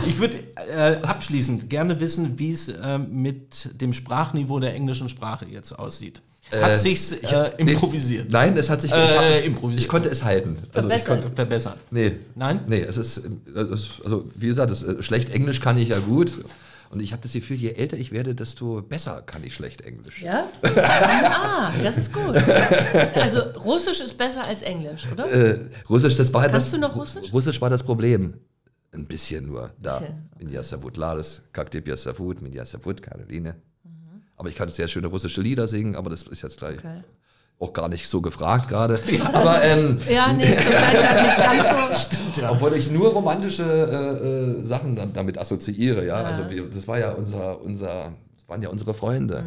B: Ich würde äh, abschließend gerne wissen, wie es äh, mit dem Sprachniveau der englischen Sprache jetzt aussieht. Hat sich's äh, improvisiert?
C: Nein, es hat sich.
B: Äh,
C: ich, hab es-
B: improvisiert.
C: ich konnte es halten. Also ich
E: Verbessert.
C: konnte.
B: Verbessert.
C: Nee.
B: Nein?
C: Nee, es ist. äh, es- Also, wie gesagt, es, äh, schlecht Englisch kann ich ja gut. Und ich habe das Gefühl, je älter ich werde, desto besser kann ich schlecht Englisch.
D: Ja? Ah, das ist gut. Also Russisch ist besser als Englisch, oder?
C: Russisch, das war halt
D: Kannst
C: das,
D: du noch Russisch?
C: Russisch war das Problem. Ein bisschen nur. Da.
D: Bisschen,
C: In Yasavut Lades, Kakte Yasavut, mit Yasavut, Karoline. Aber ich kann sehr schöne russische Lieder singen, aber das ist jetzt gleich
D: Mhm. Okay.
C: auch gar nicht so gefragt gerade. Aber ähm,
D: Ja, nee, zur Zeit war nicht ganz so.
C: Obwohl ich nur romantische äh, äh, Sachen dam- damit assoziiere, ja. Also wir, das war ja unser, unser, das waren ja unsere Freunde.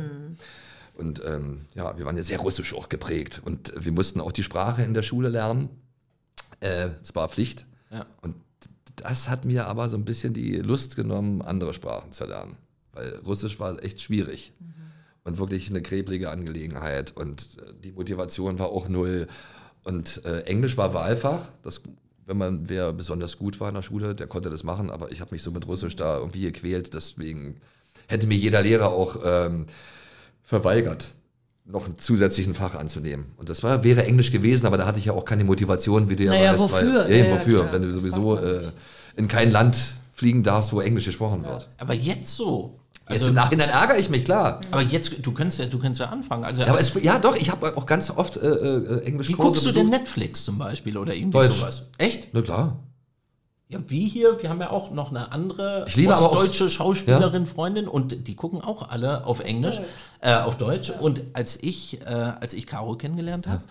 C: Und ähm, ja, wir waren ja sehr russisch auch geprägt. Und wir mussten auch die Sprache in der Schule lernen. Äh, das war Pflicht.
B: Ja.
C: Und das hat mir aber so ein bisschen die Lust genommen, andere Sprachen zu lernen. Weil Russisch war echt schwierig. Und wirklich eine kreblige Angelegenheit. Und äh, die Motivation war auch null. Und äh, Englisch war Wahlfach. Das, wenn man, wer besonders gut war in der Schule, der konnte das machen. Aber ich habe mich so mit Russisch da irgendwie gequält. Deswegen hätte mir jeder Lehrer auch ähm, verweigert, noch einen zusätzlichen Fach anzunehmen. Und das war, wäre Englisch gewesen, aber da hatte ich ja auch keine Motivation, wie du ja
D: Naja,
C: weißt.
D: wofür?
C: Weil, eben,
D: Ja, ja,
C: wofür?
D: klar.
C: Wenn du sowieso äh, in kein Land fliegen darfst, wo Englisch gesprochen wird.
B: Aber jetzt so.
C: Jetzt
B: Also,
C: im Nachhinein ärgere ich mich, klar.
B: aber jetzt, du kannst ja, du kannst ja anfangen. Also,
C: Ja, aber es, ja doch, ich habe auch ganz oft äh, äh, Englisch
B: wie guckst du denn Netflix zum Beispiel oder irgendwie
C: Deutsch.
B: sowas? Echt?
C: Na klar.
B: Ja, wie hier, wir haben ja auch noch eine andere
C: Ich liebe aber auch-
B: deutsche Schauspielerin, Freundin und die gucken auch alle auf Englisch, äh, auf Deutsch. Und als ich, äh, als ich Caro kennengelernt habe,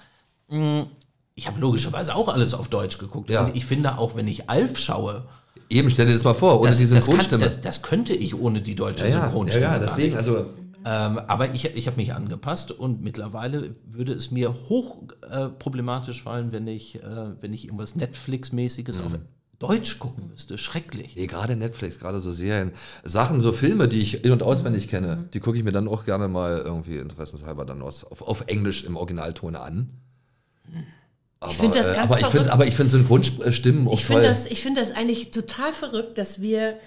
B: mh, ich habe logischerweise auch alles auf Deutsch geguckt.
C: Ja.
B: Und ich finde auch, wenn ich Alf schaue,
C: Eben, stell dir das mal vor, ohne
B: das,
C: diese
B: das, kann,
C: Synchronstimme.
B: das, das könnte ich ohne die deutsche
C: ja, ja, ja,
B: Synchronstimme.
C: ja,
B: gar
C: deswegen,
B: nicht.
C: also
B: Ähm, aber ich, ich habe mich angepasst und mittlerweile würde es
C: Mhm.
B: mir hoch äh, problematisch fallen, wenn ich, äh, wenn ich irgendwas Netflix-mäßiges auf Deutsch gucken müsste. Schrecklich.
C: Nee, gerade Netflix, gerade so Serien, Sachen, so Filme, die ich in- und auswendig kenne, die gucke ich mir dann auch gerne mal irgendwie interessenshalber dann aus, auf, auf Englisch im Originalton an. Aber,
D: find das
C: äh,
D: ganz
C: aber, ich find,
D: verrückt.
C: aber ich finde Synchronstimmen auch
D: Ich
C: toll.
D: finde das, ich find das eigentlich total verrückt, dass wir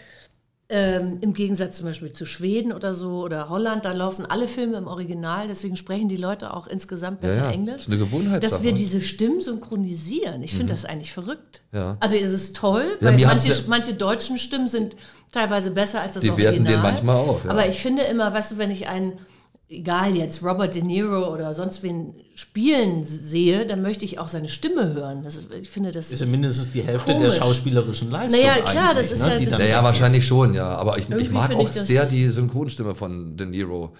D: ähm, im Gegensatz zum Beispiel zu Schweden oder so oder Holland, da laufen alle Filme im Original, deswegen sprechen die Leute auch insgesamt besser
C: ja,
D: Englisch.
C: ist eine Gewohnheitssache. ne? Mhm.
D: Dass wir diese Stimmen synchronisieren. Ich finde das eigentlich verrückt.
C: Ja.
D: Also es ist toll,
C: Ja,
D: weil
C: mir
D: manche,
C: hat's ja-
D: manche deutschen Stimmen sind teilweise besser als das
C: Die
D: Original.
C: werten den manchmal auf, ja.
D: Aber ich finde immer, weißt du, wenn ich einen, egal jetzt Robert De Niro oder sonst wen spielen sehe, dann möchte ich auch seine Stimme hören. Das, ist- ich finde das
B: Ist ja mindestens die Hälfte der
D: komisch.
B: schauspielerischen Leistung.
D: Naja, klar, das
B: eigentlich,
D: ist
B: ne,
D: ja-
B: die
D: das
B: dann-
D: ist
C: Naja, wahrscheinlich schon, ja. Aber ich, ich
D: Irgendwie
C: mag
D: finde
C: auch
D: ich das-
C: sehr die Synchronstimme von De Niro.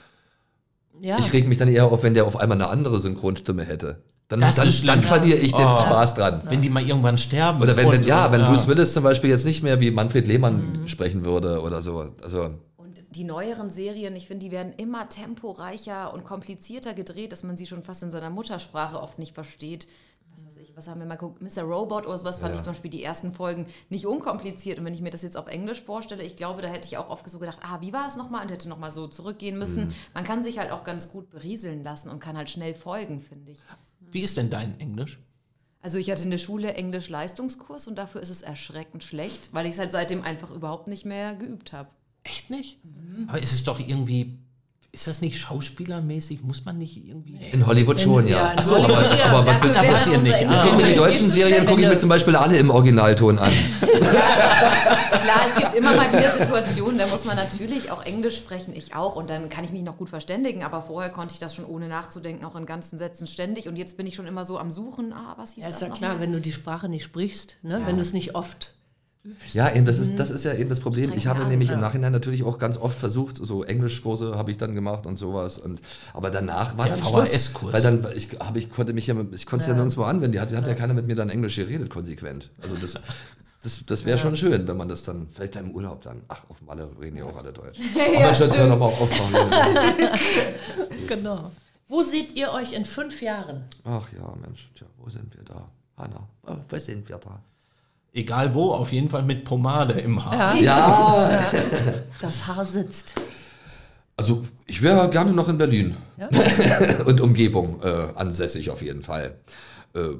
D: ja.
C: Ich reg mich dann eher auf, wenn der auf einmal eine andere Synchronstimme hätte. Dann,
B: Das
C: dann,
B: ist schlimm.
C: dann verliere ich den Spaß dran.
B: Wenn die mal irgendwann sterben.
C: Oder wenn, wenn
B: Oh. und-
C: ja, wenn
B: und-
C: Bruce Willis zum Beispiel jetzt nicht mehr wie Manfred Lehmann sprechen würde oder so. Also
E: Und die neueren Serien, ich finde, die werden immer temporeicher und komplizierter gedreht, dass man sie schon fast in seiner Muttersprache oft nicht versteht. Was weiß ich, was haben wir mal geguckt? Mr. Robot oder sowas fand ich zum Beispiel die ersten Folgen nicht unkompliziert. Und wenn ich mir das jetzt auf Englisch vorstelle, ich glaube, da hätte ich auch oft so gedacht, ah, wie war es nochmal? Und hätte nochmal so zurückgehen müssen. Man kann sich halt auch ganz gut berieseln lassen und kann halt schnell folgen, finde ich.
B: Wie ist denn dein Englisch?
E: Also ich hatte in der Schule Englisch-Leistungskurs und dafür ist es erschreckend schlecht, weil ich es halt seitdem einfach überhaupt nicht mehr geübt habe.
B: Echt nicht?
D: Mhm.
B: Aber ist es doch irgendwie. Ist das nicht schauspielermäßig? Muss man nicht irgendwie.
C: in Hollywood schon, ja.
D: in
C: Ach so, aber,
D: Hollywood, ja.
C: aber was
E: Dafür
C: willst
E: wäre
C: du?
E: dann
B: ihr
E: unser
B: nicht.
E: Englisch-
B: Ah,
C: Guck mir die
E: Jetzt
C: deutschen
E: ist
C: Serien,
E: es
C: gucke ich mir
E: Ende.
C: zum Beispiel alle im Originalton an.
E: Klar, es gibt immer mal wieder Situationen, da muss man natürlich auch Englisch sprechen, ich auch, und dann kann ich mich noch gut verständigen, aber vorher konnte ich das schon ohne nachzudenken, auch in ganzen Sätzen ständig, und jetzt bin ich schon immer so am Suchen, ah, was hieß
D: Ja,
E: das
D: ist ja
E: noch
D: klar,
E: mal?
D: wenn du die Sprache nicht sprichst, ne? wenn du es nicht oft.
C: Ja, eben, das ist, das ist ja eben das Problem. Ich habe
E: Streng
C: nämlich im
E: an,
C: Nachhinein natürlich auch ganz oft versucht, so Englischkurse habe ich dann gemacht und sowas. Und, aber danach war
B: Der
C: dann Schluss,
B: VHS-Kurs.
C: Weil dann, weil ich, hab, ich konnte mich ja, ich konnte es ja. nirgendwo anwenden. Die hat, hat ja keiner mit mir dann Englisch geredet, konsequent. Also das, das, das wäre schon schön, wenn man das dann, vielleicht dann im Urlaub dann, ach, auf Malle reden ja auch alle Deutsch. aber ich sollte ja nochmal aufmachen.
D: Genau. Wo seht ihr euch in fünf Jahren?
C: Ach ja, Mensch, tja, wo sind wir da? Hanna, ah, wo sind wir da?
B: Egal wo, auf jeden Fall mit Pomade im Haar.
C: Ja,
D: Das Haar sitzt.
C: Also ich wäre gerne noch in Berlin und Umgebung äh, ansässig auf jeden Fall. Äh,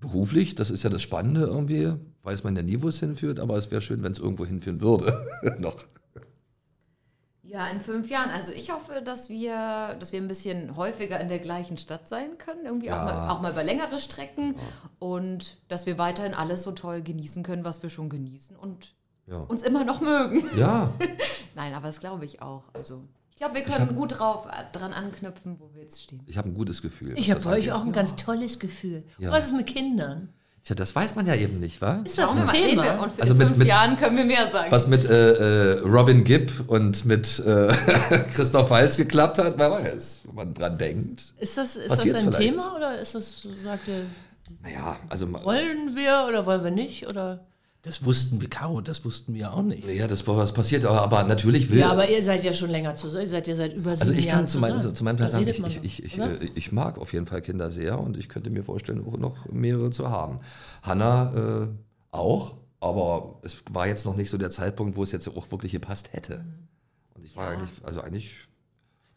C: beruflich, das ist ja das Spannende irgendwie, weiß man ja nie, wo es hinführt, aber es wäre schön, wenn es irgendwo hinführen würde. noch.
E: Ja, in fünf Jahren. Also ich hoffe, dass wir, dass wir ein bisschen häufiger in der gleichen Stadt sein können, irgendwie auch, mal, auch mal über längere Strecken und dass wir weiterhin alles so toll genießen können, was wir schon genießen und
C: Ja.
E: uns immer noch mögen.
C: Ja,
E: Nein, aber das glaube ich auch. Also ich glaube, wir können gut drauf dran anknüpfen, wo wir jetzt stehen.
C: ich habe ein gutes Gefühl.
D: Ich habe
C: Das
D: bei euch auch ein ganz tolles Gefühl. Was ist mit Kindern?
C: Tja, das weiß man ja eben nicht, wa?
D: Ist das ein
E: Sehen wir.
D: Thema?
E: Und in
C: Also mit-
E: fünf
C: mit-
E: Jahren können wir mehr sagen.
C: Was mit äh, äh, Robin Gibb und mit äh, Christoph Walz geklappt hat, wer weiß, wenn man dran denkt.
D: Ist das, ist das
C: Was
D: ein
C: jetzt vielleicht?
D: Thema oder ist das, sagt ihr,
C: Naja, also ma-
D: wollen wir oder wollen wir nicht? Oder?
B: Das wussten wir, Caro, das wussten wir auch nicht.
C: ja, das was passiert, aber, aber natürlich will
D: Ja, aber ihr seid ja schon länger zusammen. Ihr seid ja seit über sieben
C: Also ich
D: Jahren
C: kann zu, mein, so,
D: zusammen.
C: zu meinem
D: Da
C: Plan sagen,
D: redet
C: ich,
D: man
C: ich,
D: doch,
C: ich, ich,
D: oder?
C: äh, ich mag auf jeden Fall Kinder sehr und ich könnte mir vorstellen, auch noch mehrere zu haben. Hanna äh, auch, aber es war jetzt noch nicht so der Zeitpunkt, wo es jetzt auch wirklich gepasst hätte. Und ich war eigentlich, also eigentlich,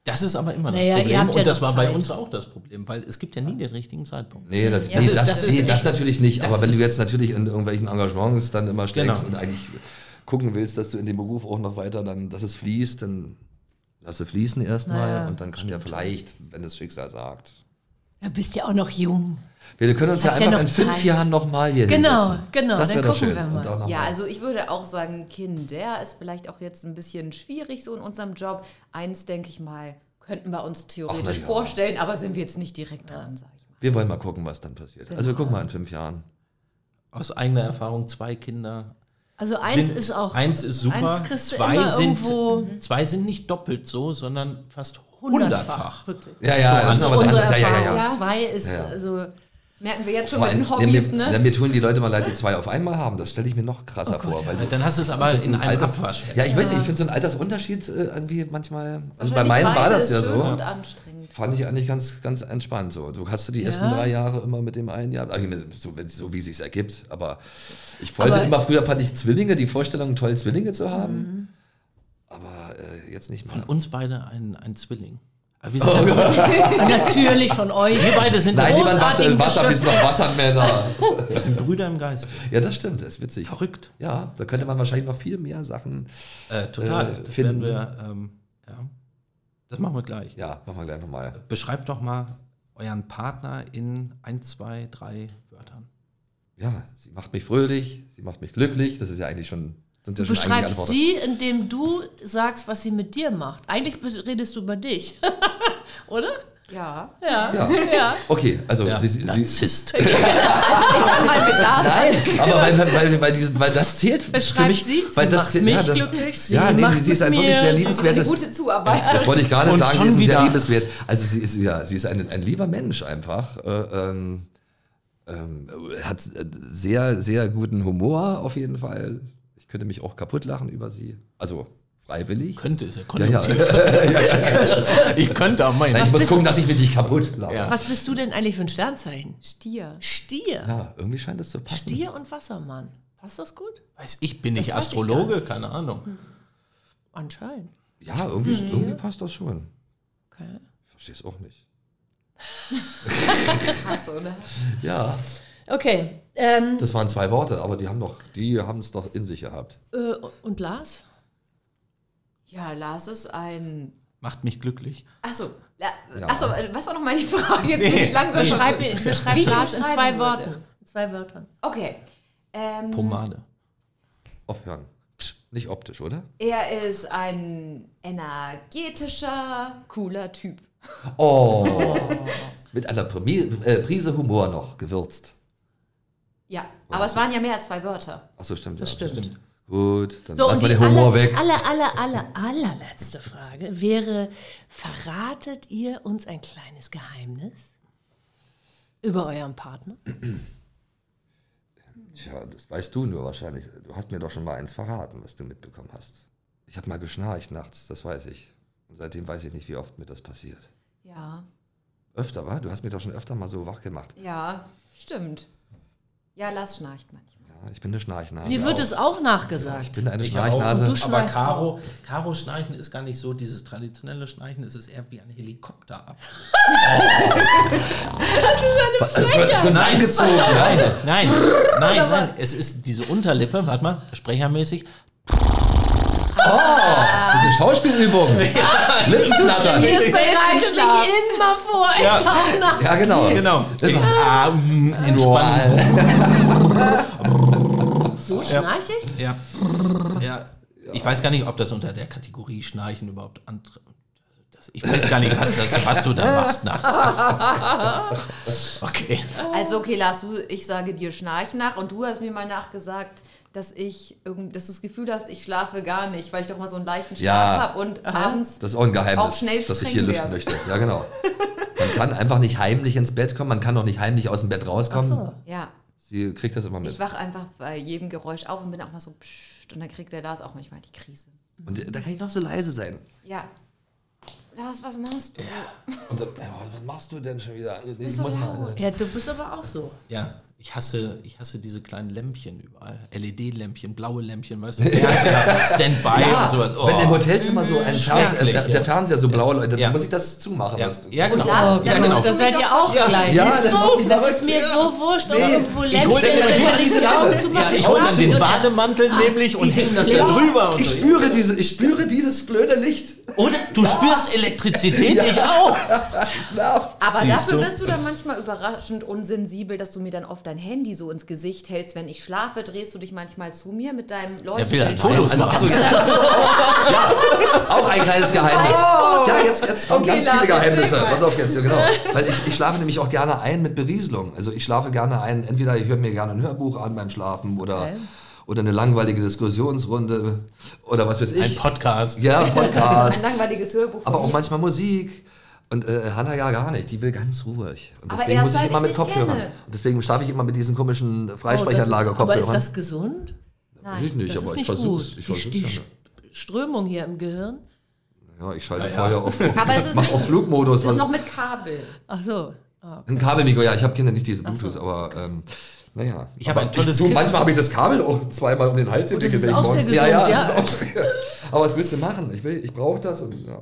B: Das ist aber immer das
D: Naja, ihr
B: Problem.
D: habt ja
B: Und das
D: noch
B: war bei
D: Zeit.
B: uns auch das Problem, weil es gibt ja nie den richtigen Zeitpunkt.
C: nee, das, nee,
B: Das
C: das,
B: ist- das ist
C: nee, das
B: echt-
C: natürlich nicht,
B: das
C: aber wenn du
B: ist-
C: jetzt natürlich in irgendwelchen Engagements dann immer steckst
B: Genau.
C: und eigentlich gucken willst, dass du in dem Beruf auch noch weiter dann, dass es fließt, dann lasse fließen erstmal
D: Naja,
C: und dann kann ja vielleicht, wenn das Schicksal sagt,
D: Da bist ja auch noch jung.
C: Wir können uns ja
D: Hat ja
C: einfach
D: noch
C: in fünf
D: Zeit.
C: Jahren nochmal hier
D: Genau,
C: hinsetzen.
D: genau,
C: Das
D: dann
C: wäre doch
D: gucken
C: schön.
D: wir mal.
C: Und auch noch
E: Ja,
C: mal.
E: also ich würde auch sagen, Kinder ist vielleicht auch jetzt ein bisschen schwierig so in unserem Job. Eins denke ich mal, könnten wir uns theoretisch
C: ja.
E: vorstellen, aber sind wir jetzt nicht direkt dran, sag ich mal.
C: wir wollen mal gucken, was dann passiert. Also
D: Genau.
C: wir gucken mal in fünf Jahren.
B: Aus eigener Erfahrung, zwei Kinder.
D: Also eins
B: sind,
D: ist auch.
B: Eins ist super.
D: Eins kriegst du
B: zwei,
D: immer
B: sind,
D: irgendwo Mhm.
B: zwei sind nicht doppelt so, sondern fast
D: hundertfach.
B: hundertfach.
D: Wirklich.
C: Ja, ja, das ist noch was
D: Unsere
C: anderes. Ja, ja,
D: Erfahrung.
C: ja, ja.
D: Zwei ist also
E: Das Merken wir jetzt schon
C: Vor
E: bei den
C: allem, ja,
E: Hobbys,
C: mir,
E: ne?
C: ja, mir tun die Leute mal leid, die zwei auf einmal haben. Das stelle ich mir noch krasser
D: Oh
C: vor. Weil du
B: Dann hast du es aber in einem
C: Alters-
B: Abwasch.
C: Ja, ich weiß nicht, ich finde so einen Altersunterschied äh, irgendwie manchmal. Also bei
E: Wahrscheinlich
C: meinen war
E: beides
C: das ja
E: schön
C: so.
E: Und anstrengend.
C: Fand ich eigentlich ganz, ganz entspannt so. Du hast du die ersten drei Jahre immer mit dem einen Jahr, also mit- so, wenn- so wie es sich ergibt. Aber ich wollte
D: Aber-
C: immer, früher fand ich Zwillinge, die Vorstellung, toll Zwillinge zu haben. Aber äh, jetzt nicht mehr.
B: Von uns beide ein, ein Zwilling. Aber wir, sind ja-
D: Natürlich von euch.
B: wir beide sind,
C: Oh Nein, die waren Wasser,
D: Großartigen
C: Wasser, wir sind noch Wassermänner.
B: wir sind Brüder im Geist.
C: ja, das stimmt, das ist witzig.
B: Verrückt.
C: Ja, da könnte man wahrscheinlich noch viel mehr Sachen.
B: Äh, total.
C: Äh,
B: das
C: finden.
B: werden wir, ähm, ja. Das machen wir gleich.
C: Ja, machen wir gleich nochmal.
B: Beschreibt doch mal euren Partner in ein, zwei, drei Wörtern.
C: Ja, sie macht mich fröhlich, sie macht mich glücklich. Das ist ja eigentlich schon, sind ja
D: Du
C: schon einige
D: beschreibst
C: Antworten.
D: sie, indem du sagst, was sie mit dir macht. Eigentlich bes- redest du über dich. Oder?
E: Ja.
C: Ja. Okay, also sie, sie, sie,
B: Narzisst.
E: Mal mit Lars.
C: Nein, aber weil, weil, weil, weil, diesen, weil das zählt für
D: Beschreibt
C: mich.
D: sie,
C: weil
D: sie
C: das
D: macht
C: zählt,
D: mich
C: ja, das,
D: glücklich, sie
C: ja, nee,
D: macht
C: sie ist ein
D: mit
C: wirklich
D: mir-
C: sehr
E: Das ist eine
C: liebenswertes.
E: gute Zuarbeit.
C: das wollte ich gar nicht
B: Und
C: sagen, sie
B: schon
C: ist ein sehr
B: wieder.
C: liebenswert. Also sie ist ja, sie ist ein, ein lieber Mensch einfach. Äh, ähm, ähm, hat äh, sehr, sehr guten Humor auf jeden Fall. Ich könnte mich auch kaputt lachen über sie. Also freiwillig.
B: Könnte es ja.
C: Ja, ja.
B: Konjunktiv. Ich könnte auch
C: Nein,
B: meinen.
C: ich muss gucken, dass ich mich nicht kaputt lache. Ja.
B: Ja.
D: Was bist du denn eigentlich für ein Sternzeichen?
E: Stier.
D: Stier.
C: irgendwie scheint das zu passen.
D: Stier und Wassermann. Passt das gut?
B: Weiß ich bin nicht
D: weiß ich
B: Astrologe, keine Ahnung.
D: Anscheinend.
C: Ja, irgendwie, irgendwie passt das schon.
D: Okay.
C: Ich verstehe es auch nicht.
E: Krass, oder?
C: Ja.
D: Okay. Ähm,
C: Das waren zwei Worte, aber die haben doch, die haben es doch in sich gehabt.
D: äh, und Lars?
E: Ja, Lars ist ein.
B: Macht mich glücklich.
E: Achso, ja. achso, äh, was war nochmal die Frage? Jetzt bin ich langsam schon.
D: Schreib, mir- beschreib
E: Wie ich
D: Lars in
E: beschreiben
D: zwei
E: würde.
D: Worten. In zwei Wörtern.
E: Okay. Ähm,
B: Pomade.
C: Aufhören. Psch, Nicht optisch, oder?
E: er ist ein energetischer, cooler Typ.
C: Oh. Mit einer Primi- äh, Prise Humor noch gewürzt.
E: Ja, aber es waren ja mehr als zwei Wörter.
C: Achso, stimmt.
D: Das
C: ja,
D: stimmt.
C: Gut, dann
D: So,
C: lassen wir
D: und die
C: den
D: aller,
C: Humor weg.
D: aller, aller, aller, allerletzte Frage wäre, verratet ihr uns ein kleines Geheimnis über euren Partner?
C: Tja, das weißt du nur wahrscheinlich. Du hast mir doch schon mal eins verraten, was du mitbekommen hast. Ich habe mal geschnarcht nachts, das weiß ich. Und seitdem weiß ich nicht, wie oft mir das passiert.
E: Ja,
C: Öfter, wa? Du hast mir doch schon öfter mal so wach gemacht.
E: ja, stimmt. Ja, Lars schnarcht manchmal.
C: Ja, ich bin eine Schnarchnase.
D: Mir wird
C: auch.
D: es auch nachgesagt.
C: Ich bin eine
B: Ich
D: Und
C: Schnarchnase.
D: du
B: aber
D: schnarchst
B: Karo, Karo Schnarchen ist gar nicht so dieses traditionelle Schnarchen, es ist eher wie ein Helikopter ab.
C: Es wird so angezogen.
B: Nein, nein, nein, nein, es ist diese Unterlippe, warte mal, sprechermäßig.
C: Das ist eine Schauspielübung. Lippenflattern.
E: Einschlafen.
D: immer vor.
C: Ja, genau.
B: Genau. Ah, mm, entspannen.
C: Wow.
D: So schnarche ich?
B: Ja. ja. Ich weiß gar nicht, ob das unter der Kategorie Schnarchen überhaupt antritt. Ich weiß gar nicht, was, das, was du da machst nachts. Okay.
E: Also okay, Lars, du, ich sage dir Schnarch nach und du hast mir mal nachgesagt, dass ich irgend, dass du das Gefühl hast, ich schlafe gar nicht, weil ich doch mal so einen leichten Schlaf
C: Ja.
E: habe und abends.
C: Das ist auch ein
E: Auch
C: Geheimnis,
E: schnell
C: dass ich hier lüften
E: springen werden.
C: möchte. Ja, genau. Man kann einfach nicht heimlich ins Bett kommen, man kann auch nicht heimlich aus dem Bett rauskommen.
E: Ja,
C: Sie kriegt das immer mit.
E: ich wache einfach bei jedem Geräusch auf und bin auch mal so pssst, und dann kriegt der Lars auch manchmal die Krise.
C: Und da kann ich noch so leise sein.
E: Ja. Lars, was machst du?
C: Und dann, ja, was machst du denn schon wieder? Nee, ich
E: so
C: muss mal-
E: laut.
D: Ja, du bist aber auch so.
B: Ja, ich hasse, ich hasse diese kleinen Lämpchen überall. LED-Lämpchen, blaue Lämpchen, weißt du? Ja. Standby
C: Ja,
B: und sowas. Oh.
C: Wenn im Hotelzimmer so ein Fernseher,
B: Schrecklich,
C: äh, der
B: ja.
C: Fernseher so blau läutet, dann
B: Ja.
C: muss ich das zumachen.
B: ja.
C: weißt du?
B: ja, genau.
E: Lars,
D: Oh,
B: ja,
E: dann
B: genau.
E: musst du-
D: Das seid ihr auch gleich.
C: Ja,
D: Siehst
C: das
D: du?
C: macht mich
D: das
C: verrückt.
D: ist mir so wurscht, ob irgendwo
B: Ich hol
D: Lämpchen
B: mir
D: sind,
B: lieber
D: wenn ich
B: diese
D: die Augen zumache.
B: Ich hole dann den
D: schlafe.
B: Bademantel nämlich und hänge das da
C: Ja,
B: drüber. Und
C: ich,
B: so.
C: spüre diese, ich spüre dieses blöde Licht.
B: Oder du spürst Elektrizität, ich auch.
C: Es nervt.
E: Aber
B: Siehst
E: dafür
B: du?
E: bist du dann manchmal überraschend unsensibel, dass du mir dann oft dein Handy so ins Gesicht hältst. Wenn ich schlafe, drehst du dich manchmal zu mir mit deinem
B: Er will halt
E: Leuchtfeld.
B: Fotos
C: Also, achso,
B: machen.
C: ja, achso, auch, ja, auch ein kleines Geheimnis. Ja, jetzt, jetzt kommen
E: Okay,
C: ganz
E: Lars,
C: viele Geheimnisse.
E: erzähl mal.
C: Pass auf jetzt, ja, genau. Weil ich, ich schlafe nämlich auch gerne ein mit Berieselung. Also ich schlafe gerne ein, entweder ich höre mir gerne ein Hörbuch an beim Schlafen oder, oder eine langweilige Diskussionsrunde oder was weiß ich.
B: Ein Podcast.
C: ja, ein
E: Ein
C: Podcast.
E: langweiliges Hörbuch. von
C: aber auch
E: mir.
C: manchmal Musik. Und äh, Hanna ja gar nicht, die will ganz ruhig. Und
E: Aber
C: deswegen
E: erst
C: muss ich
E: seit
C: immer
E: ich
C: mit
E: dich
C: Kopfhörern.
E: kenne. Oh,
C: Und deswegen schlafe ich immer mit diesen komischen
D: Aber Oh, ist
C: Freisprechanlage-Kopfhörern.
D: das gesund?
C: Weiß ich nicht,
D: das
C: aber
D: ist
C: ich
D: nicht
C: versuche
D: gut.
C: es. Ich,
D: die,
C: versuch's
D: die
C: ja.
D: Sch- Strömung hier im Gehirn.
C: ja, ich schalte vorher auf, auf,
E: Aber es ist
C: mach
E: nicht-
C: auf Flugmodus.
E: Das ist
C: Was,
E: noch mit Kabel.
D: Ach so. Ah,
C: ein Kabelmikro, ja, ich habe Kinder nicht diese Bluetooth, aber ähm, naja.
B: Ich habe
C: Aber
B: ein tolles
C: du,
B: Kissen.
C: Manchmal habe ich das Kabel auch zweimal um den Hals
D: Oh, das
C: wenn
D: ist
C: ich
D: auch
C: morgens-
D: sehr
C: ja, ja,
D: gesund, ja.
C: Das ist auch schwer. Aber was willst du machen? Ich, will- ich brauche das und ja.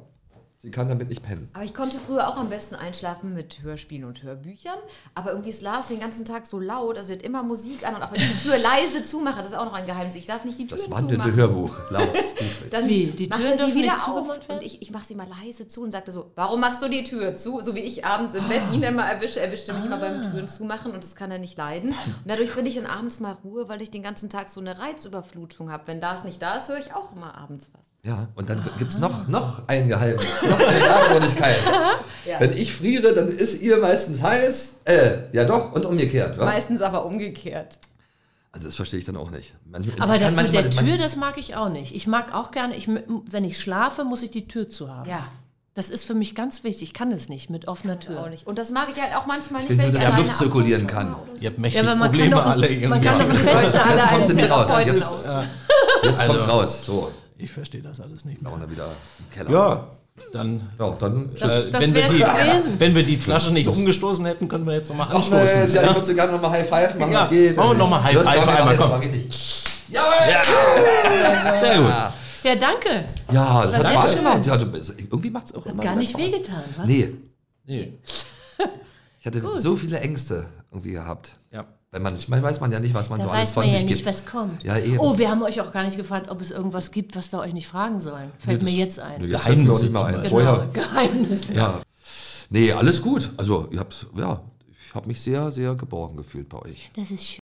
C: Sie kann damit nicht pennen.
E: Aber ich konnte früher auch am besten einschlafen mit Hörspielen und Hörbüchern. Aber irgendwie ist Lars den ganzen Tag so laut, also er hat immer Musik an und auch wenn ich die Tür leise zumache, das ist auch noch ein Geheimnis. Ich darf nicht die Tür
C: Das
E: zumachen.
C: wandelnde Hörbuch. Laus, Dietrich.
E: Dann
D: Wie? Die
E: macht
D: Türen
E: er sie
D: dürfen
E: wieder
D: nicht zugemacht
E: auf
D: werden?
E: und ich, ich mache sie mal leise zu und sagte so, warum machst du die Tür zu? So wie ich abends im Bett ihn immer erwische, erwischt er mich immer beim
D: Ah.
E: Türen zumachen und das kann er nicht leiden. Und dadurch finde ich dann abends mal Ruhe, weil ich den ganzen Tag so eine Reizüberflutung habe. Wenn Lars nicht da ist, höre ich auch immer abends was.
C: Ja, und dann gibt es
D: Ah.
C: noch, noch ein Geheimnis, noch eine Nachrichtigkeit. Wenn ich friere, dann ist ihr meistens heiß. Äh, ja doch, und umgekehrt, wa?
E: Meistens aber umgekehrt.
C: Also das verstehe ich dann auch nicht. Manch-
D: Aber
C: ich kann
D: das mit der
C: manchmal-
D: Tür, das mag ich auch nicht. Ich mag auch gerne, ich, m- wenn ich schlafe, muss ich die Tür zu haben.
E: Ja.
D: Das ist für mich ganz wichtig. Ich kann es nicht mit offener Tür.
E: Auch nicht. Und das mag ich halt auch manchmal nicht,
C: will nur,
E: wenn
C: dass
E: ich
C: da
E: alleine
C: Luft zirkulieren
E: abkomme.
C: kann.
B: Ihr habt
D: Ja,
B: mächtig
D: aber man
B: Probleme
D: kann doch,
B: alle
D: man
B: irgendwie.
D: kann doch ein Fenster alle
C: Jetzt kommt's nicht raus.
E: Beutel
C: Jetzt,
E: aus.
C: jetzt kommt's
B: Also-
C: raus. So,
B: Ich verstehe das alles nicht
C: da
B: mehr.
C: waren wir wieder im Keller.
B: Ja, dann.
C: Ja, dann.
D: Das,
B: äh,
D: das
B: wenn, wir
D: wär's
B: die,
D: gewesen.
B: wenn wir die Flasche nicht umgestoßen hätten, können wir jetzt nochmal
C: Ach, Mensch,
B: anstoßen.
C: ja, ich würde gerne nochmal High Five machen.
B: Ja,
C: was geht?
B: machen wir noch mal High
C: Das
B: Five
C: machen wir
B: einmal,
C: jetzt
B: komm.
C: mal richtig. Jawohl! Ja,
B: Sehr gut.
D: Ja, danke.
C: ja das hat
D: sehr
C: Spaß
D: schön.
C: gemacht. Ja, du, irgendwie macht's auch immer
D: Gar
C: wieder
D: nicht
C: Spaß.
D: wehgetan. Was?
C: Nee,
B: Nee.
C: ich hatte so viele Ängste irgendwie gehabt.
B: Ja.
C: Weil man, manchmal weiß man ja nicht, was man
D: Da
C: so alles
D: weiß
C: von
D: man ja
C: sich
D: nicht,
C: gibt.
D: was kommt.
C: Ja, eben.
D: Oh, wir haben euch auch gar nicht gefragt, ob es irgendwas gibt, was wir euch nicht fragen sollen. Fällt mir jetzt ein.
C: Nö, jetzt fällt mir auch nicht mal ein.
D: Genau,
C: Vorher,
D: Geheimnisse.
C: ja. Nee, alles gut. Also, ihr habt, ja, ich habe mich sehr, sehr geborgen gefühlt bei euch.
D: Das ist schön.